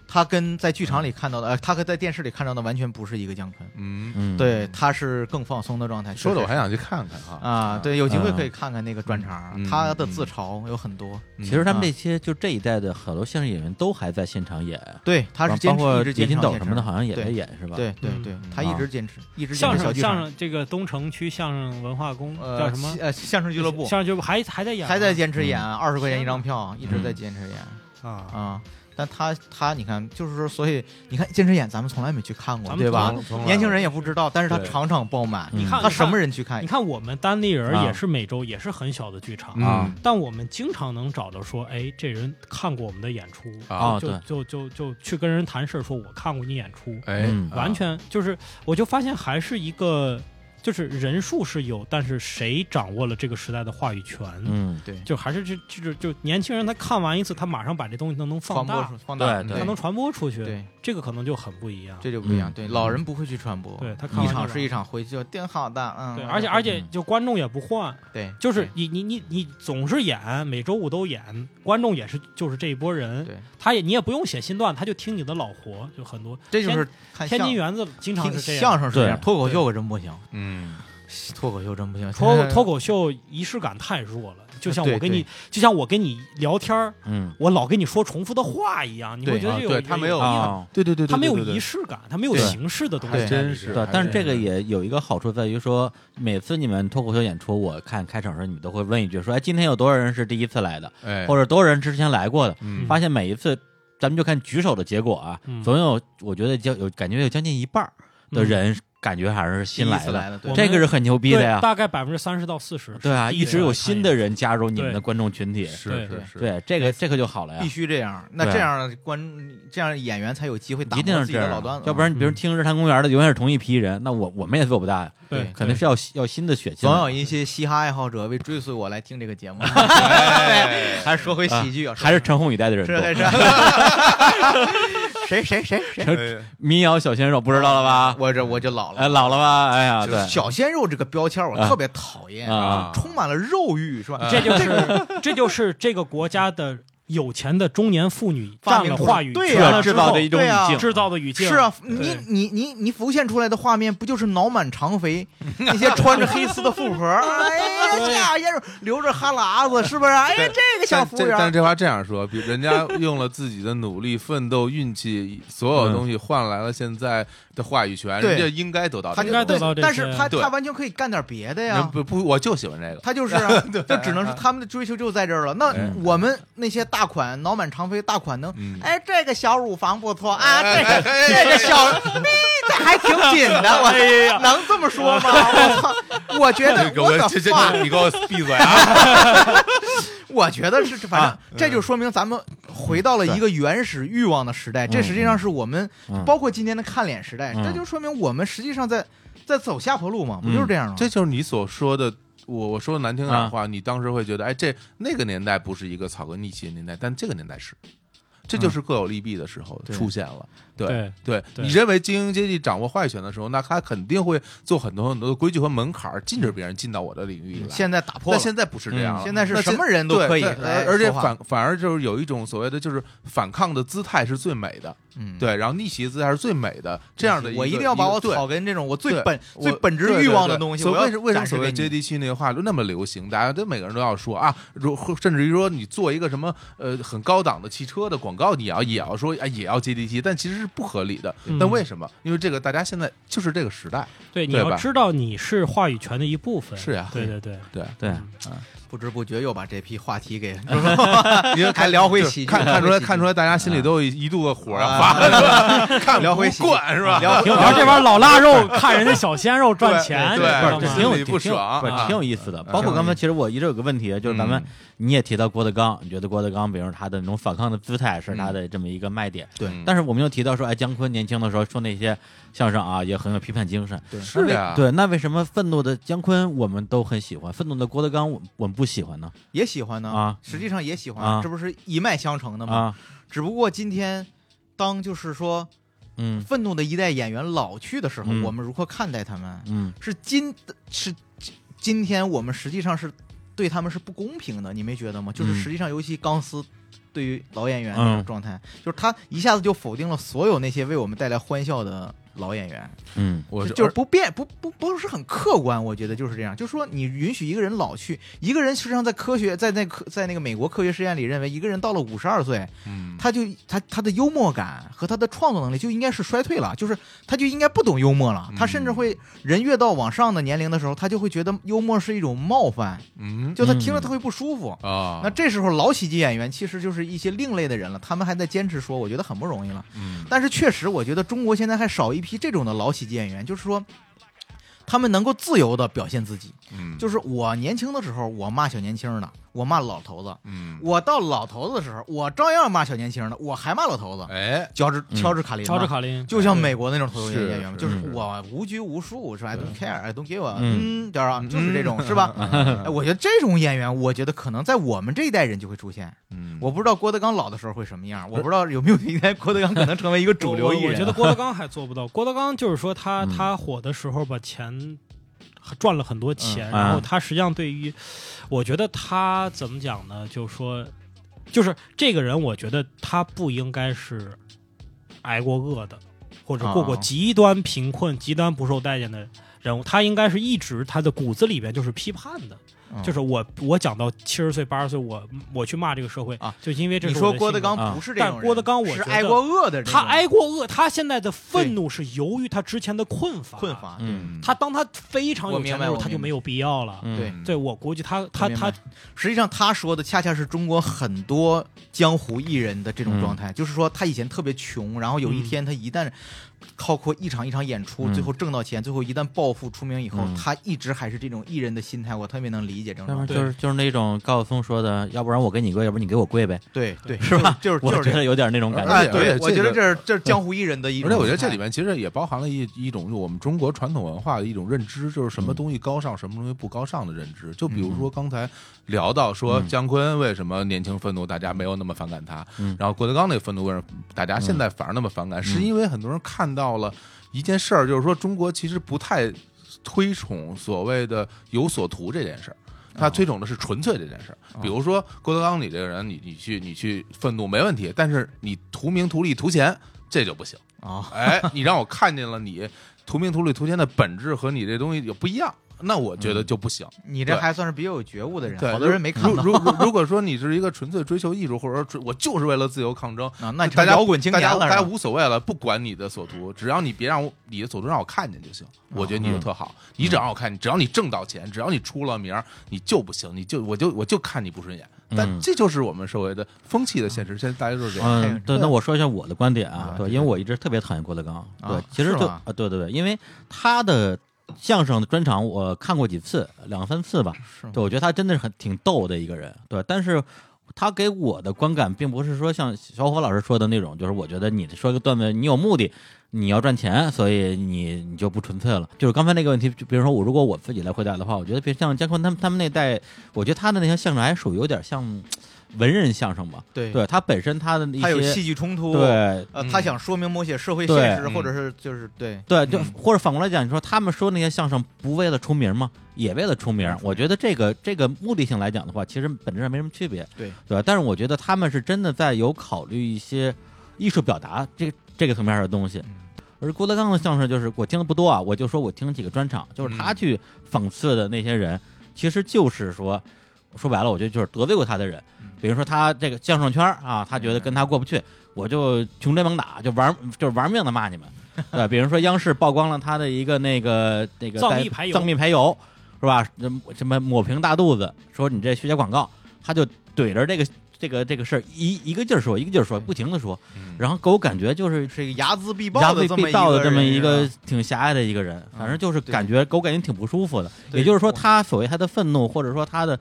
Speaker 4: 他跟在剧场里看到的，呃，他和在电视里看到的完全不是一个姜昆。
Speaker 3: 嗯，
Speaker 2: 嗯，
Speaker 4: 对，他是更放松的状态。
Speaker 3: 说的我
Speaker 4: 确实
Speaker 3: 还想去看看哈
Speaker 4: 是啊，对，有机会
Speaker 2: 嗯
Speaker 4: 可以看看那个专场，
Speaker 3: 嗯
Speaker 4: 他的自嘲有很多。
Speaker 3: 嗯
Speaker 2: 其实他们
Speaker 4: 啊
Speaker 2: 这些就这一代的好多相声演员都还在现场演，
Speaker 4: 对，他是
Speaker 2: 包
Speaker 4: 坚
Speaker 2: 括
Speaker 4: 持
Speaker 2: 李
Speaker 4: 一直坚持
Speaker 2: 金斗
Speaker 4: 坚
Speaker 2: 什么的，
Speaker 4: 持
Speaker 2: 好像也在
Speaker 4: 对
Speaker 2: 演是吧？，啊
Speaker 4: 对对
Speaker 1: 嗯
Speaker 4: 对
Speaker 3: 嗯，
Speaker 4: 他一直坚持，一直坚
Speaker 1: 相
Speaker 4: 持小
Speaker 1: 声
Speaker 4: 剧
Speaker 1: 相
Speaker 4: 场
Speaker 1: 声这个东城区相声文化宫
Speaker 4: 呃
Speaker 1: 叫什么
Speaker 4: 西？呃相声俱乐部
Speaker 1: 相声俱乐部还还在演吗，
Speaker 4: 还在坚持演，
Speaker 2: 嗯
Speaker 4: 二十块钱一张票，一直在坚持演
Speaker 1: 啊。
Speaker 4: 啊。但他他你看，就是说，所以你看坚持演，咱们从来没去看过，
Speaker 1: 咱们
Speaker 4: 对吧
Speaker 1: 从？
Speaker 3: 从来
Speaker 4: 年轻人也不知道，但是他
Speaker 3: 对
Speaker 4: 场场爆满，
Speaker 2: 嗯
Speaker 1: 你看
Speaker 4: 他什么？人去看
Speaker 1: 你？看我们当地人
Speaker 2: 啊
Speaker 1: 也是每周也是很小的剧场，
Speaker 2: 啊
Speaker 3: 嗯
Speaker 1: 但我们经常能找到说，哎，这人看过我们的演出，
Speaker 2: 啊
Speaker 3: 啊，
Speaker 1: 就
Speaker 2: 对
Speaker 1: 就就就去跟人谈事儿，说我看过你演出，
Speaker 3: 哎
Speaker 2: 嗯，
Speaker 3: 啊
Speaker 1: 完全就是，我就发现还是一个，就是人数是有，但是谁掌握了这个时代的话语权，
Speaker 2: 嗯，
Speaker 4: 对，
Speaker 1: 就还是这这就就年轻人他看完一次，他马上把这东西能能
Speaker 4: 传
Speaker 1: 放
Speaker 4: 播
Speaker 1: 大
Speaker 4: 出，放大，
Speaker 2: 对
Speaker 1: 他能传播出去，
Speaker 4: 对，
Speaker 1: 这个可能就很不一样。
Speaker 4: 这就不一样。
Speaker 2: 嗯
Speaker 4: 对，老人不会去传播，
Speaker 1: 对他看
Speaker 4: 一
Speaker 1: 完
Speaker 4: 场
Speaker 1: 就是
Speaker 4: 一场回去就挺好的，嗯。
Speaker 1: 对，而且而且
Speaker 2: 嗯
Speaker 1: 就观众也不换，
Speaker 4: 对，
Speaker 1: 就是你你你你总是演，每周五都演，观众也是就是这一波人，
Speaker 4: 对，
Speaker 1: 他也你也不用写新段，他就听你的老活，就很多。
Speaker 4: 这就是看
Speaker 1: 天
Speaker 4: 相
Speaker 1: 津园子经常
Speaker 4: 听
Speaker 1: 是这
Speaker 4: 相
Speaker 1: 样，
Speaker 4: 声是这样，
Speaker 2: 对
Speaker 4: 脱口秀可真不行，
Speaker 3: 嗯
Speaker 4: 脱口秀真不行，
Speaker 1: 脱
Speaker 4: 现在
Speaker 1: 脱口秀仪式感太弱了，就像我
Speaker 4: 对
Speaker 1: 跟你就像我跟你聊天儿，
Speaker 2: 嗯
Speaker 1: 我老跟你说重复的话一样，你会
Speaker 4: 对
Speaker 1: 觉得
Speaker 3: 啊
Speaker 1: 这有
Speaker 3: 对他没有
Speaker 1: 意义吗
Speaker 2: 啊，
Speaker 3: 对对对，
Speaker 1: 他没有仪
Speaker 3: 一
Speaker 1: 式感，他没有
Speaker 4: 对
Speaker 1: 形式的东西嗯在
Speaker 4: 还
Speaker 1: 里边，
Speaker 3: 真是
Speaker 2: 对
Speaker 3: 还，
Speaker 2: 但是这
Speaker 3: 真
Speaker 2: 个
Speaker 3: 是
Speaker 2: 也有一个好处在于说，每次你们脱口秀演出，我看开场的时候，你们都会问一句说，哎，今天有多少人是第一次来的，
Speaker 3: 哎，
Speaker 2: 或者多少人之前来过的？
Speaker 3: 嗯
Speaker 2: 发现每一次，咱们就看举手的结果啊，
Speaker 1: 嗯
Speaker 2: 总有我觉得将有感觉有将近一半儿的
Speaker 1: 嗯
Speaker 2: 人感觉还是新来
Speaker 4: 第一次
Speaker 2: 的，
Speaker 4: 嗯来的，
Speaker 1: 我
Speaker 4: 对
Speaker 1: 们
Speaker 2: 这个是很牛逼的
Speaker 1: 对
Speaker 2: 呀。
Speaker 1: 大概百分之三十到四十。
Speaker 2: 对啊，
Speaker 1: 第
Speaker 2: 一
Speaker 1: 一次
Speaker 2: 直有
Speaker 1: 来
Speaker 2: 新
Speaker 1: 看
Speaker 2: 的
Speaker 1: 演
Speaker 2: 人加入你们
Speaker 1: 对
Speaker 2: 的观众群体，
Speaker 3: 是是
Speaker 4: 对
Speaker 3: 是，
Speaker 2: 对这个这个就好了呀
Speaker 4: 必。须这样。那
Speaker 2: 对
Speaker 4: 这样的观，这样演员才有机会打
Speaker 2: 一定
Speaker 4: 磨
Speaker 2: 要
Speaker 4: 自己
Speaker 2: 这
Speaker 4: 的
Speaker 2: 样
Speaker 4: 老嗯段
Speaker 2: 啊，
Speaker 4: 子，
Speaker 2: 要不然你比如听日坛公园的永远是同一批人，那我我们也做不大呀，
Speaker 1: 对
Speaker 4: 对
Speaker 2: 肯定是要要新的血进
Speaker 4: 总
Speaker 2: 来。
Speaker 4: 有一些嘻哈爱好者为追随我来听这个节 目。
Speaker 3: 哎
Speaker 4: 还是说回喜剧啊，
Speaker 2: 还是陈红宇带的人
Speaker 4: 是还
Speaker 2: 多，
Speaker 4: 是谁谁谁谁
Speaker 3: 哎
Speaker 2: 民谣小鲜肉不知道了吧？
Speaker 4: 啊我这我就老
Speaker 2: 哎，
Speaker 4: 了。
Speaker 2: 老了吧？哎呀，
Speaker 3: 就是
Speaker 2: 对
Speaker 4: 小鲜肉这个标签我
Speaker 2: 啊
Speaker 4: 特别讨厌，
Speaker 2: 啊，
Speaker 4: 充满了肉欲是吧？
Speaker 1: 啊 这就是这就是这个国家的有钱的中年妇女
Speaker 4: 发
Speaker 1: 占
Speaker 4: 明
Speaker 1: 了
Speaker 4: 出
Speaker 1: 话语
Speaker 4: 对
Speaker 1: 权
Speaker 4: 呀
Speaker 1: 了
Speaker 2: 制
Speaker 1: 之
Speaker 2: 造
Speaker 1: 后
Speaker 2: 的一种
Speaker 4: 对啊
Speaker 2: 语境，
Speaker 1: 制造的语境
Speaker 4: 是啊，你
Speaker 1: 对
Speaker 4: 你你你浮现出来的画面不就是脑满肠肥，那些穿着黑丝的富婆，哎这样也是流着哈喇子，是不是？哎呀，这个小
Speaker 3: 但
Speaker 4: 服务
Speaker 3: 这但是
Speaker 4: 员，
Speaker 3: 这话这样说，比人家用了自己的努力、奋斗、运气，所有东西换来了现在的话语权，
Speaker 4: 对
Speaker 3: 人家应该得到这个。
Speaker 4: 他就
Speaker 1: 应该得
Speaker 4: 对
Speaker 1: 到这
Speaker 4: 但是
Speaker 1: 些
Speaker 4: 他
Speaker 3: 对
Speaker 4: 他完全可以干点别的
Speaker 3: 人
Speaker 4: 呀。
Speaker 3: 不不，我就喜欢这个。
Speaker 4: 他就是啊、就只能是他们的追求就在这儿了。那
Speaker 3: 哎
Speaker 4: 我们那些大款脑满肠肥大款能，
Speaker 3: 嗯
Speaker 4: 哎，这个小乳房不错啊，
Speaker 3: 哎哎
Speaker 4: 这个、
Speaker 3: 哎哎
Speaker 4: 这个小，哎这还挺紧的，我、能这么说吗？我操！我觉得
Speaker 3: 给
Speaker 4: 我
Speaker 3: 我
Speaker 4: 的
Speaker 3: 这这
Speaker 4: 话，
Speaker 3: 这，你给我闭嘴 啊！
Speaker 4: 我觉得是，反正
Speaker 3: 嗯
Speaker 4: 这就说明咱们回到了一个原始欲望的时代。这实际上是我们
Speaker 2: 嗯
Speaker 4: 包括今天的看脸时代，
Speaker 2: 嗯
Speaker 4: 这就说明我们实际上在在走下坡路嘛，不就是这样吗？
Speaker 3: 这就是你所说的，我我说的难听点的
Speaker 4: 啊
Speaker 3: 话，你当时会觉得，哎，这那个年代不是一个草根逆袭的年代，但这个年代是。这就是各有利弊的时候
Speaker 4: 嗯对
Speaker 3: 出现了，
Speaker 1: 对
Speaker 3: 对
Speaker 1: 对
Speaker 3: 你认为精英阶级掌握话语权的时候，那他肯定会做很多很多的规矩和门槛儿，禁止别人进到我的领域里来。
Speaker 4: 嗯现在打破
Speaker 3: 但
Speaker 4: 了，
Speaker 3: 现在不是这样了，
Speaker 2: 嗯
Speaker 4: 现在是
Speaker 3: 那
Speaker 4: 什么人都可以
Speaker 3: 对对
Speaker 4: 来
Speaker 3: 而且
Speaker 4: 说话
Speaker 3: 反反而就是有一种所谓的就是反抗的姿态是最美的，
Speaker 4: 嗯，
Speaker 3: 对，然后逆袭的姿态是最美的，这样的
Speaker 4: 我
Speaker 3: 一
Speaker 4: 一
Speaker 3: 个
Speaker 4: 定要把我
Speaker 3: 对
Speaker 4: 草根这种我最
Speaker 3: 对
Speaker 4: 本
Speaker 3: 我
Speaker 4: 最本质
Speaker 3: 对
Speaker 4: 欲
Speaker 3: 对
Speaker 4: 望的
Speaker 3: 对
Speaker 4: 东西，
Speaker 3: 所
Speaker 4: 我
Speaker 3: 以为什为什么
Speaker 4: 所
Speaker 3: 所谓阶？级区那话那么流行？大家都每个人都要说啊，如甚至于说你做一个什么呃很高档的汽车的广告，你要也要说哎也要接地气，但其实是不合理的。
Speaker 1: 嗯
Speaker 3: 但为什么？因为这个大家现在就是这个时代，
Speaker 1: 对，你
Speaker 3: 对
Speaker 1: 要
Speaker 3: 吧
Speaker 1: 知道你是话语权的一部分。
Speaker 3: 是呀
Speaker 1: 对对对，
Speaker 3: 对，
Speaker 2: 对，
Speaker 4: 不知不觉又把这批话题给
Speaker 3: 因为
Speaker 4: 还聊回喜剧，
Speaker 3: 看看出来，
Speaker 4: 聊回喜剧
Speaker 3: 看出来，大家心里都有一一肚子火要
Speaker 4: 啊
Speaker 3: 发了，是吧看
Speaker 4: 聊
Speaker 3: 不
Speaker 4: 回喜剧
Speaker 3: 惯是吧？
Speaker 4: 聊
Speaker 1: 挺 好。这玩意儿老腊肉，看人家小鲜肉赚钱，你
Speaker 3: 对
Speaker 1: 知道
Speaker 2: 不是
Speaker 3: 这
Speaker 1: 吗
Speaker 2: 挺有
Speaker 3: 心里不
Speaker 2: 挺有
Speaker 3: 爽
Speaker 2: 不是
Speaker 3: 啊
Speaker 2: 挺有意思的。
Speaker 3: 嗯
Speaker 2: 包括刚才，其实我一直有个问题，就是咱们
Speaker 3: 嗯
Speaker 2: 你也提到郭德纲，你觉得郭德纲，比如他的那种反抗的姿态是他的这么一个卖点。
Speaker 4: 对
Speaker 3: 嗯
Speaker 2: 但是我们又提到说，哎，姜昆年轻的时候说那些相声啊，也很有批判精神。
Speaker 4: 对
Speaker 3: 是的啊呀，
Speaker 2: 对，那为什么愤怒的姜昆我们都很喜欢，愤怒的郭德纲我我们不喜欢呢？
Speaker 4: 也喜欢
Speaker 3: 嗯
Speaker 4: 呢
Speaker 2: 啊
Speaker 4: 实际上也喜欢，
Speaker 2: 啊
Speaker 4: 这不是一脉相承的吗？
Speaker 2: 啊，
Speaker 4: 只不过今天。当就是说，
Speaker 2: 嗯
Speaker 4: 愤怒的一代演员老去的时候，
Speaker 2: 嗯
Speaker 4: 我们如何看待他们？
Speaker 2: 嗯，
Speaker 4: 是今是今天我们实际上是对他们是不公平的，你没觉得吗？就是
Speaker 2: 嗯
Speaker 4: 实际上，尤其钢丝对于老演员
Speaker 2: 嗯
Speaker 4: 的状态，就是他一下子就否定了所有那些为我们带来欢笑的老演员，
Speaker 2: 嗯
Speaker 3: 我
Speaker 4: 就就是不变不不不是很客观，我觉得就是这样。就说你允许一个人老去，一个人实际上在科学在那科在那个美国科学实验里认为，一个人到了五十二岁，
Speaker 3: 嗯
Speaker 4: 他就他他的幽默感和他的创作能力就应该是衰退了，就是他就应该不懂幽默了
Speaker 3: 嗯。
Speaker 4: 他甚至会人越到往上的年龄的时候，他就会觉得幽默是一种冒犯，
Speaker 3: 嗯
Speaker 4: 就他
Speaker 2: 嗯
Speaker 4: 听了他会不舒服。
Speaker 3: 啊，
Speaker 4: 那这时候老喜剧演员其实就是一些另类的人了，他们还在坚持说，我觉得很不容易了。
Speaker 3: 嗯
Speaker 4: 但是确实，我觉得中国现在还少一批这种的老喜剧演员，就是说。他们能够自由的表现自己，
Speaker 3: 嗯
Speaker 4: 就是我年轻的时候，我骂小年轻的，我骂老头子，
Speaker 3: 嗯，
Speaker 4: 我到老头子的时候，我照样骂小年轻的，我还骂老头子。
Speaker 3: 哎，
Speaker 4: 乔治
Speaker 2: 嗯
Speaker 4: 乔治卡林嘛，
Speaker 1: 乔治卡林，
Speaker 4: 就像美国那种头头演
Speaker 3: 是
Speaker 4: 演员嘛，
Speaker 3: 哎是
Speaker 4: 就是
Speaker 3: 是
Speaker 4: 我无拘无束，是吧？I
Speaker 3: 对
Speaker 4: don't care, I don't give a，
Speaker 2: 嗯
Speaker 4: 嗯，对吧？
Speaker 3: 嗯
Speaker 4: 就是这种，是吧？哎，
Speaker 3: 嗯
Speaker 4: 我觉得这种演员，我觉得可能在我们这一代人就会出现。
Speaker 3: 嗯
Speaker 4: 我不知道郭德纲老的时候会什么样，我不知道有没有一天郭德纲可能成为一个主流
Speaker 1: 我
Speaker 4: 艺
Speaker 1: 我
Speaker 4: 人。
Speaker 1: 我觉得郭德纲还做不到。郭德纲就是说他
Speaker 2: 嗯
Speaker 1: 他火的时候吧，钱赚了很多钱，
Speaker 2: 嗯
Speaker 4: 啊
Speaker 1: 然后他实际上对于，我觉得他怎么讲呢？就是说，就是这个人，我觉得他不应该是挨过饿的，或者过过
Speaker 4: 啊
Speaker 1: 极端贫困、极端不受待见的。人物，他应该是一直他的骨子里边就是批判的，
Speaker 4: 嗯
Speaker 1: 就是我我讲到七十岁八十岁，我我去骂这个社会
Speaker 4: 啊，
Speaker 1: 就因为这
Speaker 4: 你
Speaker 1: 是
Speaker 4: 说
Speaker 1: 我的
Speaker 4: 郭德
Speaker 1: 性格
Speaker 4: 纲
Speaker 2: 啊
Speaker 4: 不是这种人，
Speaker 1: 但郭德纲我
Speaker 4: 是
Speaker 1: 觉得
Speaker 4: 挨过饿的人，
Speaker 1: 他挨过饿，他现在的愤怒是由于他之前的困乏。
Speaker 4: 困。乏，
Speaker 2: 嗯
Speaker 1: 他当他非常有
Speaker 4: 我明
Speaker 1: 钱
Speaker 4: 白
Speaker 1: 的时候，
Speaker 4: 我
Speaker 1: 他就
Speaker 4: 明白
Speaker 1: 没有必要了。
Speaker 2: 嗯
Speaker 4: 对
Speaker 1: 对我估计他他
Speaker 4: 我明白
Speaker 1: 他
Speaker 4: 实际上，他说的恰恰是中国很多江湖艺人的这种状态，就是说他以前特别穷，然后有一天他一旦靠过一场一场演出，
Speaker 2: 嗯
Speaker 4: 最后挣到钱，最后一旦暴富出名以后，
Speaker 2: 嗯
Speaker 4: 他一直还是这种艺人的心态，我特别能理解这种
Speaker 2: 要不然
Speaker 4: 状态。
Speaker 2: 就是就是那种高晓松说的，要不然我给你跪，要不然你给我跪呗，
Speaker 4: 对对，
Speaker 2: 是吧？
Speaker 4: 就是
Speaker 2: 我
Speaker 4: 就是
Speaker 2: 觉
Speaker 4: 这
Speaker 2: 得有点那种感
Speaker 4: 个。
Speaker 2: 觉。
Speaker 3: 而
Speaker 4: 哎，
Speaker 3: 且而
Speaker 4: 对，
Speaker 3: 且
Speaker 4: 我觉得
Speaker 3: 这个
Speaker 4: 这是这是江湖艺人的一种
Speaker 3: 而且
Speaker 4: 心态。
Speaker 3: 我觉得这里面其实也包含了一一种我们中国传统文化的一种认知，就是什么
Speaker 4: 嗯
Speaker 3: 东西高尚，什么东西不高尚的认知。就比如说刚才聊到说
Speaker 2: 嗯
Speaker 3: 姜昆为什么年轻愤怒，大家没有那么反感他
Speaker 2: 嗯，
Speaker 3: 然后郭德纲那个愤怒为什么大家现
Speaker 4: 嗯
Speaker 3: 在反而那么反感，是因为很多人看到了一件事儿，就是说中国其实不太推崇所谓的有所图这件事儿。
Speaker 4: 哦
Speaker 3: 他推崇的是纯粹这件事儿。比如说郭德纲，你这个人，你你去你去愤怒没问题，但是你图名图利图钱，这就不行。
Speaker 4: 啊，
Speaker 3: 哎，你让我看见了你图名图利图钱的本质和你这东西有不一样，那我觉得就不行。
Speaker 4: 你这
Speaker 3: 对
Speaker 4: 还算是比较有觉悟的人，
Speaker 3: 对，
Speaker 4: 嗯好多人没看
Speaker 3: 如如
Speaker 4: 到。
Speaker 3: 如如果说你是一个纯粹追求艺术，或者说追我就是为了自由抗争，
Speaker 4: 啊，那你
Speaker 3: 大
Speaker 4: 成
Speaker 3: 家
Speaker 4: 摇滚青
Speaker 3: 大
Speaker 4: 年
Speaker 3: 家
Speaker 4: 了
Speaker 3: 大家
Speaker 4: 是吧，
Speaker 3: 无所谓了，不管你的所图，只要你别让我你的所图让我看见就行，我觉得你就特好。
Speaker 4: 嗯
Speaker 3: 你只要让我看见，只要你挣到钱，只要你出了名儿，你就不行，你就我就我就看你不顺眼。但
Speaker 2: 嗯
Speaker 3: 这就是我们社会的风气的现实，现在大家就是这样。
Speaker 4: 太有
Speaker 2: 嗯，对，
Speaker 4: 趣
Speaker 2: 那
Speaker 4: 了
Speaker 2: 我说一下我的观点啊
Speaker 4: 啊，
Speaker 2: 对，
Speaker 4: 对
Speaker 2: 因为我一直特别讨厌郭德纲，对
Speaker 4: 啊，
Speaker 2: 其实
Speaker 4: 是
Speaker 2: 就
Speaker 4: 吗
Speaker 2: 啊，对对对，因为他的相声的专场我看过几次，两三次吧，
Speaker 4: 是吗
Speaker 2: 对，我觉得他真的是很挺逗的一个人，对，但是他给我的观感并不是说像小伙老师说的那种，就是我觉得你说一个段子，你有目的，你要赚钱，所以你你就不纯粹了。就是刚才那个问题，就比如说我如果我自己来回答的话，我觉得别像姜昆他们他们那代，我觉得他的那些相声还属于有点像文人相声吧，
Speaker 4: 对
Speaker 2: 对他本身他的一
Speaker 4: 他有
Speaker 2: 些
Speaker 4: 戏剧冲突，，
Speaker 2: 对。
Speaker 4: 呃
Speaker 3: 嗯，
Speaker 4: 他想说明某些社会
Speaker 2: 对
Speaker 4: 现实，
Speaker 3: 嗯
Speaker 4: 或者是就是对，
Speaker 2: 对，就
Speaker 3: 嗯
Speaker 2: 或者反过来讲，你说他们说那些相声不为了出名吗？也为了出名。
Speaker 4: 嗯
Speaker 2: 我觉得这个这个目的性来讲的话，其实本质上没什么区别。
Speaker 4: 对，
Speaker 2: 对吧？但是我觉得他们是真的在有考虑一些艺术表达这这个层面上的东
Speaker 4: 嗯
Speaker 2: 西。而郭德纲的相声就是我听的不多啊，我就说我听几个专场，就是他
Speaker 3: 嗯
Speaker 2: 去讽刺的那些人，其实就是说，说白了，我觉得就是得罪过他的人
Speaker 4: 嗯，
Speaker 2: 比如说他这个相声圈儿啊，他觉得跟他过不去，我就穷追猛打，就玩就是玩命的骂你们，对吧？比如说央视曝光了他的一个那个那个
Speaker 1: 藏
Speaker 2: 在
Speaker 1: 秘排油
Speaker 2: 藏秘排油，是吧？什么抹平大肚子，说你这虚假广告，他就怼着这个这个这个事儿一一个劲儿说，一个劲儿说，不停的说，
Speaker 4: 嗯
Speaker 3: 嗯
Speaker 2: 然后给我感觉就是
Speaker 4: 是一个睚眦必
Speaker 2: 压
Speaker 4: 报的
Speaker 2: 被
Speaker 4: 这么
Speaker 2: 被盗的这么一
Speaker 4: 人啊
Speaker 2: 个
Speaker 4: 是吧
Speaker 2: 挺狭隘的一个人，反正就是
Speaker 4: 对
Speaker 2: 感觉给我感觉挺不舒服的。
Speaker 4: 对
Speaker 2: 也就是说，
Speaker 4: 我
Speaker 2: 他所谓他的愤怒，或者说他的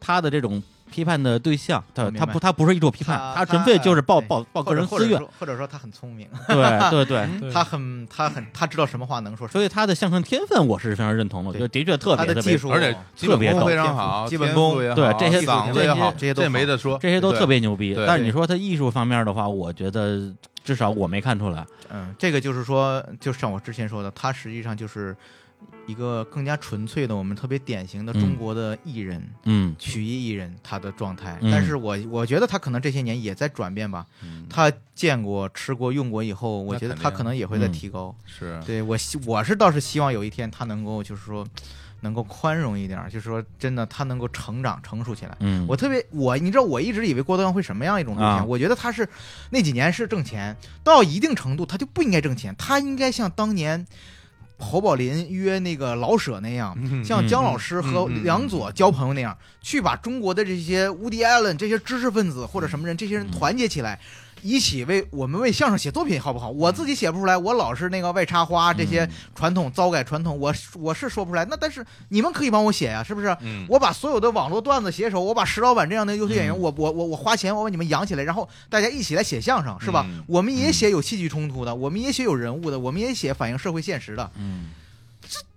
Speaker 2: 他的这种批判的对象，他
Speaker 4: 我明
Speaker 2: 他
Speaker 4: 白
Speaker 2: 不他不是一种批判，
Speaker 4: 他
Speaker 2: 纯粹就是报
Speaker 4: 对
Speaker 2: 报报个
Speaker 4: 或者
Speaker 2: 人
Speaker 4: 或
Speaker 2: 私
Speaker 4: 者
Speaker 2: 怨。
Speaker 4: 说或者说他很聪明，
Speaker 2: 对对对，
Speaker 3: 嗯
Speaker 1: 对
Speaker 4: 他很他很他知道什么话能说，
Speaker 2: 所以他的相声天分我是非常认同的，我觉得的确特
Speaker 4: 他
Speaker 2: 别
Speaker 4: 的
Speaker 2: 特
Speaker 4: 技
Speaker 2: 别，
Speaker 4: 术啊
Speaker 3: 而且基本
Speaker 2: 特别
Speaker 3: 功
Speaker 2: 逗
Speaker 3: 非
Speaker 4: 天
Speaker 3: 常
Speaker 4: 赋
Speaker 3: 好，
Speaker 4: 基本
Speaker 3: 天赋
Speaker 4: 功
Speaker 3: 也
Speaker 2: 对
Speaker 3: 好
Speaker 2: 这些
Speaker 3: 嗓子也好，
Speaker 4: 这些都
Speaker 3: 这没得说，
Speaker 2: 这些都
Speaker 3: 对
Speaker 2: 特别牛逼。
Speaker 3: 对
Speaker 2: 但是
Speaker 4: 对
Speaker 2: 你说他艺术方面的话，我觉得至少我没看出来。
Speaker 4: 嗯，这个就是说，就像我之前说的，他实际上就是一个更加纯粹的，我们特别典型的
Speaker 2: 嗯
Speaker 4: 中国的艺人。
Speaker 2: 嗯
Speaker 4: 曲艺艺人他的状态，
Speaker 2: 嗯
Speaker 4: 但是我我觉得他可能这些年也在转变吧。他见过、吃过、用过以后，我觉得
Speaker 3: 肯定
Speaker 4: 他可能也会在
Speaker 2: 嗯
Speaker 4: 提高。
Speaker 3: 是
Speaker 4: 对我希我是倒是希望有一天他能够就是说能够宽容一点儿，就是说真的他能够成长成熟起来。
Speaker 2: 嗯，
Speaker 4: 我特别我你知道我一直以为郭德纲会什么样一种路线？
Speaker 2: 啊
Speaker 4: 我觉得他是那几年是挣钱，到一定程度他就不应该挣钱，他应该像当年侯宝林约那个老舍那样。
Speaker 3: 嗯
Speaker 4: 像姜老师和
Speaker 3: 嗯嗯嗯
Speaker 4: 梁左交朋友那样，
Speaker 2: 嗯
Speaker 4: 去把中国的这些 Woody Allen 这些知识分子或者什么人，这些人
Speaker 2: 嗯
Speaker 4: 团结起来，一起为我们为相声写作品，好不好？我自己写不出来，我老是那个外插花这些
Speaker 2: 嗯
Speaker 4: 传统糟改传统，我我是说不出来。那但是你们可以帮我写呀、是不是？
Speaker 3: 嗯，
Speaker 4: 我把所有的网络段子写手，我把石老板这样的优秀演员，
Speaker 2: 嗯
Speaker 4: 我我我我花钱，我把你们养起来，然后大家一起来写相声，是吧？
Speaker 3: 嗯
Speaker 4: 我们也写有戏剧冲突的，我们也写有人物的，我们也写反映社会现实的，
Speaker 2: 嗯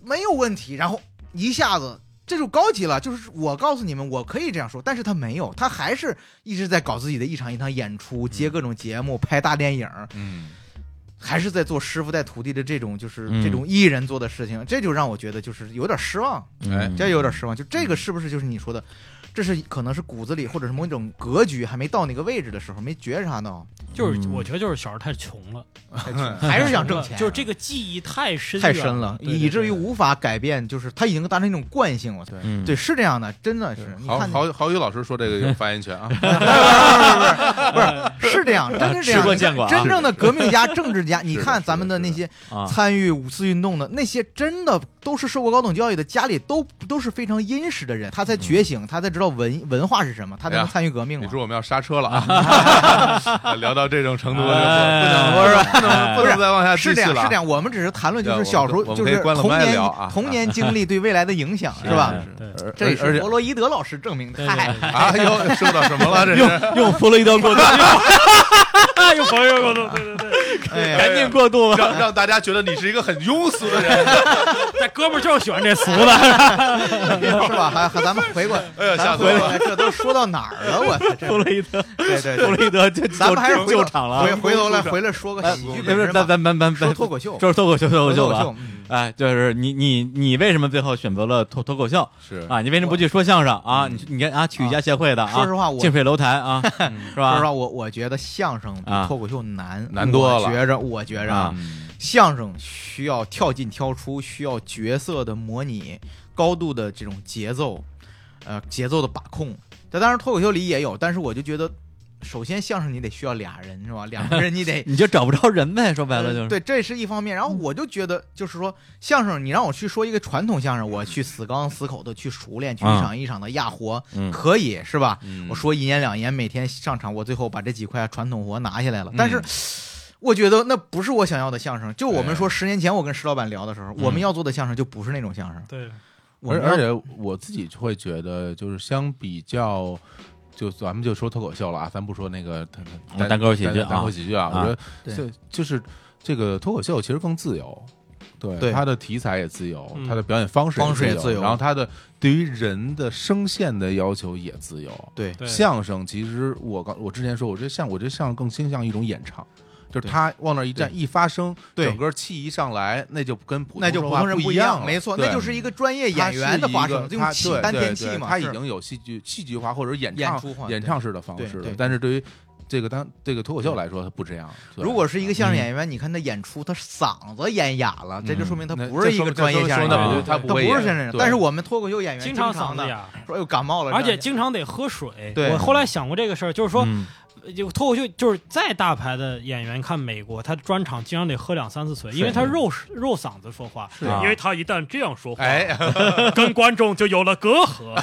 Speaker 4: 没有问题。然后一下子这就高级了，就是我告诉你们，我可以这样说，但是他没有，他还是一直在搞自己的一场一场演出，接各种节目，拍大电影，
Speaker 3: 嗯
Speaker 4: 还是在做师傅带徒弟的这种就是
Speaker 2: 嗯
Speaker 4: 这种艺人做的事情，这就让我觉得就是有点失望。
Speaker 3: 哎
Speaker 4: 这有点失望。就这个是不是就是你说的？这是可能是骨子里或者是某种格局还没到那个位置的时候，没觉察到，
Speaker 1: 就是
Speaker 2: 嗯
Speaker 1: 我觉得就是小时候太穷了，
Speaker 4: 还是想挣钱，
Speaker 1: 就是这个记忆太深
Speaker 4: 嗯太
Speaker 1: 远
Speaker 4: 深了，
Speaker 1: 对对对
Speaker 4: 以至于无法改变。就是他已经达成一种惯性了。对
Speaker 2: 嗯
Speaker 4: 对，是这样的，真的是。你
Speaker 3: 好
Speaker 4: 看，
Speaker 3: 好郝宇老师说这个有发言权啊，
Speaker 4: 不是不是是这样，真是这
Speaker 2: 吃过
Speaker 4: 样。
Speaker 2: 见过啊
Speaker 4: 真正的革命家、政治家，你
Speaker 3: 是的
Speaker 4: 看咱们的那些
Speaker 2: 啊，
Speaker 4: 参与五四运动的那些，真的都是受过高等教育的，家里都都是非常殷实的人，他才觉醒，他才知道文文化是什么，他才
Speaker 3: 哎
Speaker 4: 能
Speaker 3: 嗯呀
Speaker 4: 参与革命
Speaker 3: 你
Speaker 4: 嘛。
Speaker 3: 说我们要刹车了啊！聊到这种程度，就不能不能不能不能再往下继
Speaker 4: 是
Speaker 3: 续
Speaker 4: 这样，
Speaker 3: 了。
Speaker 4: 是这样。我们只是谈论，就
Speaker 3: 对啊
Speaker 4: 是小时候
Speaker 3: 我们，
Speaker 4: 就
Speaker 3: 我们可
Speaker 4: 是
Speaker 3: 以关了
Speaker 4: 童
Speaker 3: 麦
Speaker 4: 年
Speaker 3: 聊啊
Speaker 4: 童年经历对未来的影 响，是
Speaker 2: 是
Speaker 4: 吧？
Speaker 1: 对
Speaker 3: 而
Speaker 4: 这
Speaker 3: 而
Speaker 4: 是
Speaker 3: 且
Speaker 4: 弗洛伊德老师证明的。
Speaker 1: 对
Speaker 4: 嗨，
Speaker 1: 对对
Speaker 3: 啊，又说到什么了？这是
Speaker 2: 用用弗洛伊德 过渡，
Speaker 1: 哎呦，朋友，对对对，
Speaker 4: 哎呀，
Speaker 2: 赶紧过渡吧。
Speaker 3: 让让大家觉得你是一个很庸俗的人。
Speaker 1: 这哥们儿就是喜欢这俗的，
Speaker 4: 哎是吧？还还咱们回过，
Speaker 3: 哎呀，
Speaker 4: 咱
Speaker 3: 吓
Speaker 4: 们
Speaker 3: 死我
Speaker 4: 回过
Speaker 3: 了！
Speaker 4: 来，这都说到哪儿了？我操， 这
Speaker 2: 弗洛伊德，
Speaker 4: 对对
Speaker 2: 弗
Speaker 4: 对，
Speaker 2: 洛伊德就
Speaker 4: 咱们还是
Speaker 2: 就
Speaker 4: 回
Speaker 2: 救
Speaker 4: 到
Speaker 2: 场了
Speaker 4: 回。回头来回来说个喜剧
Speaker 2: 不
Speaker 4: 本
Speaker 2: 是，
Speaker 4: 身吧
Speaker 2: 哎咱，咱咱咱
Speaker 4: 说
Speaker 2: 咱
Speaker 4: 脱口秀，
Speaker 2: 就是脱口秀，脱口
Speaker 4: 说
Speaker 2: 秀
Speaker 4: 脱口
Speaker 2: 吧
Speaker 4: 秀。。嗯
Speaker 2: 哎，就是你你你为什么最后选择了脱脱口秀
Speaker 3: 是
Speaker 2: 啊？你为什么不去说相声啊？你你看啊，曲艺家协会的啊，
Speaker 4: 说实话，我嗯
Speaker 2: 近水楼台 啊，是
Speaker 4: 说实
Speaker 2: 吧？
Speaker 4: 话，我我觉得相声比
Speaker 2: 啊
Speaker 4: 脱口秀难
Speaker 3: 难多了
Speaker 4: 我觉着，我觉着
Speaker 2: 啊
Speaker 3: 嗯
Speaker 4: 相声需要跳进挑出，需要角色的模拟，高度的这种节奏，呃，节奏的把控。这当然脱口秀里也有，但是我就觉得，首先相声你得需要俩人是吧？两个人你得
Speaker 2: 你就找不着人呗，说白了就是。
Speaker 4: 呃对，这是一方面。然后我就觉得，就是说相声，你让我去说一个传统相声，我去死刚死口的去熟练，去一场一场的压活，
Speaker 2: 嗯
Speaker 4: 可以是吧？
Speaker 3: 啊嗯
Speaker 4: 我说一言两言，每天上场，我最后把这几块传统活拿下来了。但
Speaker 3: 嗯
Speaker 4: 是 我觉得那不是我想要的相声。就我们说，十年前我跟石老板聊的时候，我们要做的相声就不是那种相声。
Speaker 1: 对，
Speaker 4: 我
Speaker 3: 嗯而
Speaker 4: 们要
Speaker 3: 而且我自己会觉得，就是相比较，就咱们就说脱口秀了啊，咱不说那个
Speaker 2: 嗯单口喜剧啊
Speaker 3: 单口喜剧啊，
Speaker 2: 啊
Speaker 3: 我觉
Speaker 4: 对
Speaker 3: 得就就是这个脱口秀其实更自由。对，
Speaker 4: 对
Speaker 3: 它的题材也自由，
Speaker 1: 嗯
Speaker 3: 它的表演方式
Speaker 4: 方式也自由
Speaker 3: 然后它的对于人的声线的要求也自由。
Speaker 4: 对
Speaker 1: 对
Speaker 3: 相声其实我刚我之前说，我觉得像我觉得相声更倾向一种演唱，就是
Speaker 4: 对
Speaker 3: 他往那儿一站一发声，
Speaker 4: 对
Speaker 3: 整个气一上来，那就跟普通
Speaker 4: 那就
Speaker 3: 说
Speaker 4: 普
Speaker 3: 话
Speaker 4: 通人
Speaker 3: 不
Speaker 4: 不
Speaker 3: 一
Speaker 4: 一
Speaker 3: 了
Speaker 4: 没错，
Speaker 3: 对
Speaker 4: 那就是一个专业演员的发声，就用气
Speaker 3: 对
Speaker 4: 丹
Speaker 3: 对
Speaker 4: 田气
Speaker 3: 对
Speaker 4: 嘛。
Speaker 3: 他
Speaker 4: 是
Speaker 3: 已经有戏剧戏剧化或者演
Speaker 4: 演
Speaker 3: 唱
Speaker 4: 出化
Speaker 3: 演
Speaker 4: 对
Speaker 3: 唱式的方
Speaker 4: 对
Speaker 3: 式了
Speaker 4: 对。
Speaker 3: 但是对于这个当这个脱口秀来说，他不这样。对嗯
Speaker 4: 如果是一个相声演员，你看他演出，他嗓子演哑了，这就说明他
Speaker 3: 那
Speaker 4: 不是
Speaker 3: 这
Speaker 4: 一
Speaker 3: 说
Speaker 4: 个
Speaker 3: 明
Speaker 4: 专业
Speaker 3: 这说
Speaker 4: 相声
Speaker 3: 明那
Speaker 4: 演
Speaker 3: 我觉
Speaker 4: 员
Speaker 3: 得，他会
Speaker 4: 他不是
Speaker 3: 演
Speaker 4: 相声演员。
Speaker 3: 对
Speaker 4: 但是我们脱口秀演员
Speaker 1: 经
Speaker 4: 常
Speaker 1: 嗓子
Speaker 4: 的，
Speaker 1: 哑，
Speaker 4: 说又感冒了，
Speaker 1: 而
Speaker 4: 这
Speaker 1: 且
Speaker 4: 样
Speaker 1: 经常得喝水。
Speaker 4: 对
Speaker 1: 我后来想过这个事儿，就是说，
Speaker 2: 嗯
Speaker 1: 就脱口秀就是再大牌的演员，看美国他专场经常得喝两三次水，因为他肉肉嗓子说话，
Speaker 3: 是
Speaker 2: 啊
Speaker 1: 因为他一旦这样说话，
Speaker 3: 哎，
Speaker 1: 跟观众就有了隔阂。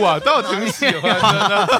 Speaker 3: 我倒挺喜欢的。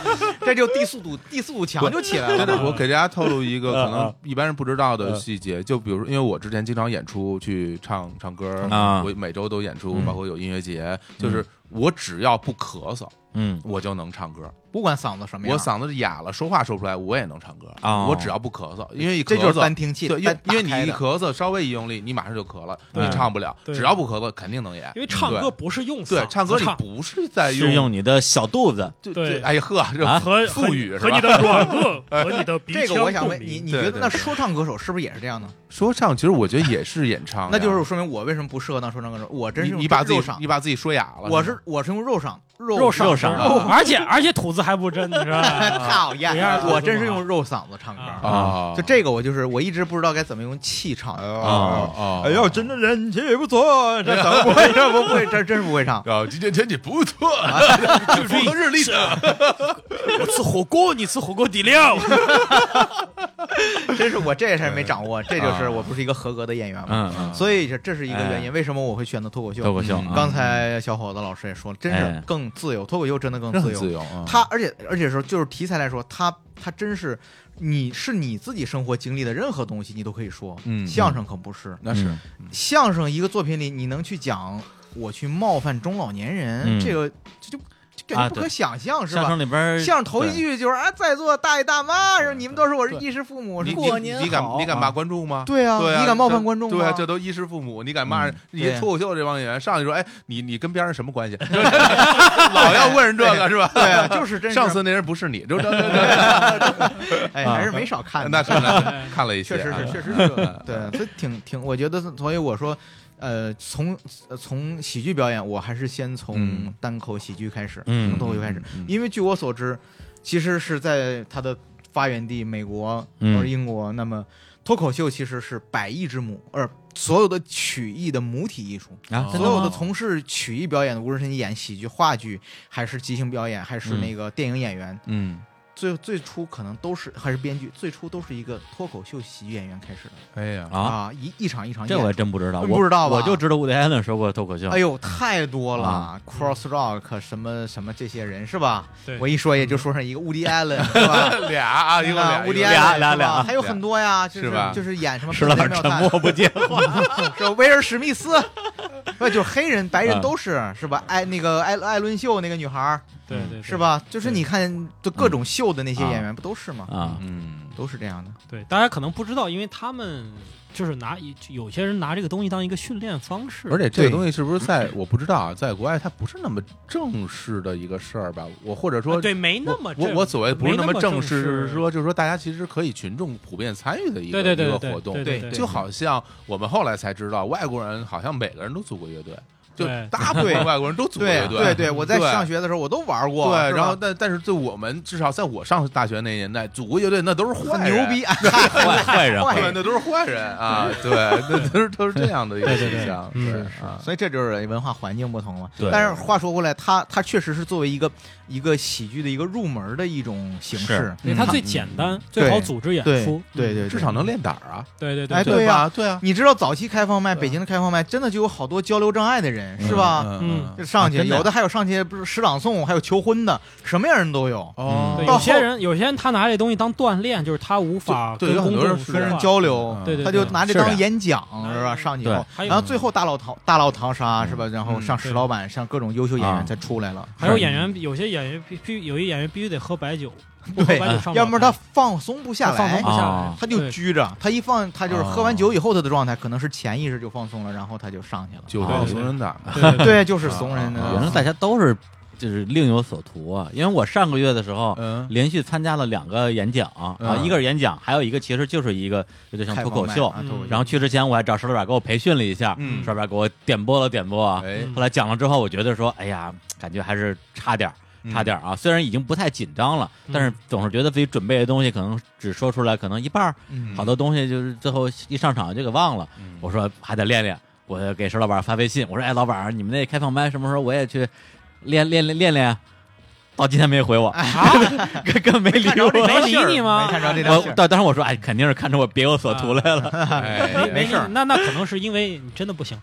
Speaker 4: 这就低速度 低速度墙就起来了
Speaker 3: 真的
Speaker 4: 嘛。，
Speaker 3: 我给大家透露一个可
Speaker 2: 嗯
Speaker 3: 能
Speaker 2: 嗯
Speaker 3: 一般人不知道的细节，就比如说，因为我之前经常演出去唱唱歌
Speaker 2: 啊
Speaker 3: 我每周都演出，
Speaker 2: 嗯
Speaker 3: 包括有音乐节，就是我只要不咳嗽，
Speaker 2: 嗯
Speaker 3: 我就能唱歌。
Speaker 4: 不管嗓子什么样，
Speaker 3: 我嗓子哑了，说话说不出来，我也能唱歌
Speaker 2: 哦
Speaker 3: 我只要不咳嗽，因为一咳嗽
Speaker 4: 这就是单听器，
Speaker 3: 对，因为因
Speaker 4: 单
Speaker 3: 为你一
Speaker 4: 打开的
Speaker 3: 咳嗽稍微一用力，你马上就咳了，
Speaker 2: 对
Speaker 3: 你唱不了。
Speaker 1: 对
Speaker 3: 只要不咳嗽，肯定能演。
Speaker 1: 因为唱歌
Speaker 3: 对
Speaker 1: 不是用嗓子
Speaker 3: 对唱歌你
Speaker 1: 唱
Speaker 3: 不是
Speaker 4: 哎
Speaker 3: 在
Speaker 2: 是用你的小肚子，
Speaker 3: 就
Speaker 1: 对
Speaker 3: 就哎呀呵，这
Speaker 2: 啊
Speaker 1: 和
Speaker 3: 腹语是
Speaker 1: 和你
Speaker 3: 吧？
Speaker 1: 的软腭和你的 鼻腔
Speaker 4: 这个我想
Speaker 1: 共
Speaker 4: 问
Speaker 1: 鸣
Speaker 4: 你，你
Speaker 3: 对
Speaker 4: 觉得那
Speaker 3: 对
Speaker 4: 说唱歌手是不是也是这样呢？
Speaker 3: 说唱其实我觉得也是演唱呀，
Speaker 4: 那就是说明我为什么不适合当说唱歌手，我真
Speaker 3: 你
Speaker 4: 是用
Speaker 3: 你把自
Speaker 4: 肉
Speaker 3: 己
Speaker 4: 嗓
Speaker 3: 你，把自己说哑了。
Speaker 4: 我是我是用肉嗓肉
Speaker 1: 肉
Speaker 2: 肉
Speaker 1: 嗓
Speaker 2: 嗓
Speaker 3: 啊
Speaker 1: 子而且而且吐字还不真，你知道 吧？
Speaker 4: 讨厌
Speaker 1: 不要，
Speaker 4: 我真是用肉嗓子唱歌。
Speaker 1: 啊
Speaker 3: 啊，
Speaker 4: 就这个，我就是我一直不知道该怎么用气唱。
Speaker 3: 啊啊！
Speaker 4: 哎呦，真的人气不错，
Speaker 2: 哎
Speaker 4: 这怎么不会？这不会，这真是不会唱。
Speaker 3: 啊，今天天气不错，
Speaker 4: 啊
Speaker 3: 日复日丽的。
Speaker 1: 我吃火锅，你吃火锅底料。
Speaker 4: 真是我这事儿没掌握，这就是我不是一个合格的演员嘛。
Speaker 2: 啊嗯嗯，
Speaker 4: 所以这这是一个原
Speaker 2: 哎
Speaker 4: 因，为什么我会选择脱口秀？
Speaker 2: 脱口秀
Speaker 3: 嗯
Speaker 2: 啊
Speaker 4: 刚才小伙子老师也说了，真
Speaker 2: 哎
Speaker 4: 是更自由，脱口秀真的更
Speaker 3: 这
Speaker 4: 自
Speaker 3: 很
Speaker 4: 由
Speaker 3: 自。由
Speaker 2: 嗯
Speaker 3: 啊！
Speaker 4: 他而且而且说，就是题材来说，他他真是你是你自己生活经历的任何东西，你都可以说。
Speaker 3: 嗯
Speaker 4: 相声可不嗯是，
Speaker 3: 那是
Speaker 4: 相声一个作品里，你能去讲我去冒犯中老年人，
Speaker 2: 嗯
Speaker 4: 这个这就就
Speaker 2: 啊
Speaker 4: 感觉不
Speaker 2: 对
Speaker 4: 可想象，是
Speaker 2: 相
Speaker 4: 吧？
Speaker 2: 声里边
Speaker 4: 相声头一句就是啊，在座大爷大妈，说你们都是我是
Speaker 3: 对
Speaker 4: 衣食父母，
Speaker 3: 你
Speaker 4: 是
Speaker 3: 你
Speaker 4: 过啊
Speaker 3: 你敢你敢骂观众吗？
Speaker 4: 对啊，
Speaker 3: 对啊，
Speaker 4: 你敢冒犯观众吗？嗯
Speaker 3: 对啊，这都衣食父母，你敢骂人？你
Speaker 4: 对
Speaker 3: 脱口秀这帮演员上去说，哎，你你跟边上什么关 系？老要问人这个是吧？
Speaker 4: 对 啊，就是真是
Speaker 3: 上次那人不是你，就这 这
Speaker 4: 哎，
Speaker 2: 啊
Speaker 4: 还是没少看
Speaker 3: 这，
Speaker 4: 的，
Speaker 3: 那看了看了一些
Speaker 4: 确
Speaker 3: 啊，
Speaker 4: 实是，确实是， 对，所以挺挺，我觉得，所以我说，呃，从呃从喜剧表演，我还是先从
Speaker 3: 嗯
Speaker 4: 单口喜剧开始，
Speaker 2: 嗯
Speaker 4: 从脱口秀开始，
Speaker 3: 嗯
Speaker 4: 因为据我所知，其实是在它的发源地美国
Speaker 2: 嗯
Speaker 4: 或者英国，那么脱口秀其实是百艺之母，而所有的曲艺的母体艺术。
Speaker 2: 啊，真
Speaker 4: 所有
Speaker 2: 吗
Speaker 4: 的从事曲艺表演的，无论是你演喜剧、话剧，还是即兴表演，还
Speaker 2: 嗯
Speaker 4: 是那个电影演员，
Speaker 3: 嗯，
Speaker 4: 最最初可能都是还是编剧，最初都是一个脱口秀喜剧演员开始的
Speaker 3: 哎呀，
Speaker 2: 啊，
Speaker 4: 啊，一一场一场
Speaker 2: 这我还
Speaker 4: 演。
Speaker 2: 真不知道，
Speaker 4: 你
Speaker 2: 我
Speaker 4: 不知道吧
Speaker 2: 我就知道伍迪·艾伦说过脱口秀
Speaker 4: 哎，呦，太多了、
Speaker 2: 啊
Speaker 4: c r o s s Rock 什么什么这些人是吧？
Speaker 1: 对
Speaker 4: 我一说也就说上一 个 Woody Allen 是吧？
Speaker 3: 俩啊，一共
Speaker 4: 啊
Speaker 3: 俩，
Speaker 4: ，Woody
Speaker 3: 一共
Speaker 4: Allen
Speaker 2: 哎俩
Speaker 4: 是
Speaker 2: 俩
Speaker 4: 吧
Speaker 2: 俩
Speaker 4: 还有很多呀，就是
Speaker 3: 吧
Speaker 4: 就是演什么
Speaker 2: 石老板
Speaker 4: 笨贼
Speaker 2: 沉
Speaker 4: 妙
Speaker 2: 默
Speaker 4: 探
Speaker 2: 不接话，
Speaker 4: 是吧威尔史密斯， 不就是黑人白人
Speaker 2: 嗯
Speaker 4: 都是是吧？艾那个艾艾伦秀那个女孩儿
Speaker 1: 对对对，
Speaker 4: 是？吧？就是你看，就各种秀的那些
Speaker 2: 嗯
Speaker 4: 演员不都是吗？
Speaker 2: 啊，
Speaker 3: 嗯，
Speaker 4: 都是这样的。
Speaker 1: 对，大家可能不知道，因为他们就是拿有些人拿这个东西当一个训练方式，
Speaker 3: 而且这
Speaker 4: 对
Speaker 3: 个东西是不是在我不知道啊，在国外它不是那么正式的一个事儿吧？我或者说
Speaker 1: 啊对没那么
Speaker 3: 我
Speaker 1: 正
Speaker 3: 我所谓不是那
Speaker 1: 没那么
Speaker 3: 正
Speaker 1: 式，
Speaker 3: 就是说就是说大家其实可以群众普遍参与的一个
Speaker 1: 对对对
Speaker 3: 一个
Speaker 1: 对
Speaker 3: 活动，
Speaker 1: 对对对
Speaker 3: 就好像我们后来才知道，外国人好像每个人都组过乐队。就
Speaker 1: 对
Speaker 3: 大部分外国人都组
Speaker 4: 对
Speaker 3: 乐队。
Speaker 4: 对，我在
Speaker 3: 对
Speaker 4: 上学的时候我都玩过，
Speaker 3: 对，
Speaker 4: 是吧
Speaker 3: 然后但但是在我们至少在我上大学那年代，组过乐队那都是
Speaker 4: 很
Speaker 3: 坏人
Speaker 4: 牛逼， 啊，
Speaker 2: 坏坏人，
Speaker 4: 坏
Speaker 3: 对，那都是坏人 啊，对，那都是都是这样的一个
Speaker 1: 对对对
Speaker 3: 现象，
Speaker 1: 嗯
Speaker 3: 对
Speaker 1: 是
Speaker 3: 啊，
Speaker 4: 所以这就是文化环境不同嘛。
Speaker 2: 对
Speaker 4: 但是话说回来，它它确实是作为一个一个喜剧的一个入门的一种形式
Speaker 2: 是，
Speaker 1: 因为它最嗯简单，最好组织演
Speaker 4: 对
Speaker 1: 出，
Speaker 4: 嗯对对，
Speaker 3: 至少能练胆儿啊，
Speaker 1: 对对
Speaker 4: 哎
Speaker 1: 对，
Speaker 4: 对
Speaker 3: 吧？
Speaker 4: 呀
Speaker 3: 对啊，
Speaker 4: 你知道早期开放麦，
Speaker 1: 对
Speaker 4: 北京的开放麦真的就有好多交流障碍的人，是吧？
Speaker 1: 嗯
Speaker 4: 就上去，
Speaker 2: 啊真的
Speaker 4: 有的还有上去不是诗朗诵，还有求婚的，什么样人都有。
Speaker 3: 哦，
Speaker 1: 嗯对
Speaker 4: 到
Speaker 1: 有
Speaker 4: 后
Speaker 1: 些人有些人他拿这东西当锻炼，就是他无法
Speaker 3: 对，有
Speaker 1: 跟
Speaker 3: 很
Speaker 1: 公
Speaker 3: 多
Speaker 1: 众
Speaker 3: 人
Speaker 1: 说
Speaker 4: 跟人
Speaker 1: 话
Speaker 4: 交流
Speaker 3: 嗯
Speaker 1: 对对，
Speaker 4: 他
Speaker 1: 对
Speaker 4: 就拿这
Speaker 2: 是
Speaker 4: 当
Speaker 2: 的
Speaker 4: 演讲
Speaker 1: 嗯
Speaker 4: 是吧？上去以后
Speaker 2: 对，
Speaker 1: 还有
Speaker 4: 然后最后大老淘大老淘沙是吧？然后
Speaker 3: 嗯
Speaker 4: 上石老板，上各种优秀演
Speaker 2: 啊
Speaker 4: 员才出来了。
Speaker 1: 还有演员，有些演员必必有一演员必须得喝白酒，不喝
Speaker 4: 对啊
Speaker 1: 白酒上
Speaker 4: 要不然
Speaker 1: 台
Speaker 4: 他放松不下
Speaker 1: 他放松
Speaker 4: 来
Speaker 1: 不，下来
Speaker 2: 啊，
Speaker 4: 他就
Speaker 1: 对
Speaker 4: 拘着，他一放，他就是
Speaker 2: 哦
Speaker 4: 喝完酒以后他的状态可能是潜意识就放松了，然后他就上去了。
Speaker 3: 酒
Speaker 2: 啊
Speaker 3: 壮怂人胆嘛，
Speaker 1: 对对
Speaker 4: 对，就是怂人的。
Speaker 3: 啊
Speaker 2: 原来大家都是就是另有所图啊。因为我上个月的时候
Speaker 4: 呃
Speaker 3: 嗯
Speaker 2: 连续参加了两个演讲啊，
Speaker 3: 嗯
Speaker 2: 一个是演讲，还有一个其实就是一个有点像
Speaker 4: 开
Speaker 2: 脱
Speaker 4: 放
Speaker 2: 口
Speaker 4: 麦
Speaker 2: 秀。
Speaker 4: 啊脱口秀
Speaker 2: 然后去之前我还找石老板给我培训了一下，
Speaker 3: 嗯
Speaker 2: 石老板给我点拨了点拨啊。
Speaker 3: 哎，
Speaker 2: 后来讲了之后，我觉得说，哎呀，感觉还是差点儿。差点儿啊，虽然已经不太紧张了，但是总是觉得自己准备的东西可能只说出来可能一半儿，
Speaker 4: 嗯
Speaker 2: 好多东西就是最后一上场就给忘了。
Speaker 3: 嗯
Speaker 2: 我说还得练练，我给石老板发微信，我说哎，老板，你们那开放麦什么时候我也去练练练练练啊？到今天没回我，啊、 根根本没理
Speaker 4: 看着
Speaker 2: 我。
Speaker 4: 这条
Speaker 1: 没
Speaker 4: 信儿
Speaker 1: 理你吗
Speaker 4: 没看着这条信
Speaker 2: 我
Speaker 4: 儿
Speaker 2: 当当时我说，哎，肯定是看出我别有所图来了。
Speaker 3: 哎
Speaker 1: 没事，那那可能是因为你真的不行，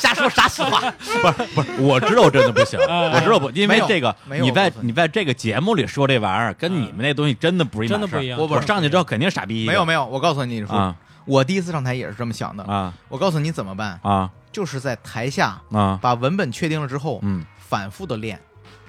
Speaker 4: 瞎说啥实话。
Speaker 2: 不是不是，我知道我真的不行，
Speaker 1: 哎
Speaker 2: 我知道不，因
Speaker 4: 啊没
Speaker 2: 为
Speaker 4: 有
Speaker 2: 这个
Speaker 4: 没有
Speaker 2: 你在
Speaker 4: 部分
Speaker 2: 你在这个节目里说这玩意儿，跟
Speaker 1: 嗯
Speaker 2: 你们那东西真的不是一码
Speaker 1: 真的
Speaker 2: 事儿
Speaker 1: 不一样
Speaker 2: 我
Speaker 1: 真的
Speaker 2: 我
Speaker 1: 不
Speaker 2: 上去
Speaker 1: 一
Speaker 2: 之后肯定傻逼一个
Speaker 4: 没有没有，我告诉你说，
Speaker 2: 啊
Speaker 4: 我第一次上台也是这么想的。
Speaker 2: 啊
Speaker 4: 我告诉你怎么办，
Speaker 2: 啊
Speaker 4: 就是在台下
Speaker 2: 啊，
Speaker 4: 把文本确定了之后，
Speaker 2: 嗯
Speaker 4: 反复的练，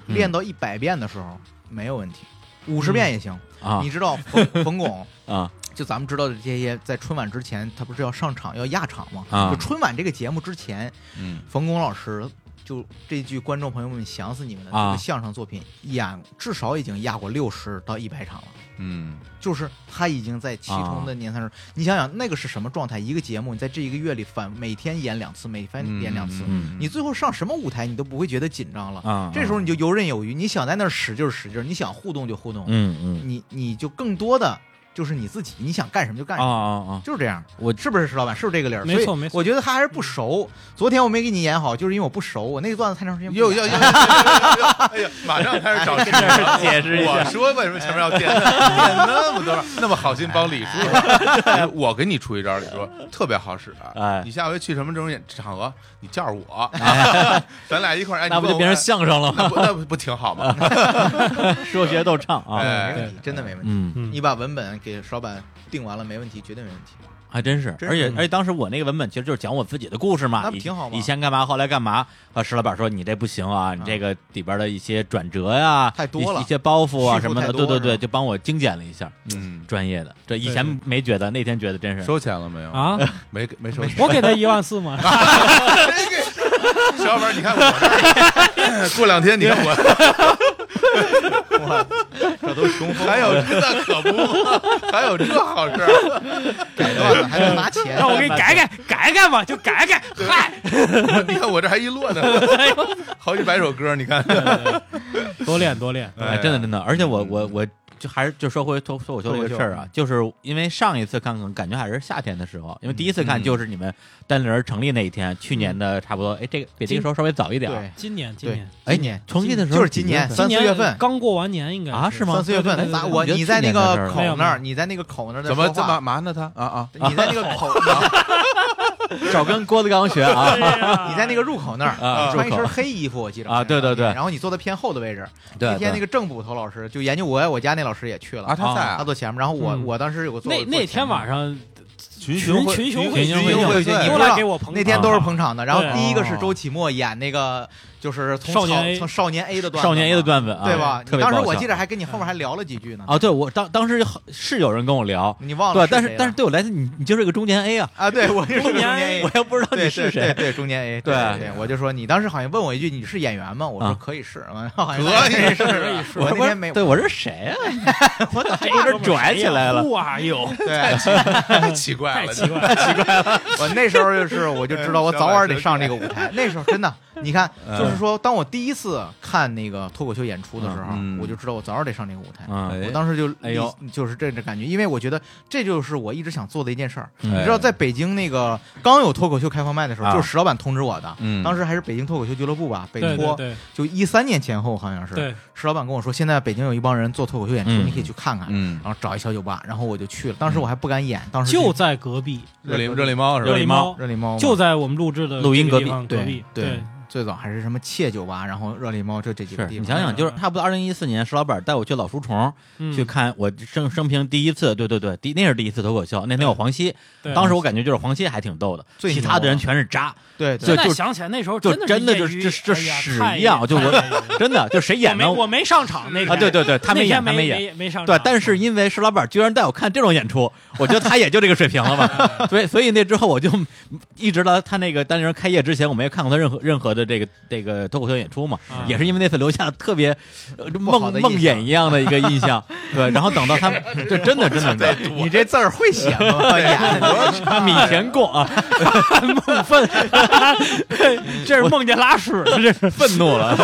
Speaker 2: 嗯
Speaker 4: 练到一百遍的时候没有问题，五十遍也行。
Speaker 2: 啊
Speaker 4: 你知道冯冯巩，
Speaker 2: 啊
Speaker 4: 就咱们知道的这些，在春晚之前，他不是要上场要压场吗？
Speaker 2: 啊
Speaker 4: 就春晚这个节目之前，
Speaker 3: 嗯
Speaker 4: 冯巩老师就这句“观众朋友们，想死你们了”
Speaker 2: 啊
Speaker 4: 这个相声作品演，至少已经压过六十到一百场了。
Speaker 3: 嗯，
Speaker 4: 就是他已经在其中
Speaker 2: 啊
Speaker 4: 的年三十，你想想那个是什么状态？一个节目，你在这一个月里反每天演两次，每天演两次，
Speaker 2: 嗯
Speaker 4: 你最后上什么舞台，你都不会觉得紧张了。
Speaker 2: 啊，
Speaker 4: 这时候你就游刃有余，你想在那儿使劲儿使劲儿，你想互动就互动，
Speaker 2: 嗯嗯
Speaker 4: 你你就更多的就是你自己，你想干什么就干
Speaker 2: 啊
Speaker 4: 什么，
Speaker 2: 啊啊，
Speaker 4: 就是这样。
Speaker 2: 我
Speaker 4: 是不是石老板？是不是这个理儿？
Speaker 1: 没错
Speaker 4: 所以
Speaker 1: 没错
Speaker 4: 我觉得他还是不熟。昨天我没给你演好，就是因为我不熟，我那个段子太长时间不
Speaker 3: 嗯
Speaker 4: 演
Speaker 3: 又
Speaker 4: 了。
Speaker 3: 又又又，哎呀，马上开始找事情
Speaker 2: 解释一
Speaker 3: 我
Speaker 2: 下
Speaker 3: 说为什么前面要垫垫那么多人，那么好心帮李叔，啊哎我给你出一招，李叔特别好使。啊
Speaker 2: 哎
Speaker 3: 你下回去什么这种演场合，你叫上我，咱俩一块儿，哎，
Speaker 2: 那不就变成
Speaker 3: 像，
Speaker 2: 相声了吗？
Speaker 3: 那不那不不挺好吗？
Speaker 2: 说学逗唱啊，
Speaker 4: 没
Speaker 3: 哎
Speaker 4: 问，题，真的没问题。
Speaker 2: 嗯，
Speaker 1: 嗯
Speaker 4: 你把文本给石老板定完了，没问题，绝对没问题。
Speaker 2: 还真是，
Speaker 4: 真是
Speaker 2: 而且
Speaker 1: 嗯
Speaker 2: 而且当时我那个文本其实就是讲我自己的故事嘛，
Speaker 4: 那不
Speaker 2: 以
Speaker 4: 挺好吗
Speaker 2: 以前干嘛，后来干嘛？啊，石老板说你这不行啊，你这个里边的一些转折呀，
Speaker 4: 太多了
Speaker 2: 一一些包袱啊
Speaker 4: 叙
Speaker 2: 什
Speaker 4: 述
Speaker 2: 么
Speaker 4: 太
Speaker 2: 的，
Speaker 4: 多
Speaker 2: 对对对，
Speaker 4: 是吧
Speaker 2: 就帮我精简了一下，
Speaker 3: 嗯，
Speaker 2: 专业的。这以
Speaker 1: 对
Speaker 2: 前没觉得，那天觉得真是
Speaker 3: 收钱了没有？
Speaker 1: 啊，
Speaker 3: 没给没收钱。
Speaker 1: 我给他一万四 嘛，
Speaker 3: 小伙伴，你看我这，过两天你看 我，
Speaker 4: 哇，这都穷疯了，
Speaker 3: 还有那可 不，还有这好事儿。
Speaker 4: 改段子还能拿钱，
Speaker 1: 让我给你改改改改吧，就改改，嗨，
Speaker 3: 你看我这还一摞呢， 好几百首歌，你看，
Speaker 1: 多练多练，
Speaker 2: 哎，真的真的，而且我我我就还是就说回脱脱口秀这个事儿啊，就是因为上一次看可能感觉还是夏天的时候，因为第一次看
Speaker 3: 嗯
Speaker 2: 就是你们单立人成立那一天，去年
Speaker 4: 嗯
Speaker 2: 的差不多，哎，这个比这个时候稍微早一点啊儿。
Speaker 4: 对，
Speaker 1: 今年今年
Speaker 2: 哎，
Speaker 4: 今年
Speaker 2: 重庆的时候
Speaker 4: 就是今年
Speaker 2: 几月份
Speaker 4: 三
Speaker 1: 今
Speaker 4: 四月份
Speaker 1: 年刚过完年应该
Speaker 2: 啊是吗
Speaker 4: 三四月
Speaker 1: 对
Speaker 4: 份，
Speaker 1: 对
Speaker 4: 咱
Speaker 1: 对
Speaker 4: 我
Speaker 2: 我觉得
Speaker 4: 你在那
Speaker 2: 去年的事
Speaker 4: 个
Speaker 2: 儿
Speaker 1: 没有
Speaker 4: 口
Speaker 1: 没
Speaker 4: 那
Speaker 1: 有
Speaker 4: 儿，你在那个口那儿在
Speaker 3: 怎么
Speaker 4: 说
Speaker 3: 这么
Speaker 4: 话
Speaker 3: 嘛呢？他啊啊，
Speaker 4: 你在那个口那儿，
Speaker 2: 少跟郭德纲学 啊
Speaker 4: 你在那个入口那儿
Speaker 2: 啊！
Speaker 4: 穿一身
Speaker 2: 入口
Speaker 4: 黑衣服，我记得
Speaker 2: 啊对对对
Speaker 4: 然后你坐在偏后的位置。
Speaker 2: 对
Speaker 4: 那天那
Speaker 2: 个
Speaker 4: 个郑捕头老师就研究我爱我家那老师也去
Speaker 3: 啊，
Speaker 4: 了，
Speaker 3: 他在
Speaker 4: 他
Speaker 3: 啊，
Speaker 4: 坐前面，然后我
Speaker 1: 嗯
Speaker 4: 我当时有个座
Speaker 1: 那
Speaker 4: 位
Speaker 1: 那天晚
Speaker 4: 上。
Speaker 1: 上
Speaker 3: 群
Speaker 1: 群群雄
Speaker 3: 群
Speaker 2: 群雄
Speaker 3: 雄
Speaker 2: 荟
Speaker 3: 荟
Speaker 4: 萃
Speaker 1: 都来给我捧场，
Speaker 4: 那天都是捧场的，然后
Speaker 1: 对
Speaker 4: 第一个
Speaker 2: 哦
Speaker 4: 是周启墨演那个，就是从
Speaker 1: 少年
Speaker 4: 草
Speaker 1: A
Speaker 4: 从少年 A 的段子嘛，
Speaker 2: 少年 A 的段子啊，
Speaker 4: 对吧？
Speaker 2: 特
Speaker 4: 你
Speaker 2: 别
Speaker 4: 当时
Speaker 2: 爆
Speaker 4: 我
Speaker 2: 笑
Speaker 4: 记得还跟你后面还聊了几句呢，
Speaker 2: 啊，对我当当时好是有人跟我聊，
Speaker 4: 你忘
Speaker 2: 对，
Speaker 4: 了谁了？
Speaker 2: 但是但是对我来说，你你就是一个中年 A 啊，
Speaker 4: 啊，对 我就是个中
Speaker 1: 年
Speaker 4: 年
Speaker 1: A
Speaker 4: A，
Speaker 2: 我又不知道
Speaker 4: 对
Speaker 2: 你是
Speaker 4: 对对
Speaker 2: 谁，
Speaker 4: 对中年 A，
Speaker 2: 对
Speaker 4: 对对，我就说你当时好像问我一句你是演员吗？我说
Speaker 2: 啊
Speaker 4: 可以是，完了好像
Speaker 3: 可以
Speaker 4: 是，
Speaker 1: 是
Speaker 4: 我那
Speaker 2: 我
Speaker 4: 天没
Speaker 2: 对我 是谁啊？
Speaker 4: 我咋
Speaker 2: 这有点拽起来了
Speaker 1: 哇哟，
Speaker 4: 对
Speaker 3: 太奇怪怪
Speaker 1: 太
Speaker 3: 了，
Speaker 1: 奇怪了，
Speaker 4: 我那时候就是，我就知道我早晚得上这个舞台。那时候真的，你看，
Speaker 2: 嗯
Speaker 4: 就是说，当我第一次看那个脱口秀演出的时候，
Speaker 2: 嗯嗯
Speaker 4: 我就知道我早晚得上这个舞台。
Speaker 2: 啊，
Speaker 4: 我当时就，
Speaker 2: 哎呦，
Speaker 4: 就是这这感觉，因为我觉得这就是我一直想做的一件事儿。
Speaker 2: 你
Speaker 4: 你知道，在北京那个刚有脱口秀开放麦的时
Speaker 2: 嗯
Speaker 4: 候，
Speaker 2: 哎啊
Speaker 4: 就是石老板通知我的。
Speaker 2: 嗯
Speaker 4: 当时还是北京脱口秀俱乐部吧，北
Speaker 1: 对对
Speaker 4: 脱，
Speaker 1: 对
Speaker 4: 就一三年前后好像是。
Speaker 1: 对，
Speaker 4: 石老板跟我说，现在北京有一帮人做脱口秀演出，
Speaker 2: 嗯
Speaker 4: 你可以去看看。
Speaker 2: 嗯
Speaker 4: 然后找一小酒吧，然后我就去了。当时我还不敢演，当时
Speaker 1: 就
Speaker 4: 去
Speaker 1: 在隔壁，
Speaker 3: 热力热力猫是吧
Speaker 1: 热？力猫
Speaker 4: 热力猫嘛
Speaker 1: 就在我们录制的
Speaker 2: 录音
Speaker 1: 这个
Speaker 2: 隔
Speaker 1: 地
Speaker 2: 壁
Speaker 1: 方隔
Speaker 4: 对
Speaker 1: 壁，
Speaker 4: 对，最早还是什么切酒吧，然后热力猫这这几个
Speaker 2: 是
Speaker 4: 地
Speaker 2: 你
Speaker 4: 方。
Speaker 2: 想想，就是差不多二零一四年，石老板带我去老书虫
Speaker 1: 嗯
Speaker 2: 去看我生生平第一次，对对对，第那是第一次脱口秀。那天有黄西，
Speaker 1: 对
Speaker 2: 当时我感觉就是黄西还挺逗的，
Speaker 4: 最
Speaker 2: 其
Speaker 4: 牛啊
Speaker 2: 他的人
Speaker 4: 了
Speaker 2: 全是渣，
Speaker 4: 对对
Speaker 1: 现
Speaker 2: 就
Speaker 1: 在想起来那时候
Speaker 2: 就
Speaker 1: 的
Speaker 2: 真的
Speaker 1: 业
Speaker 2: 就
Speaker 1: 余
Speaker 2: 这这
Speaker 1: 哎呀
Speaker 2: 屎
Speaker 1: 太
Speaker 2: 一样就
Speaker 1: 太
Speaker 2: 我
Speaker 1: 业余了
Speaker 2: 真的就谁
Speaker 1: 我
Speaker 2: 演
Speaker 1: 没
Speaker 2: 呢？
Speaker 1: 我没上场那天
Speaker 2: 啊，对对对，他
Speaker 1: 那
Speaker 2: 没演，
Speaker 1: 天
Speaker 2: 他
Speaker 1: 没
Speaker 2: 演，
Speaker 1: 没没上场，
Speaker 2: 对，但是因为石老板居然带我看这种演出，我觉得他也就这个水平 了吧。所以，所以那之后我就一直到他那个单立人开业之前，我没有看过他任何任何的这个这个脱口秀演出嘛，
Speaker 1: 啊
Speaker 2: 也是因为那次留下了特别、呃
Speaker 4: 好
Speaker 2: 梦
Speaker 4: 的印
Speaker 2: 梦魇
Speaker 4: 象
Speaker 2: 一样的一个印 象。对，然后等到 他们，这真的真的真的。
Speaker 4: 你这字儿会写吗？哎演
Speaker 2: 米田过 啊，梦愤，
Speaker 1: 这是梦见拉屎了，这是
Speaker 2: 愤怒 了。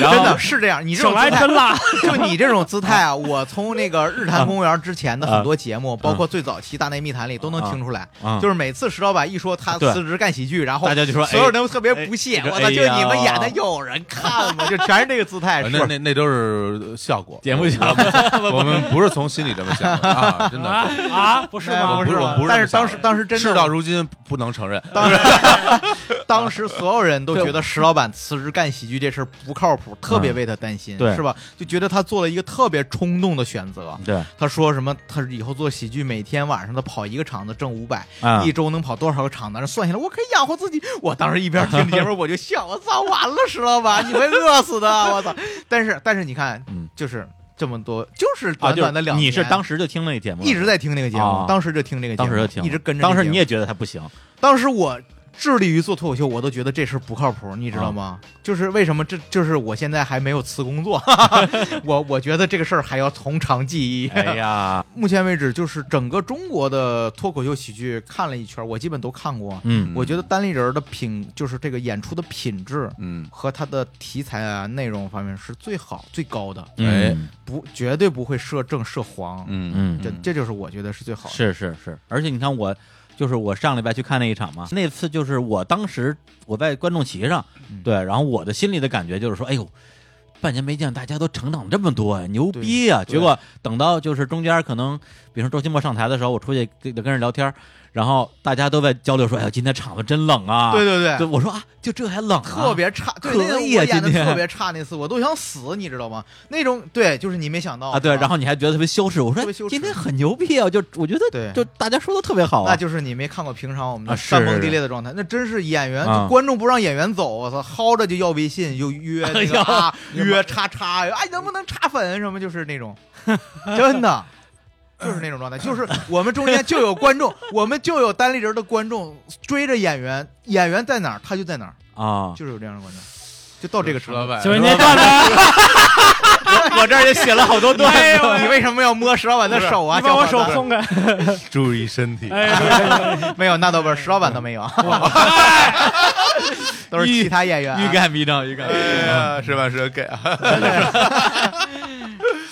Speaker 2: 然
Speaker 4: 真
Speaker 2: 后
Speaker 4: 的是这样，你这
Speaker 1: 手
Speaker 4: 种
Speaker 1: 来
Speaker 4: 姿态
Speaker 1: 真，辣，
Speaker 4: 就你这种姿态啊，我从那个日坛公园之前的很多节目，包括最早期《大内密谈》里都能听出来
Speaker 2: 啊啊，
Speaker 4: 就是每次石老板一说他
Speaker 2: 对
Speaker 4: 辞职干喜剧，然后
Speaker 2: 大家就说
Speaker 4: 所
Speaker 2: 哎
Speaker 4: 有人都特别不
Speaker 2: 哎
Speaker 4: 屑，
Speaker 2: 这
Speaker 4: 我操，
Speaker 2: 哎
Speaker 4: 就
Speaker 2: 呀
Speaker 4: 你们演的有人看吗？就全是这个姿态，
Speaker 3: 啊
Speaker 4: 是
Speaker 3: 那那那都是效果，
Speaker 2: 节目效果
Speaker 3: 我们我们不是从心里这么想 的啊，真
Speaker 1: 啊
Speaker 3: 的。
Speaker 1: 啊，不是
Speaker 4: 哎
Speaker 1: 吗
Speaker 3: 我
Speaker 4: 不？是
Speaker 3: 不是
Speaker 4: 我
Speaker 3: 我不是
Speaker 4: 但
Speaker 3: 这
Speaker 4: 是
Speaker 3: 么想
Speaker 4: 当
Speaker 3: 的
Speaker 4: 时当时真
Speaker 3: 事
Speaker 4: 的
Speaker 3: 到如今不能 承认，
Speaker 4: 当时，当时所有人都觉得石老板辞职干喜剧这事儿不靠谱，特别为他担心，
Speaker 2: 对嗯
Speaker 4: 是吧？就觉得他做了一个特别冲动的选择。
Speaker 2: 对
Speaker 4: 他说什么？他以后做喜剧，每天晚上他跑一个场子挣五百、
Speaker 2: 啊
Speaker 4: 一周能跑多少个场子？算下来，我可以养活自己。我当时一边听节目我就笑，我操，完了，石老板，你会饿死的，我操！但是但是你看，
Speaker 2: 嗯
Speaker 4: 就是这么多，就是
Speaker 2: 啊，
Speaker 4: 短
Speaker 2: 就
Speaker 4: 短的
Speaker 2: 是
Speaker 4: 两年，
Speaker 2: 你是当时就听那节目了，
Speaker 4: 一直在听那个节目，
Speaker 2: 啊
Speaker 4: 当时就听这个节
Speaker 2: 当
Speaker 4: 目，
Speaker 2: 时就听了，
Speaker 4: 一直跟着这
Speaker 2: 当时
Speaker 4: 节目
Speaker 2: 你也觉得他不 行，
Speaker 4: 当时我致力于做脱口秀，我都觉得这事儿不靠谱，你知道
Speaker 2: 啊
Speaker 4: 吗？就是为什么这就是我现在还没有辞 工作，我我觉得这个事儿还要从长计议。
Speaker 2: 哎呀，
Speaker 4: 目前为止，就是整个中国的脱口秀喜剧看了一圈，我基本都看过。
Speaker 2: 嗯，
Speaker 4: 我觉得单立人的品就是这个演出的品质
Speaker 3: 嗯，
Speaker 4: 和他的题材啊、内容方面是最好、最高的，
Speaker 3: 哎
Speaker 2: 嗯
Speaker 4: 不绝对不会涉正涉黄。
Speaker 3: 嗯
Speaker 2: 嗯
Speaker 4: 这这就是我觉得是最好的。
Speaker 2: 是是是，而且你看我，就是我上礼拜去看那一场嘛，那次就是我当时我在观众席上，
Speaker 4: 嗯
Speaker 2: 对，然后我的心里的感觉就是说，哎呦。半年没见，大家都成长这么多呀，牛逼呀！
Speaker 4: 对
Speaker 2: 结果等到就是中间可能，比如说周奇墨上台的时候，我出去跟跟人聊天，然后大家都在交流说：“哎呦，今天场子真冷啊！”
Speaker 4: 对对对
Speaker 2: 对，我说啊，就这还冷、啊，
Speaker 4: 特别差，对，
Speaker 2: 可
Speaker 4: 那个我
Speaker 2: 以啊
Speaker 4: 演的
Speaker 2: 今天
Speaker 4: 特别差，那次我都想死，你知道吗？那种对，就是你没想到
Speaker 2: 啊，对，然后你还觉得特别羞耻。我
Speaker 4: 哦特
Speaker 2: 说
Speaker 4: 别羞耻
Speaker 2: 今天很牛逼啊，就我觉
Speaker 4: 对
Speaker 2: 得就大家说的特别好啊，
Speaker 4: 那就是你没看过平常我们的
Speaker 2: 啊是啊
Speaker 4: 山崩地裂的状态，那真是演员，就观众不让演员走，我操，薅着就要微信，就约
Speaker 2: 哎
Speaker 4: 那个啊， 约叉叉，哎，能不能插粉什么，就是那种，真的。就是那种状态，就是我们中间就有观众，我们就有单立人的观众追着演员，演员在哪儿他就在哪儿，
Speaker 2: 啊，
Speaker 4: 就是有这样的观众，就到这个
Speaker 3: 石
Speaker 4: 程
Speaker 3: 老
Speaker 4: 度。
Speaker 3: 板，
Speaker 1: 就是那段子，
Speaker 2: 我这儿也写了好多段
Speaker 1: 哎
Speaker 2: 子。
Speaker 1: 呦，
Speaker 4: 你为什么要摸石老板的手啊？
Speaker 1: 你把我
Speaker 4: 小
Speaker 1: 手
Speaker 4: 伙子
Speaker 1: 松开，
Speaker 3: 注意身体
Speaker 1: 哎对，
Speaker 4: 没有，那倒不是，石老板都没有， 都是其他演员、啊。
Speaker 2: 欲盖弥彰，欲盖弥彰。
Speaker 3: 呀，是吧？是给啊，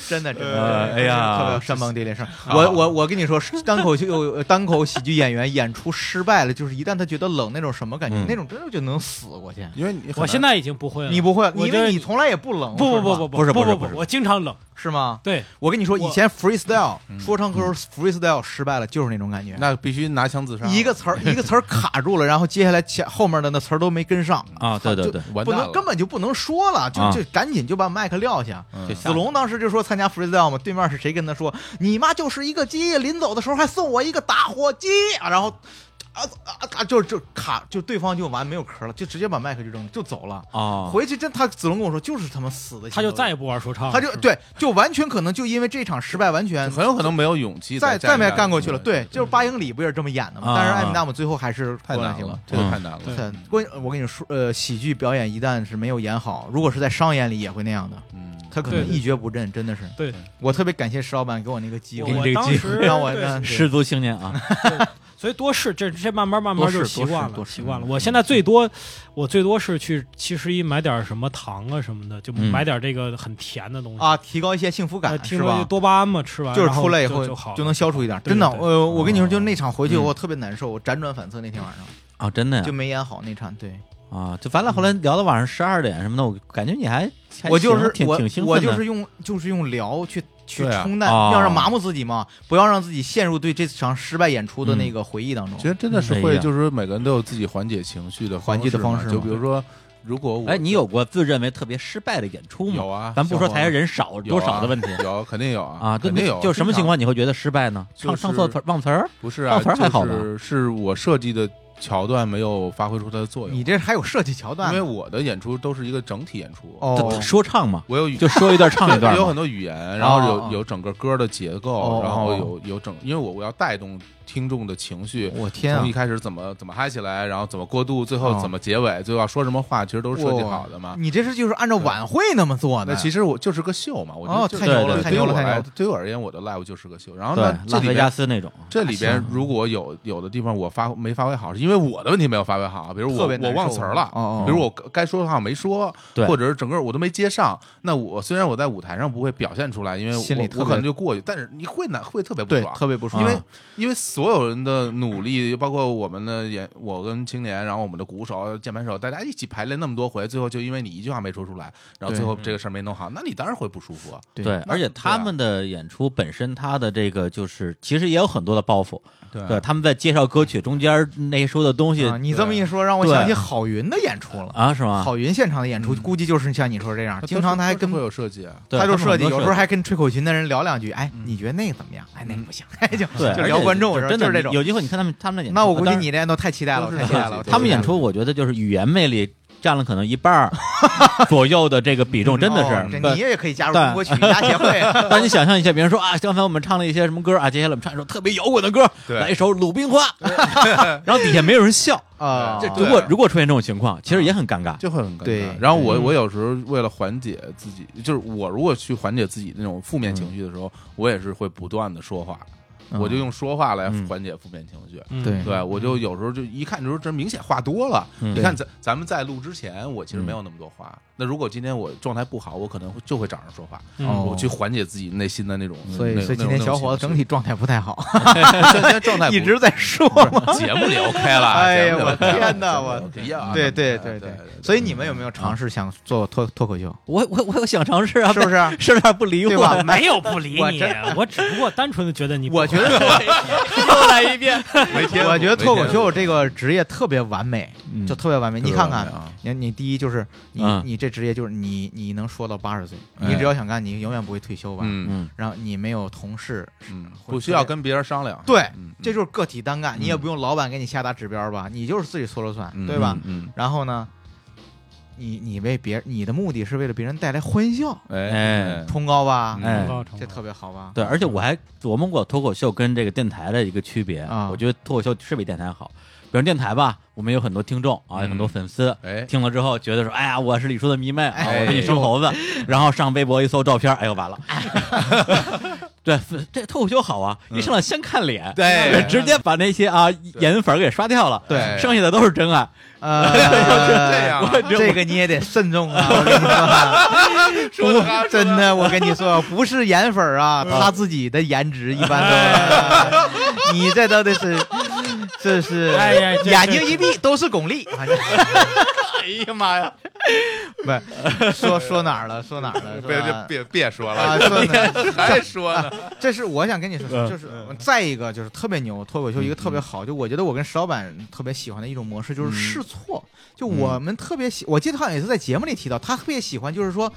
Speaker 4: 真的真
Speaker 2: 呃
Speaker 4: 的，
Speaker 2: 哎呀
Speaker 4: 特别山崩地裂声。我我我跟你说，单口秀 单口喜剧演员演出失败了，就是一旦他觉得冷那种什么感觉，
Speaker 2: 嗯
Speaker 4: 那种真的就能死过去。
Speaker 3: 因为你
Speaker 1: 我现
Speaker 3: 在
Speaker 1: 在已经不会了，
Speaker 4: 你不会，
Speaker 1: 我
Speaker 4: 因
Speaker 1: 这
Speaker 4: 为你从来也不冷，
Speaker 1: 不不
Speaker 4: 说
Speaker 1: 不
Speaker 4: 实
Speaker 1: 不不不
Speaker 2: 不是
Speaker 4: 话
Speaker 2: 不是不
Speaker 1: 不
Speaker 2: 是
Speaker 1: 我经常冷，
Speaker 4: 是吗？
Speaker 1: 对，
Speaker 4: 我跟你说，
Speaker 1: 我嗯
Speaker 4: 以前 freestyle 说唱歌手 freestyle 失败了，就是那种感觉。
Speaker 3: 那必须拿枪自
Speaker 1: 啊
Speaker 3: 杀，
Speaker 4: 一个词儿一个词儿卡住了，然后接下来前后面的那词儿都没跟上，
Speaker 2: 啊，对对对，
Speaker 3: 完
Speaker 4: 不
Speaker 3: 蛋
Speaker 4: 能
Speaker 3: 了，
Speaker 4: 根本就不能说了，就
Speaker 2: 啊
Speaker 4: 就赶紧就把麦克撂下。
Speaker 3: 嗯
Speaker 2: 就
Speaker 4: 子龙当时就说参加 freestyle 嘛，对面是谁跟他说你妈就是一个鸡，临走的时候还送我一个打火机，啊然后啊啊啊，就就卡，就对方就完没有壳了，就直接把麦克就扔就走了。
Speaker 2: 啊，
Speaker 4: 回去真他子龙跟我说，就是他妈死的心
Speaker 1: 他
Speaker 4: 头肉，
Speaker 1: 就再也不玩说唱了，
Speaker 4: 他就是
Speaker 1: 吧
Speaker 4: 对，就完全可能就因为这场失败，完全
Speaker 3: 很有可能没有勇气
Speaker 4: 再
Speaker 3: 再
Speaker 4: 再没干过去了。对，就是八英里不也是这么演的吗？
Speaker 2: 啊
Speaker 4: 但是艾米纳姆最后还是
Speaker 3: 太
Speaker 4: 过来
Speaker 3: 难
Speaker 4: 行
Speaker 3: 了
Speaker 4: 了。，
Speaker 3: 这个太难了。
Speaker 1: 对
Speaker 4: 很关，我跟你说，呃，喜剧表演一旦是没有演好，如果是在商演里也会那样的，
Speaker 3: 嗯，
Speaker 4: 他可能
Speaker 1: 对
Speaker 4: 一蹶不振，真的是。
Speaker 1: 对
Speaker 4: 我特别感谢石老板给我那个机
Speaker 1: 我
Speaker 4: 会，
Speaker 2: 嗯给你
Speaker 1: 我
Speaker 2: 这个
Speaker 1: 当
Speaker 2: 机
Speaker 1: 时
Speaker 4: 让我
Speaker 1: 对
Speaker 4: 让
Speaker 2: 失足青年啊，
Speaker 1: 所以多试，这这慢慢慢慢就习惯了，
Speaker 4: 多试多试
Speaker 1: 习惯了。
Speaker 4: 嗯
Speaker 1: 我现在最多，我最多是去七十一买点什么糖啊什么的，就
Speaker 2: 嗯
Speaker 1: 买点这个很甜的东西，
Speaker 4: 啊，提高一些幸福
Speaker 1: 呃
Speaker 4: 感，
Speaker 1: 听
Speaker 4: 是
Speaker 1: 说就
Speaker 4: 吧？
Speaker 1: 多巴胺嘛，吃完
Speaker 4: 就是
Speaker 1: 然后
Speaker 4: 出来以
Speaker 1: 就
Speaker 4: 后
Speaker 1: 就好了
Speaker 4: 就能消除一点，
Speaker 1: 对
Speaker 4: 真的。
Speaker 1: 对
Speaker 4: 呃，我跟你说，
Speaker 2: 哦
Speaker 4: 就那场回去
Speaker 2: 嗯
Speaker 4: 我特别难受，我辗转反侧那天晚上
Speaker 2: 啊，真
Speaker 1: 嗯
Speaker 2: 的呀
Speaker 4: 就没演好那场，对。
Speaker 2: 啊，就咱俩后来聊到晚上十二点什么的，我感觉你还还
Speaker 4: 我就是
Speaker 2: 行挺
Speaker 4: 我
Speaker 2: 挺兴奋的，
Speaker 4: 我就是用就是用聊去去
Speaker 3: 对啊
Speaker 4: 冲淡，
Speaker 2: 哦
Speaker 4: 要让麻木自己嘛，不要让自己陷入对这场失败演出的那个回忆当
Speaker 1: 嗯
Speaker 4: 中。
Speaker 3: 其实真的是
Speaker 2: 哎
Speaker 3: 会，
Speaker 2: 呀
Speaker 3: 就是说每个人都有自己缓解情绪的
Speaker 4: 缓解的方式
Speaker 3: 嘛
Speaker 4: 嘛
Speaker 3: 就比如说，如果我
Speaker 2: 哎，你有过自认为特别失败的演出吗？
Speaker 3: 有啊，
Speaker 2: 咱不说
Speaker 3: 小
Speaker 2: 台下
Speaker 3: 黄
Speaker 2: 人少
Speaker 3: 有
Speaker 2: 多
Speaker 3: 啊
Speaker 2: 少的问题
Speaker 3: 有肯定有
Speaker 2: 啊，对
Speaker 3: 肯定有。
Speaker 2: 就什么情况你会觉得失败呢？
Speaker 3: 就
Speaker 2: 唱
Speaker 3: 是
Speaker 2: 唱错词儿忘词儿
Speaker 3: 不是
Speaker 2: 忘
Speaker 3: 啊，
Speaker 2: 词儿还好吧
Speaker 3: 就是是我设计的桥段没有发挥出它的作用
Speaker 4: 你，这还有设计桥段
Speaker 3: 因
Speaker 4: 呢，
Speaker 3: 为我的演出都是一个整体演出，
Speaker 2: 这
Speaker 4: 哦
Speaker 2: 说唱嘛，
Speaker 3: 我有语
Speaker 2: 就说一段唱一段
Speaker 3: 有
Speaker 2: 嘛
Speaker 3: 很多语言，然后有、
Speaker 4: 哦哦
Speaker 3: 有整个歌的结构，
Speaker 4: 哦
Speaker 3: 然后
Speaker 4: 哦
Speaker 3: 有有整，因为我我要带动听众的情绪。
Speaker 4: 我天啊
Speaker 3: 从一！开始怎么怎么嗨起来，然后怎么过渡，最后
Speaker 4: 哦
Speaker 3: 怎么结尾，最后要说什么话，其实都是设计
Speaker 4: 哇
Speaker 3: 好的嘛。
Speaker 4: 你这是就是按照晚会那么做
Speaker 3: 那
Speaker 4: 的，
Speaker 3: 其实我就是个秀嘛，我觉得
Speaker 4: 哦
Speaker 3: 就
Speaker 4: 太
Speaker 2: 牛了
Speaker 3: 对
Speaker 4: 太牛了
Speaker 3: 对于我
Speaker 4: 太牛
Speaker 3: 来
Speaker 4: 了
Speaker 3: 对于我而言，我的 live 就是个秀。然后
Speaker 2: 对
Speaker 3: 呢，，这
Speaker 2: 拉
Speaker 3: 里
Speaker 2: 斯维
Speaker 3: 边
Speaker 2: 加斯那种，
Speaker 3: 这里
Speaker 4: 啊
Speaker 3: 边如果有有的地方我发没发挥好，是因为我的问题没有发挥好，比如
Speaker 4: 特
Speaker 3: 我
Speaker 4: 别难
Speaker 3: 我
Speaker 4: 受
Speaker 3: 忘词儿了，
Speaker 4: 哦哦
Speaker 3: 比如我该说的话我没说，
Speaker 2: 对
Speaker 3: 或者是整个我都没接上。那我虽然我在舞台上不会表现出来，因为我
Speaker 4: 心里特别
Speaker 3: 我可能就过去，但是你会难会特别不
Speaker 4: 对
Speaker 3: 爽，
Speaker 4: 特别不爽，
Speaker 3: 因为
Speaker 2: 啊
Speaker 3: 因为所有人的努力，包括我们的演，我跟青年，然后我们的鼓手、键盘手，大家一起排练那么多回，最后就因为你一句话没说出来，然后最后这个事儿没弄好，那你当然会不舒服啊。
Speaker 4: 对
Speaker 2: 对，而且他们的演出本身，他的这个就是其实也有很多的包袱，
Speaker 3: 对
Speaker 2: 对，他们在介绍歌曲中间那些说的东西
Speaker 4: 啊你这么一说，让我
Speaker 2: 对
Speaker 4: 想起郝云的演出了。
Speaker 2: 啊，是吗？
Speaker 4: 郝云现场的演出，估计就是像你说这样，啊经常他还跟
Speaker 3: 会有设计啊。
Speaker 2: 对
Speaker 4: 他就设
Speaker 2: 们
Speaker 4: 计，
Speaker 2: 很多
Speaker 4: 有时候还跟吹口琴的人聊两句，哎，你觉得那个怎么样？哎，那个不行， 哎，就
Speaker 2: 对，
Speaker 4: 就
Speaker 2: 而
Speaker 4: 聊
Speaker 2: 且
Speaker 4: 观众，
Speaker 2: 就真的
Speaker 4: 就是这种。
Speaker 2: 有机会你看他们他们的演出，啊
Speaker 4: 那我估
Speaker 2: 当
Speaker 4: 计
Speaker 2: 然
Speaker 4: 你这都太期待
Speaker 3: 都
Speaker 4: 了，我
Speaker 3: 是
Speaker 4: 太期待了。我太
Speaker 2: 他们
Speaker 4: 期待
Speaker 2: 演
Speaker 4: 了
Speaker 2: 出，我觉得就是语言魅力占了可能一半儿 左右的这个比重，真的
Speaker 4: 哦
Speaker 2: 是。
Speaker 4: 这
Speaker 2: 对
Speaker 4: 你也可以加入
Speaker 2: 对
Speaker 4: 中国曲艺家协会。啊
Speaker 2: 当你想象一下，别人说啊，刚才我们唱了一些什么歌啊，接下来我们唱一首特别摇滚的歌，
Speaker 3: 对
Speaker 2: 来一首《鲁冰花》， 然后底下没有人笑。
Speaker 4: 啊，
Speaker 3: 这
Speaker 2: 如
Speaker 3: 对
Speaker 2: 果如果出现这种情况，其实也很尴尬。
Speaker 3: 就会很尴尬。
Speaker 4: 对
Speaker 3: 然后我
Speaker 2: 嗯
Speaker 3: 我有时候为了缓解自己，就是我如果去缓解自己那种负面情绪的时候，我也是会不断的说话，
Speaker 4: 嗯
Speaker 3: 我就用说话来
Speaker 2: 嗯
Speaker 3: 缓解负面情绪。
Speaker 1: 嗯
Speaker 4: 对
Speaker 3: 对，我就有时候就一看就是这明显话多了。
Speaker 2: 嗯
Speaker 3: 你看咱咱们在录之前，我
Speaker 4: 嗯
Speaker 3: 其实没有那么多话。那如果今天我状态不好，我可能会就会找人说话，
Speaker 1: 嗯
Speaker 4: 哦
Speaker 3: 我去缓解自己内心的那种。
Speaker 4: 所以
Speaker 3: 嗯那
Speaker 4: 所以今天小伙子整体状态不太好，
Speaker 3: 那种那种情绪现 在 状态
Speaker 4: 一直在说嘛。
Speaker 3: 节目里 OK 了。
Speaker 4: 哎呀
Speaker 3: 节目里
Speaker 4: 我
Speaker 3: OK 了
Speaker 4: 天哪
Speaker 3: 节目
Speaker 4: 我
Speaker 3: 里 OK 啊
Speaker 4: 对
Speaker 3: 对
Speaker 4: 对对
Speaker 3: 对嗯
Speaker 4: 对
Speaker 3: 对，
Speaker 4: 所以你们有没有尝试想做脱脱口秀？
Speaker 2: 我我我想尝试啊，
Speaker 4: 是不是
Speaker 2: 但是不是不
Speaker 3: 哎
Speaker 2: 理
Speaker 4: 对
Speaker 2: 我
Speaker 4: 吧？？
Speaker 1: 没有不理
Speaker 4: 我
Speaker 1: 你
Speaker 4: 真，
Speaker 1: 我只不过单纯的觉得你不，
Speaker 4: 我觉得
Speaker 2: 又来一遍。
Speaker 3: 没天赋
Speaker 4: 我觉得脱口
Speaker 3: 没天赋
Speaker 4: 秀这个职业特别完美，
Speaker 2: 嗯
Speaker 4: 就特别完美。你看看
Speaker 3: 特别完美啊，
Speaker 4: 你你第一就是你
Speaker 2: 嗯
Speaker 4: 你这职业就是你你能说到八十岁，
Speaker 3: 哎
Speaker 4: 你只要想干，你永远不会退休吧？
Speaker 3: 嗯。
Speaker 2: 嗯，
Speaker 4: 然后你没有同事，
Speaker 3: 嗯，
Speaker 4: 或
Speaker 3: 不
Speaker 4: 者
Speaker 3: 需要
Speaker 4: 是
Speaker 3: 跟别人商量。
Speaker 4: 对
Speaker 3: 嗯，嗯
Speaker 4: 这就是个体单干，你也不用老板给你下达指标吧，你就是自己说了算，
Speaker 3: 嗯
Speaker 4: 对吧？
Speaker 3: 嗯，
Speaker 4: 然后呢，你你为别你的目的是为了别人带来欢笑，
Speaker 3: 嗯
Speaker 2: 哎
Speaker 3: 哎，
Speaker 4: 崇高吧？
Speaker 3: 哎
Speaker 1: 崇高崇高
Speaker 4: 这特别好吧？
Speaker 2: 对，而且我还琢磨过脱口秀跟这个电台的一个区别
Speaker 4: 啊
Speaker 2: 我觉得脱口秀是比电台好，比如电台吧，我们有很多听众啊，有很多粉丝。
Speaker 3: 哎，
Speaker 2: 听了之后觉得说，哎呀，我是李叔的迷妹啊，
Speaker 3: 哎
Speaker 2: 我是你生 猴子，然后上微博一搜照片，哎呦完了，对，这脱口秀好啊，一上来先看脸，
Speaker 3: 嗯对
Speaker 2: 直接把那些啊颜粉儿给刷掉了，
Speaker 3: 对
Speaker 2: 剩下的都是真爱。
Speaker 4: 呃，
Speaker 3: 这样啊
Speaker 2: 我
Speaker 4: 这个你也得慎重啊！我跟你说，啊
Speaker 3: 得好
Speaker 4: 不真的，我跟你说，不是颜粉儿啊，他自己的颜值一般都，你这都得是，这是，
Speaker 1: 哎呀这
Speaker 4: 眼睛一闭都是巩俐，反正，哎呀妈呀，不，说说哪儿了？说哪儿了？
Speaker 3: 别
Speaker 4: 是
Speaker 3: 别
Speaker 4: 吧
Speaker 3: 别别说
Speaker 4: 啊，
Speaker 3: 了，
Speaker 4: 说哪儿了
Speaker 3: 还说呢，
Speaker 4: 这是我想跟你
Speaker 2: 嗯
Speaker 4: 说，就是再一个就是特别牛脱口秀，一个特别好，就我觉得我跟石老板特别喜欢的一种模式
Speaker 2: 嗯
Speaker 4: 就是试错，就我们特别喜，我记得好像也是在节目里提到，他特别喜欢就是说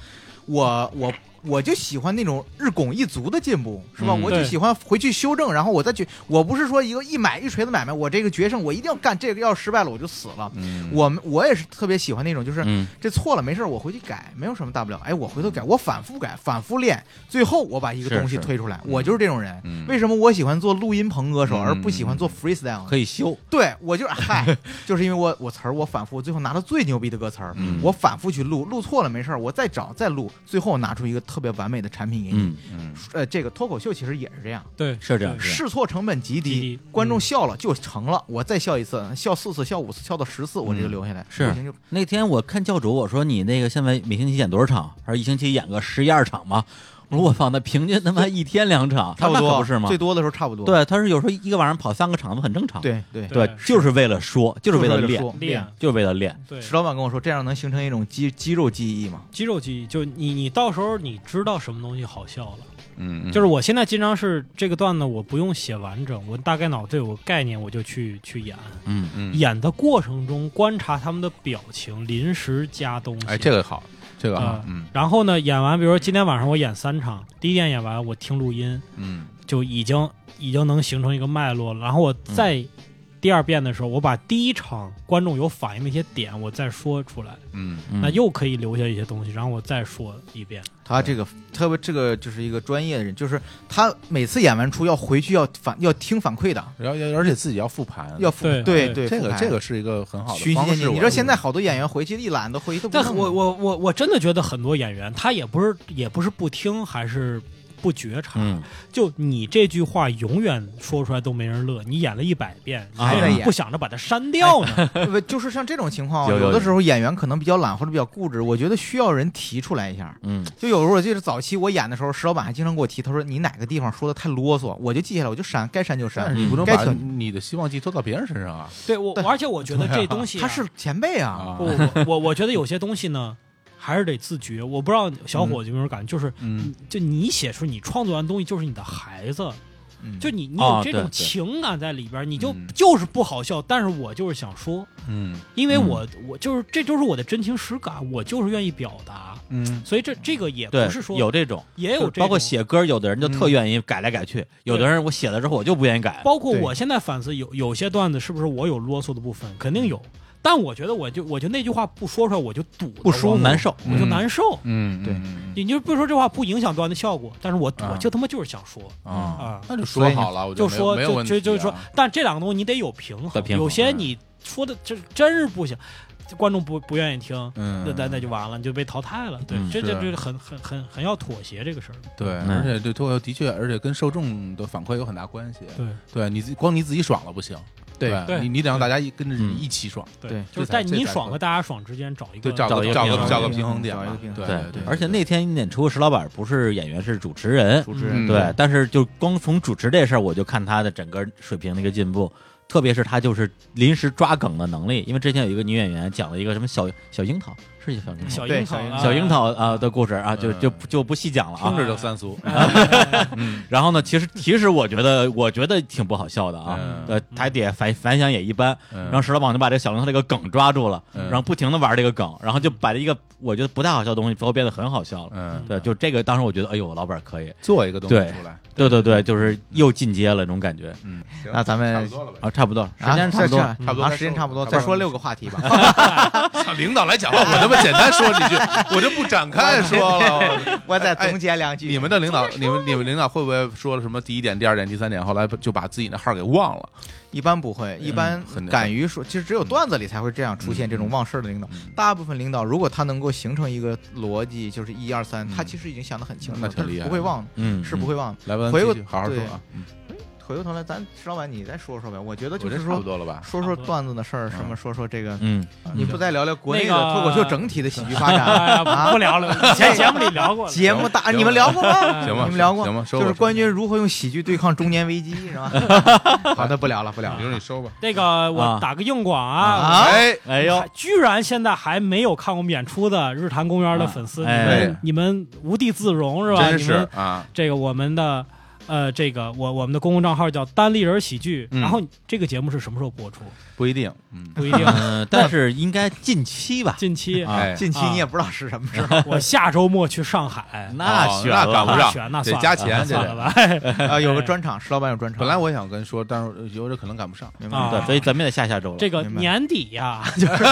Speaker 4: 我我我就喜欢那种日拱一卒的进步，是吧？
Speaker 2: 嗯
Speaker 4: 我就
Speaker 1: 对
Speaker 4: 喜欢回去修正，然后我再去。我不是说一个一买一锤子买卖，我这个决胜我一定要干，这个要失败了我就死了。
Speaker 3: 嗯
Speaker 4: 我们我也是特别喜欢那种，就是
Speaker 2: 嗯
Speaker 4: 这错了没事儿，我回去改，没有什么大不了。哎，我回头改，我反复改，反复练，最后我把一个
Speaker 2: 是
Speaker 4: 东西
Speaker 2: 是
Speaker 4: 推出来。我就是这种人。
Speaker 3: 嗯
Speaker 4: 为什么我喜欢做录音棚歌手，
Speaker 3: 嗯
Speaker 4: 而不喜欢做 freestyle？呢
Speaker 2: 可以修，
Speaker 4: 对我就 是嗨，就是因为我我词儿我反复，最后拿到最牛逼的歌词儿，
Speaker 2: 嗯
Speaker 4: 我反复去录，录错了没事儿，我再找再录，最后拿出一个特别完美的产品给你。
Speaker 2: 嗯，
Speaker 3: 嗯
Speaker 4: 呃，这个脱口秀其实也是这样，
Speaker 1: 对，
Speaker 2: 是这样
Speaker 1: 对
Speaker 2: 是
Speaker 4: 试错成本极
Speaker 1: 极
Speaker 4: 低
Speaker 1: 低，
Speaker 4: 观众
Speaker 1: 嗯
Speaker 4: 笑了就成了，我再笑一次，笑四次，笑五次，笑到十次，我这就留下来。
Speaker 2: 嗯是
Speaker 4: 不行就
Speaker 2: 那天我看教主，我说你那个现在每星期演多少场？他说一星期演个十一二场吧。我说我操，那平均他妈一天两场，
Speaker 4: 差不
Speaker 2: 他那
Speaker 4: 多
Speaker 2: 可不是吗
Speaker 4: 最？多的时候差不多。
Speaker 2: 对，他是有时候一个晚上跑三个场子很正常。
Speaker 4: 对对，
Speaker 2: 对
Speaker 1: 对，
Speaker 2: 就是为了说，就是为了
Speaker 4: 了
Speaker 2: 练，
Speaker 4: 说
Speaker 1: 练。
Speaker 2: 就是为了练。
Speaker 1: 对，
Speaker 4: 石老板跟我说，这样能形成一种肌肌肉记忆嘛？
Speaker 1: 肌肉记忆，就你你到时候你知道什么东西好笑了。
Speaker 3: 嗯，
Speaker 1: 就是是我现在经常是这个段子，我不用写完整，我大概脑子有个概念，我就去去演。
Speaker 2: 嗯，
Speaker 3: 嗯，
Speaker 1: 演的过程中观察他们的表情，临时加东西。
Speaker 3: 哎，这个好，这个好
Speaker 1: 啊，
Speaker 3: 嗯
Speaker 1: 然后呢，演完，比如说今天晚上我演三场，第一天演完我听录音，
Speaker 3: 嗯
Speaker 1: 就已经已经能形成一个脉络了。然后我再
Speaker 4: 嗯
Speaker 1: 第二遍的时候，我把第一场观众有反应的一些点，我再说出来，
Speaker 3: 嗯
Speaker 2: 嗯
Speaker 1: 那又可以留下一些东西，然后我再说一遍。
Speaker 4: 他这个特别这个就是一个专业的人，就是他每次演完出要回去要反要听反馈的，
Speaker 3: 然后要而且自己要复盘，
Speaker 4: 要复
Speaker 1: 对
Speaker 4: 对
Speaker 1: 对
Speaker 4: 对，
Speaker 3: 这
Speaker 4: 复
Speaker 3: 个嗯
Speaker 4: 盘
Speaker 3: 这个是一个很好的
Speaker 4: 循序
Speaker 3: 方
Speaker 4: 渐
Speaker 3: 式。
Speaker 4: 进。
Speaker 3: 我
Speaker 4: 你知道现在好多演员回去一懒得回去都不
Speaker 1: 但
Speaker 4: 弄
Speaker 1: 我
Speaker 4: 了
Speaker 1: 我我我真的觉得很多演员他也不是也不是不听，还是不觉察。
Speaker 2: 嗯，
Speaker 1: 就你这句话永远说出来都没人乐，你演了一百遍，你
Speaker 2: 还在
Speaker 1: 为什么
Speaker 4: 啊演
Speaker 1: 不想着把它删掉 呢？
Speaker 4: 不就是像这种情况，
Speaker 2: 有有
Speaker 4: 有的
Speaker 2: 有
Speaker 4: 时候演员可能比较懒或者比较固执，我觉得需要人提出来一下。
Speaker 2: 嗯，
Speaker 4: 就有时候我记得早期我演的时候，石老板还经常给我提，他说你哪个地方说的太啰嗦，我就记下来，我就删，该删就
Speaker 3: 但是。
Speaker 4: 删
Speaker 3: 你不能
Speaker 4: 该
Speaker 3: 把
Speaker 4: 挑
Speaker 3: 你的希望寄托到别人身上啊。
Speaker 1: 对我，
Speaker 4: 对
Speaker 1: 而且我觉得这东西啊、
Speaker 4: 他是前辈啊，
Speaker 3: 啊
Speaker 1: 不，我我我觉得有些东西呢，还是得自觉。我不知道小伙子有没有感觉，就是
Speaker 3: 嗯，
Speaker 1: 就你写出你创作完东西就是你的孩子，
Speaker 4: 嗯
Speaker 1: 就你你
Speaker 2: 哦
Speaker 1: 有这
Speaker 2: 对
Speaker 1: 种
Speaker 2: 对
Speaker 1: 情感在里边，你就
Speaker 3: 嗯
Speaker 1: 就是不好笑，但是我就是想说，
Speaker 3: 嗯
Speaker 1: 因为我我就是这就是我的真情实感，我就是愿意表达，
Speaker 3: 嗯，
Speaker 1: 所以这这个也
Speaker 2: 对
Speaker 1: 不是，说
Speaker 2: 有这种，
Speaker 1: 也有这
Speaker 2: 包括
Speaker 1: 种
Speaker 2: 写歌，有的人就特
Speaker 3: 嗯
Speaker 2: 愿意改来改去，有的人我写了之后我就不愿意改。
Speaker 1: 包括
Speaker 3: 对
Speaker 1: 我现在反思，有有些段子是不是我有啰嗦的部分？肯定有，但我觉得我就我就那句话不说出来，我就堵得
Speaker 2: 嗯不舒服
Speaker 1: 我
Speaker 2: 难受
Speaker 1: 我就
Speaker 3: 嗯
Speaker 1: 难受。
Speaker 3: 嗯，
Speaker 4: 对
Speaker 3: 嗯
Speaker 1: 你就不说这话不影响段子效果，但是我、
Speaker 3: 啊
Speaker 1: 我就他妈就是想说
Speaker 3: 嗯啊，
Speaker 1: 啊，
Speaker 3: 那就
Speaker 4: 所以
Speaker 3: 说
Speaker 4: 你
Speaker 3: 好了，我
Speaker 1: 就
Speaker 3: 没有
Speaker 1: 说
Speaker 3: 没有
Speaker 1: 就
Speaker 3: 问题
Speaker 1: 就
Speaker 3: 啊，
Speaker 1: 就说，但这两个东西你得有平
Speaker 2: 得
Speaker 1: 衡，
Speaker 2: 平衡
Speaker 1: 有些你说的这真是不行，观众不不愿意听，
Speaker 3: 嗯，
Speaker 1: 那那那就完了，你就被淘汰了。对，
Speaker 2: 嗯
Speaker 1: 这这
Speaker 3: 是啊
Speaker 1: 这很很很很要妥协这个事儿。
Speaker 3: 对，
Speaker 2: 嗯
Speaker 3: 而且对脱口秀的确，而且跟受众的反馈有很大关系。
Speaker 1: 对
Speaker 3: 对，你自光你自己爽了不行，
Speaker 4: 对
Speaker 3: 吧
Speaker 1: 对
Speaker 3: 你你得让大家一跟着你
Speaker 2: 嗯
Speaker 3: 一起爽，
Speaker 4: 对
Speaker 1: 就是
Speaker 3: 这才
Speaker 1: 在
Speaker 3: 这
Speaker 1: 你
Speaker 3: 才
Speaker 1: 爽和
Speaker 3: 合
Speaker 1: 大家爽之间找一个
Speaker 3: 就找
Speaker 2: 找一个
Speaker 3: 个找
Speaker 2: 平
Speaker 3: 个
Speaker 2: 衡
Speaker 3: 找个
Speaker 4: 点
Speaker 3: 平衡点
Speaker 4: 找一个
Speaker 3: 嘛
Speaker 4: 平衡
Speaker 3: 对
Speaker 2: 对
Speaker 3: 对，
Speaker 2: 而且那天演出石老板不是演员，是主持人，
Speaker 4: 主持人
Speaker 3: 嗯
Speaker 2: 对，但是就光从主持这事儿，我就看他的整个水平的一个进步，特别是他就是临时抓梗的能力。因为之前有一个女演员讲了一个什么小小樱桃，是叫小
Speaker 1: 小樱
Speaker 2: 樱桃吗，
Speaker 4: 对
Speaker 1: 桃
Speaker 4: 小樱
Speaker 1: 啊
Speaker 2: 小樱桃啊的故事啊，就就
Speaker 3: 嗯
Speaker 2: 就不细讲了
Speaker 3: 听
Speaker 2: 啊。
Speaker 3: 着就三俗，嗯
Speaker 2: 然后呢，其实其实我觉得我觉得挺不好笑的啊
Speaker 3: 嗯，
Speaker 2: 呃，台底下反反响也一般。
Speaker 3: 然
Speaker 2: 然后石老板就把这个小樱桃这个梗抓住了，
Speaker 3: 嗯
Speaker 2: 然后不停的玩这个梗，然后就把一个我觉得不太好笑的东西最后变得很好笑了。
Speaker 3: 嗯，
Speaker 2: 对，就这个当时我觉得，哎呦，老板可以。
Speaker 3: 做一个东西
Speaker 2: 对哎
Speaker 3: 出来，
Speaker 2: 对对对，就是又进阶了那种感觉。
Speaker 3: 嗯，行
Speaker 4: 那咱们
Speaker 3: 差不多了吧
Speaker 2: 啊，差不多了，时
Speaker 4: 啊
Speaker 2: 间差不多了。
Speaker 4: 是
Speaker 3: 差不多
Speaker 4: 啊
Speaker 3: 该
Speaker 4: 时间
Speaker 3: 收
Speaker 4: 差不多，
Speaker 3: 了
Speaker 4: 再
Speaker 3: 差不多
Speaker 4: 说六个话题吧。
Speaker 3: 啊领导来讲话，我他妈简单说几句，我就不展开说了。
Speaker 4: 我再总结两句。
Speaker 3: 哎你们的领导，你们你们领导会不会说了什么第一点、第二点、第三点，后来就把自己那号给忘了？
Speaker 4: 一般不会，一般
Speaker 3: 嗯很嗯
Speaker 4: 敢于说，其实只有段子里才会这样出现这种忘事儿的领导。大部分领导如果他能够形成一个逻辑，就是一二三，他其实已经想得很清楚，
Speaker 3: 嗯那
Speaker 4: 了，
Speaker 3: 挺
Speaker 4: 他是
Speaker 3: 厉害
Speaker 4: 不会忘的，
Speaker 2: 嗯，
Speaker 4: 是不会忘的。
Speaker 3: 来吧，
Speaker 4: 回过
Speaker 3: 继续好好说啊。嗯
Speaker 4: 回过头来，咱石老板你再说说呗，我觉得
Speaker 3: 我
Speaker 4: 就
Speaker 3: 这
Speaker 4: 是
Speaker 3: 差不
Speaker 4: 说
Speaker 3: 多了啊吧？
Speaker 4: 说说段子的事儿，什么说说这个，
Speaker 2: 嗯，
Speaker 4: 你不再聊聊国内的
Speaker 1: 那个
Speaker 4: 脱口秀整体的喜剧发
Speaker 1: 哎呀
Speaker 4: 展
Speaker 1: 不
Speaker 4: 啊
Speaker 1: 不？聊了，以前节目里聊过了。
Speaker 4: 节目大，
Speaker 3: 行
Speaker 4: 你们聊过吗？
Speaker 1: 哎
Speaker 3: 行吧，
Speaker 4: 你们聊过
Speaker 3: 行吧，收吧
Speaker 4: 就是
Speaker 3: 收吧
Speaker 4: 关于如何用喜剧对抗中年危机，是吧？ 好的，不聊了，不聊
Speaker 3: 比如
Speaker 4: 了。
Speaker 3: 你收吧。
Speaker 1: 那个
Speaker 2: 啊
Speaker 1: 我打个硬广啊
Speaker 4: 啊
Speaker 3: 哎，
Speaker 2: 哎呦
Speaker 1: 还，居然现在还没有看过我们演出的日坛公园的粉丝，
Speaker 2: 啊哎
Speaker 1: 你们你们无地自容是吧？
Speaker 3: 真
Speaker 1: 你
Speaker 3: 是
Speaker 1: 们
Speaker 3: 啊，
Speaker 1: 这个我们的呃，这个我我们的公共账号叫单立人喜剧，
Speaker 3: 嗯
Speaker 1: 然后这个节目是什么时候播出？
Speaker 3: 不一定，嗯，
Speaker 1: 不一 定，
Speaker 2: 嗯，但是应该近期吧？
Speaker 1: 近期
Speaker 2: 啊
Speaker 3: 哎，
Speaker 4: 近期
Speaker 1: 啊
Speaker 4: 你也不知道是什么时候，
Speaker 1: 我下周末去上海，啊
Speaker 2: 那
Speaker 3: 哦
Speaker 2: 选
Speaker 3: 那赶不
Speaker 2: 了，啊
Speaker 3: 上
Speaker 1: 选那
Speaker 3: 得
Speaker 1: 算了吧
Speaker 3: 加钱
Speaker 1: 算了
Speaker 3: 这
Speaker 1: 吧。
Speaker 4: 啊，有个专场，石老板有专场。
Speaker 3: 本来我也想跟说，但是有点可能赶不上。
Speaker 4: 明白
Speaker 1: 啊
Speaker 2: 对，所以咱们也得下下周了。
Speaker 1: 这个
Speaker 4: 明白
Speaker 1: 年底呀、 就是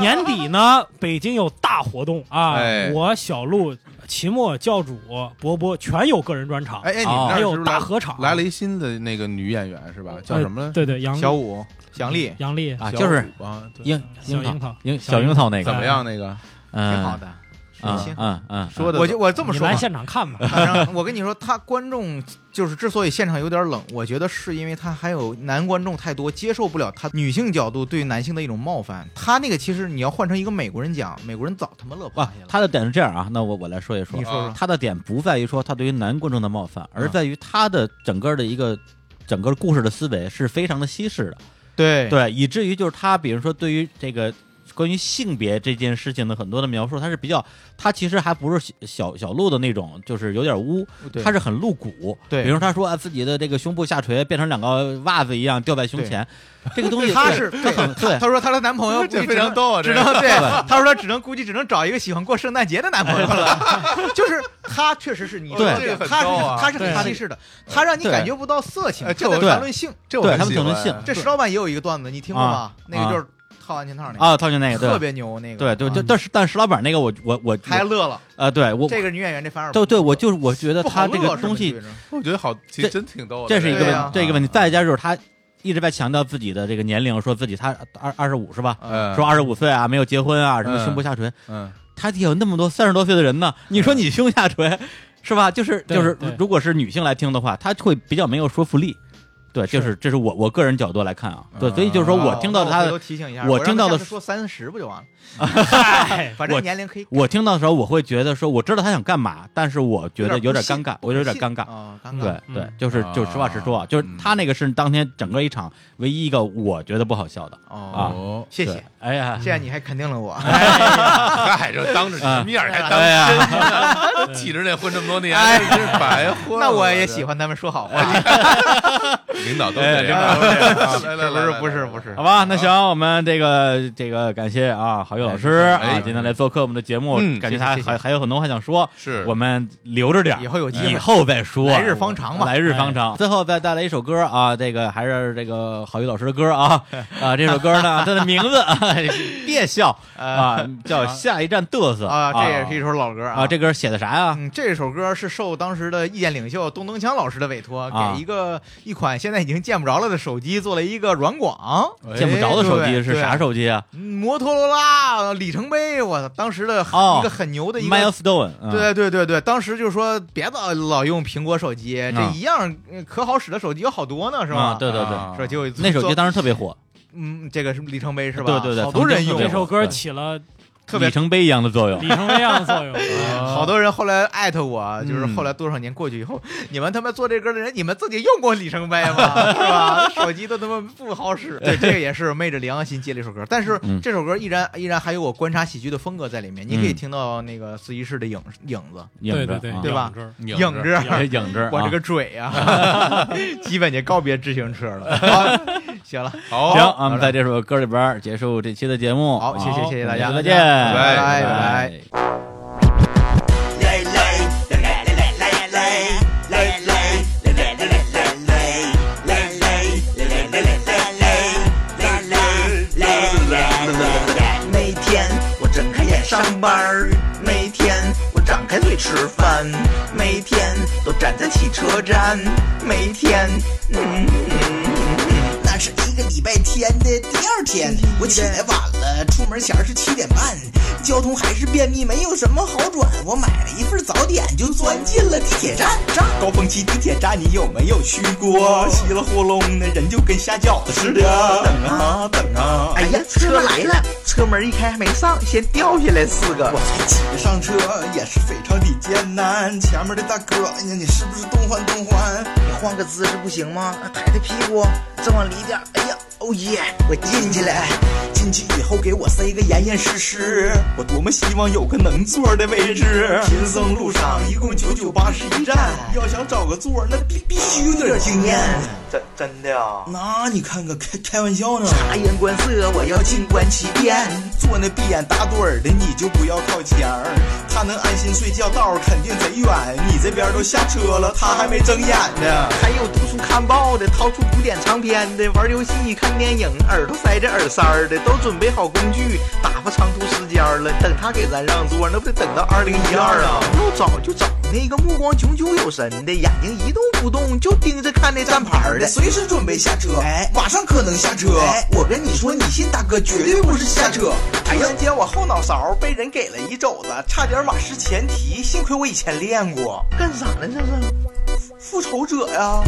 Speaker 1: 年底呢，北京有大活动啊！
Speaker 3: 哎
Speaker 1: 我小鹿、秦末教主、博博全有个人专场，
Speaker 3: 哎哎，你
Speaker 2: 哦
Speaker 3: 们那
Speaker 1: 还
Speaker 3: 儿
Speaker 1: 有
Speaker 3: 是不是
Speaker 1: 大
Speaker 3: 来
Speaker 1: 合唱，
Speaker 3: 来了一新的那个女演员是吧？叫什么
Speaker 1: 呃
Speaker 3: 来？
Speaker 1: 对对，杨
Speaker 4: 小
Speaker 1: 丽
Speaker 4: 五、祥丽，
Speaker 1: 嗯杨丽
Speaker 2: 啊，
Speaker 3: 小
Speaker 2: 就是
Speaker 3: 五啊，对
Speaker 2: 樱
Speaker 1: 小樱桃
Speaker 2: 樱小樱桃那
Speaker 3: 怎
Speaker 2: 个，
Speaker 3: 么样？那个
Speaker 2: 嗯，
Speaker 4: 挺好的，挺
Speaker 2: 嗯
Speaker 4: 新。
Speaker 2: 嗯嗯，
Speaker 3: 说的
Speaker 4: 我就我这么
Speaker 1: 你
Speaker 4: 说
Speaker 1: 来
Speaker 4: 吧，
Speaker 1: 现场看吧。
Speaker 4: 反正我跟你说，他观众就是之所以现场有点冷，我觉得是因为他还有男观众太多，接受不了他女性角度对男性的一种冒犯。他那个其实你要换成一个美国人讲，美国人早他妈乐
Speaker 2: 不
Speaker 4: 趴下，了。
Speaker 2: 他的点是这样啊，那我我来说一说
Speaker 4: 你
Speaker 2: 啊，
Speaker 4: 说说，
Speaker 2: 他的点不在于说他对于男观众的冒犯，而在于他的整个的一个整个故事的思维是非常的西式的，
Speaker 4: 对
Speaker 2: 对，以至于就是他，比如说对于这个。关于性别这件事情的很多的描述，他是比较，他其实还不是小小鹿的那种，就是有点污，
Speaker 4: 对
Speaker 2: 他是很露骨。
Speaker 4: 对
Speaker 2: 比如他说啊自己的这个胸部下垂变成两个袜子一样掉在胸前，这个 东西
Speaker 4: 他是
Speaker 2: 他很对
Speaker 4: 他说他的男朋友
Speaker 3: 这
Speaker 4: 估
Speaker 3: 非
Speaker 4: 计只能
Speaker 3: 常逗啊
Speaker 4: 只
Speaker 3: 这
Speaker 4: 能
Speaker 3: 个
Speaker 4: 对，他说他只能估计只能找一个喜欢过圣诞节的男朋 友了，就是他确实是你
Speaker 2: 对
Speaker 4: 这
Speaker 3: 这
Speaker 4: 个
Speaker 3: 个
Speaker 4: 他
Speaker 3: 很逗啊
Speaker 4: 是他是
Speaker 1: 对
Speaker 4: 很西式的，他让你
Speaker 2: 对
Speaker 4: 感觉不到色情，
Speaker 3: 哎这
Speaker 4: 他在
Speaker 3: 我
Speaker 4: 谈论性。
Speaker 3: 这我
Speaker 2: 对
Speaker 3: 很
Speaker 2: 他们
Speaker 3: 喜
Speaker 2: 可能
Speaker 3: 欢啊
Speaker 2: 信
Speaker 4: 这石老板也有一个段子，你听过吗
Speaker 2: 啊？
Speaker 4: 那个就是套安全套那个，
Speaker 2: 啊，他就那个对
Speaker 4: 特别牛那
Speaker 2: 对
Speaker 4: 个，
Speaker 2: 对，
Speaker 4: 啊
Speaker 2: 就但是但石老板那个我我我
Speaker 4: 还乐了。
Speaker 2: 呃对我
Speaker 4: 这个女演员这反而
Speaker 2: 对对我就是我觉得
Speaker 4: 不
Speaker 2: 他
Speaker 4: 好乐
Speaker 2: 这个东
Speaker 4: 是
Speaker 2: 西
Speaker 4: 不是
Speaker 3: 我觉得好，其
Speaker 2: 这
Speaker 3: 实真挺逗的。
Speaker 2: 这是一个
Speaker 4: 对
Speaker 2: 问
Speaker 4: 啊
Speaker 2: 这个问题，再加就是他一直在强调自己的这个年龄，说自己他二二十五是吧？
Speaker 3: 嗯
Speaker 2: 说二十五岁啊，没有结婚啊，什么
Speaker 3: 嗯
Speaker 2: 胸部下垂，
Speaker 3: 嗯，
Speaker 2: 他底下有那么多三十多岁的人呢，你说你胸下垂是吧？就是
Speaker 1: 对
Speaker 2: 就是
Speaker 1: 对，
Speaker 2: 如果是女性来听的话，她会比较没有说服力。对，就是这是我我个人角度来看啊，对，所以就是说我听到
Speaker 4: 哦
Speaker 2: 他
Speaker 4: 那我回
Speaker 2: 的
Speaker 4: 头提醒一下，
Speaker 2: 我
Speaker 4: 让
Speaker 2: 听
Speaker 4: 他
Speaker 2: 到的
Speaker 4: 下次说三十不就完了？
Speaker 1: 嗨
Speaker 4: 反
Speaker 2: 我
Speaker 4: 正年龄可以
Speaker 2: 我听到的时候，我会觉得说，我知道他想干嘛，但是我觉得有点尴尬，我有点尴尬。
Speaker 4: 啊，尴尬。
Speaker 2: 对
Speaker 1: 嗯
Speaker 2: 对，就是
Speaker 3: 啊
Speaker 2: 就实话实说啊，就是他那个是当天整个一场唯一一个我觉得不好笑的。
Speaker 4: 哦，
Speaker 3: 哦，
Speaker 4: 谢
Speaker 2: 啊对
Speaker 4: 谢，，
Speaker 2: 哎呀，
Speaker 4: 这样你还肯定了我。
Speaker 3: 嗨，这当着你的面儿还当
Speaker 2: 哎呀，
Speaker 3: 真挤着脸混这么多年，
Speaker 4: 哎
Speaker 3: 真是白 混。
Speaker 4: 那我也喜欢他们说好话，
Speaker 3: 领导都这
Speaker 2: 哎
Speaker 3: 样， 啊来来来
Speaker 4: 不
Speaker 3: 来
Speaker 4: 是不是
Speaker 3: 来
Speaker 4: 不是
Speaker 2: 好吧，那行，我们这个这个感谢啊，郝宇老师
Speaker 3: 哎
Speaker 2: 啊，今天来做客我们的节目，
Speaker 3: 嗯
Speaker 2: 感觉他
Speaker 4: 谢谢谢谢
Speaker 2: 还还有很多话想说，
Speaker 3: 是
Speaker 2: 我们留着点儿，
Speaker 4: 以后有机会
Speaker 2: 以后再说，
Speaker 4: 来日方长嘛哎
Speaker 2: 来日方长。最后再带来一首歌啊，这个还是这个郝宇老师的歌 啊啊，这首歌呢，它的名字别笑啊，叫下一站嘚瑟
Speaker 4: 呃啊，这也是一首老歌
Speaker 2: 啊，这歌写的啥呀？
Speaker 4: 嗯，这首歌是受当时的意见领袖东东强老师的委托，
Speaker 2: 啊
Speaker 4: 给一个一款现在已经见不着了的手机做了一个软广，
Speaker 2: 哎见不着的手机
Speaker 4: 哎对
Speaker 2: 是啥
Speaker 4: 对
Speaker 2: 手机啊
Speaker 4: 嗯摩托罗拉里程碑，我操，当时的
Speaker 2: 哦
Speaker 4: 一个很牛的一个。
Speaker 2: ？Milestone，嗯
Speaker 4: 对对对对，当时就说别老老用苹果手机，这
Speaker 2: 啊
Speaker 4: 一样嗯可好使的手机有好多呢，是
Speaker 2: 啊
Speaker 4: 吧？
Speaker 2: 对对对，
Speaker 3: 啊
Speaker 4: 说结果
Speaker 2: 那手机
Speaker 4: 当
Speaker 2: 当时特别火，
Speaker 4: 嗯，这个是里程碑是吧？
Speaker 2: 对对对
Speaker 4: 好多人
Speaker 2: 曾经特
Speaker 4: 用
Speaker 2: 别
Speaker 1: 这
Speaker 2: 火
Speaker 1: 首歌起了
Speaker 4: 特别
Speaker 2: 里程碑一样的作用
Speaker 1: 里。程碑一样的 作用。
Speaker 4: 好多人后来艾特我，
Speaker 2: 嗯
Speaker 4: 就是后来多少年过去以后，你们他妈做这歌的人，你们自己用过里程碑吗？是 吧？手机都他妈不好使。对，这个也是昧着良心接了一首歌，但是
Speaker 2: 嗯
Speaker 4: 这首歌依然依然还有我观察喜剧的风格在里面，你可以听到那个四一室的影影子
Speaker 2: 影
Speaker 1: 对
Speaker 2: 子
Speaker 1: 对对
Speaker 2: 啊
Speaker 4: 对吧？
Speaker 3: 影
Speaker 4: 影
Speaker 3: 子
Speaker 4: 子。
Speaker 2: 也 哎影子，啊
Speaker 4: 我这个嘴啊， 基本就告别自行车了。好行了，
Speaker 2: 啊
Speaker 3: 好
Speaker 2: 行，我们在这首歌里边儿结束这期的节目。
Speaker 4: 好，谢谢
Speaker 2: 好
Speaker 4: 谢谢大家，
Speaker 2: 再见，
Speaker 4: 拜
Speaker 3: 拜
Speaker 4: 拜
Speaker 2: 拜
Speaker 4: 拜。
Speaker 5: 来来来来来来来来来来来来来来来来来来来来来来来来来。那天我睁开眼上班儿，那天我张开嘴吃饭，每天都站在汽车站，每天嗯。那是一个礼拜天的第二天，我起来晚了，出门前儿是七点半，交通还是便秘，没有什么好转。我买了一份早点，就钻进了地铁站。站高峰期地铁站，你有没有去过？稀里糊弄的人就跟下饺子似的。等啊等啊，哎呀，车来了，车门一开还没上，先掉下来四个。我挤着上车也是非常的艰难。前面的大哥，哎呀，你是不是动换动换？你换个姿势不行吗？抬抬屁股，再往里点。哎呀，哦耶！我进去了，进去以后给我塞个严严实实，我多么希望有个能座的位置。
Speaker 4: 贫僧路上一共九九八十一站，
Speaker 5: 要想找个座儿，那必必须有点经验。
Speaker 4: 真真的啊！
Speaker 5: 那你看看，开开玩笑呢？
Speaker 4: 察言观色，我要静观其变。
Speaker 5: 坐那闭眼打盹儿的，你就不要靠前儿。他能安心睡觉，道儿肯定贼远。你这边都下车了，他还没睁眼呢。
Speaker 4: 还有读书看报的，掏出古典长篇的，玩游戏看电影，耳朵塞着耳塞儿的，都准备好工具，打发长途时间了。等他给咱让座，那不得等到二零一二啊？要找就找那个目光炯炯有神的，眼睛一动不动，就盯着看那站牌儿的。
Speaker 5: 随时准备下车，
Speaker 4: 哎
Speaker 5: 马上可能下车。
Speaker 4: 哎
Speaker 5: 我跟你说，你信大哥绝对不是哎瞎扯。
Speaker 4: 突然间，哎我后脑勺被人给了一肘子，差点马失前蹄。幸亏我以前练过，干啥呢？这是复仇者呀、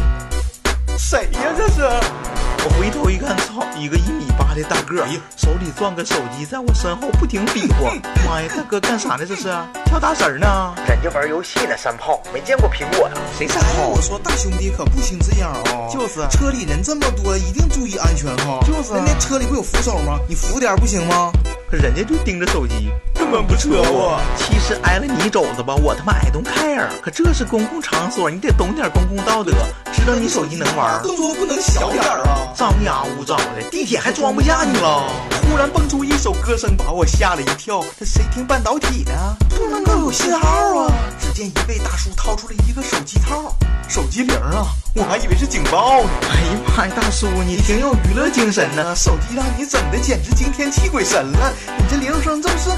Speaker 4: 谁呀、这是？我回头一看，操，一个一米八的大个儿
Speaker 5: 哎呀，
Speaker 4: 手里攥个手机，在我身后不停比划。妈呀，大哥干啥呢？这是啊跳大神儿呢？人家嗯玩游戏呢，山炮没见过苹果呀？谁山
Speaker 5: 哎，
Speaker 4: 炮啊
Speaker 5: 我？说大兄弟可不行这样啊、
Speaker 4: 就是
Speaker 5: 车里人这么多，一定注意安全哈、
Speaker 4: 就是啊
Speaker 5: 那那车里不有扶手吗？你扶点儿不行吗？
Speaker 4: 人家就盯着手机，
Speaker 5: 根本不扯我。
Speaker 4: 其实挨了你肘子吧，我他妈 I don't care。可这是公共场所，你得懂点公共道德，知道你手机能玩。
Speaker 5: 动作不能小点儿啊！
Speaker 4: 张牙舞爪的，地铁还装不下你了。
Speaker 5: 忽然蹦出一首歌声，把我吓了一跳。这谁听半导体的？不能够有信号啊！只见一位大叔掏出了一个手机套，手机铃儿啊，我还以为是警报呢。
Speaker 4: 哎呀妈呀，大叔，你挺有娱乐精神呢。
Speaker 5: 手机让你整的简直惊天泣鬼神了！你这铃声这不是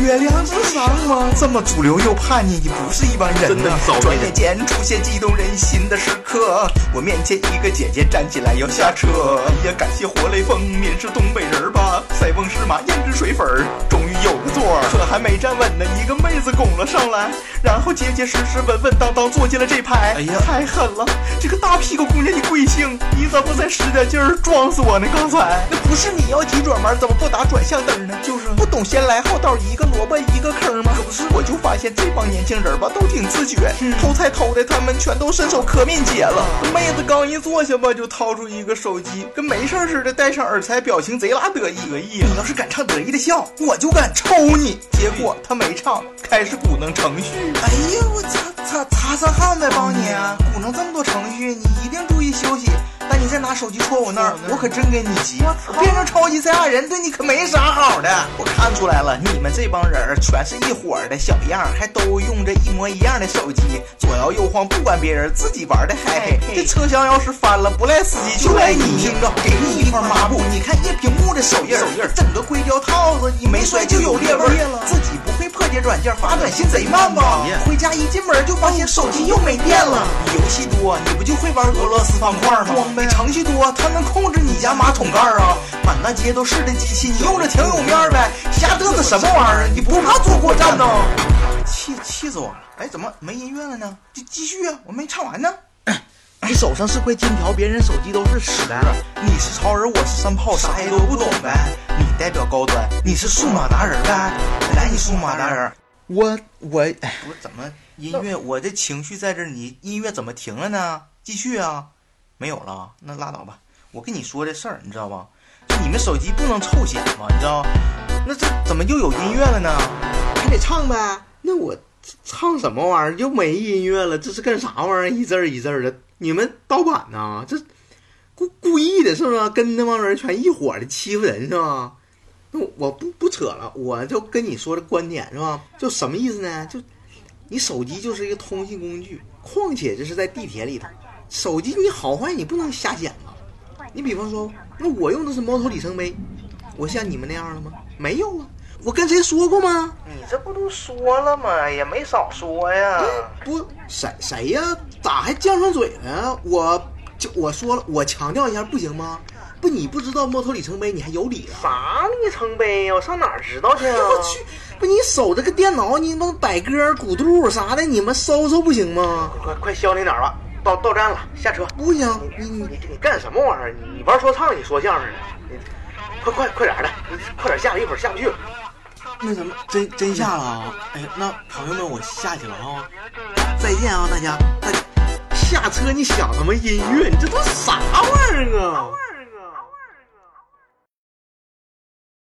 Speaker 5: 月亮之上吗？这么主流又叛逆，你不是一般人
Speaker 4: 真的
Speaker 5: 呐
Speaker 4: 骚！
Speaker 5: 转眼间出现激动人心的时刻，我面前一个姐姐站起来要下车。哎呀，感谢活雷锋，您是东北人吧？塞翁失马，焉知水粉儿，终于有个座儿。可还没站稳呢，一个妹子拱了上来，然后结结实实、稳稳当当坐进了这排。哎呀太狠了！这个大屁股姑娘，你贵姓？你咋不再使点劲儿撞死我呢？刚才那不是你要急转弯，怎么不打转向灯呢？就是不懂先来后到，一个萝卜一个坑吗？可不是，我就发现这帮年轻人吧，都挺自觉，偷菜偷的，他们全都伸手可面解了。妹子刚一坐下吧，就掏出一个手机，跟没事儿似的，戴上耳塞，表情贼拉得意得意。啊你要是敢唱得意的笑，我就敢抽你。结果他没唱，开始鼓弄程序。哎呀，我擦擦擦擦汗呗，帮你啊！鼓弄这么多程序，你一定注意休息。但你再拿手机戳我那儿，我可真跟你急！我变成超级赛亚人，对你可没啥好的。我看出来了，你们这帮人儿全是一伙儿的小样儿，还都用着一模一样的手机，左摇右晃，不管别人，自己玩的嗨嘿。这车厢要是翻了，不赖司机就赖你。听着，给你一块抹布，你看一屏幕的手印儿，整个硅胶套子你没摔就有裂纹儿，自己不会破解软件，发短信贼慢吧？回家一进门就发现手机又没电了。你游戏多，你不就会玩俄罗斯方块吗？你程序多，它能控制你家马桶盖儿啊！满大街都是的机器，你用着挺有面儿呗。瞎嘚瑟什么玩意儿？你不怕坐过站呢？气气死我了！哎，怎么没音乐了呢？就继续啊，我没唱完呢。
Speaker 4: 你手上是块金条，别人手机都是屎的。
Speaker 5: 你是超人，我是山炮，啥也都不懂呗。你代表高端，你是数码达人呗。来，你数码达人，
Speaker 4: 我我哎
Speaker 5: 我怎么音乐？我这情绪在这儿，你音乐怎么停了呢？继续啊，没有了，那拉倒吧。我跟你说这事儿，你知道吧？就你们手机不能臭显吗？你知道？那这怎么又有音乐了呢？
Speaker 4: 还得唱呗。那我唱什么玩意儿？又没音乐了，这是干啥玩意儿？一字儿一字儿的，你们盗版呐？这故故意的，是不是？跟那帮人全一伙儿的欺负人是吧？那我不不扯了，我就跟你说的观点是吧？就什么意思呢？就你手机就是一个通信工具，况且这是在地铁里头，手机你好坏你不能瞎想啊。你比方说，那我用的是猫头里程碑，我像你们那样了吗？没有啊，我跟谁说过吗？
Speaker 5: 你这不都说了吗？也没少说呀
Speaker 4: 不，谁谁呀？咋还犟上嘴了？我就我说了，我强调一下，不行吗？不，你不知道猫头里程碑，你还有理了？
Speaker 5: 啥里程碑呀？我上哪儿知道去啊
Speaker 4: 我去，不，你守着个电脑，你能摆歌、鼓肚啥的，你们搜搜不行吗？
Speaker 5: 快快消停点吧，到到站了，下车。
Speaker 4: 不行，你你
Speaker 5: 你你干什么玩意儿？你玩说唱，你说相声呢？你快快快点儿的，你快点下来，一会儿下不去了。
Speaker 4: 那什么，真真下了啊！哎呀，那朋友们，我下去了啊！再见啊，大家！大家下车你想什么音乐？你这都啥玩意儿啊？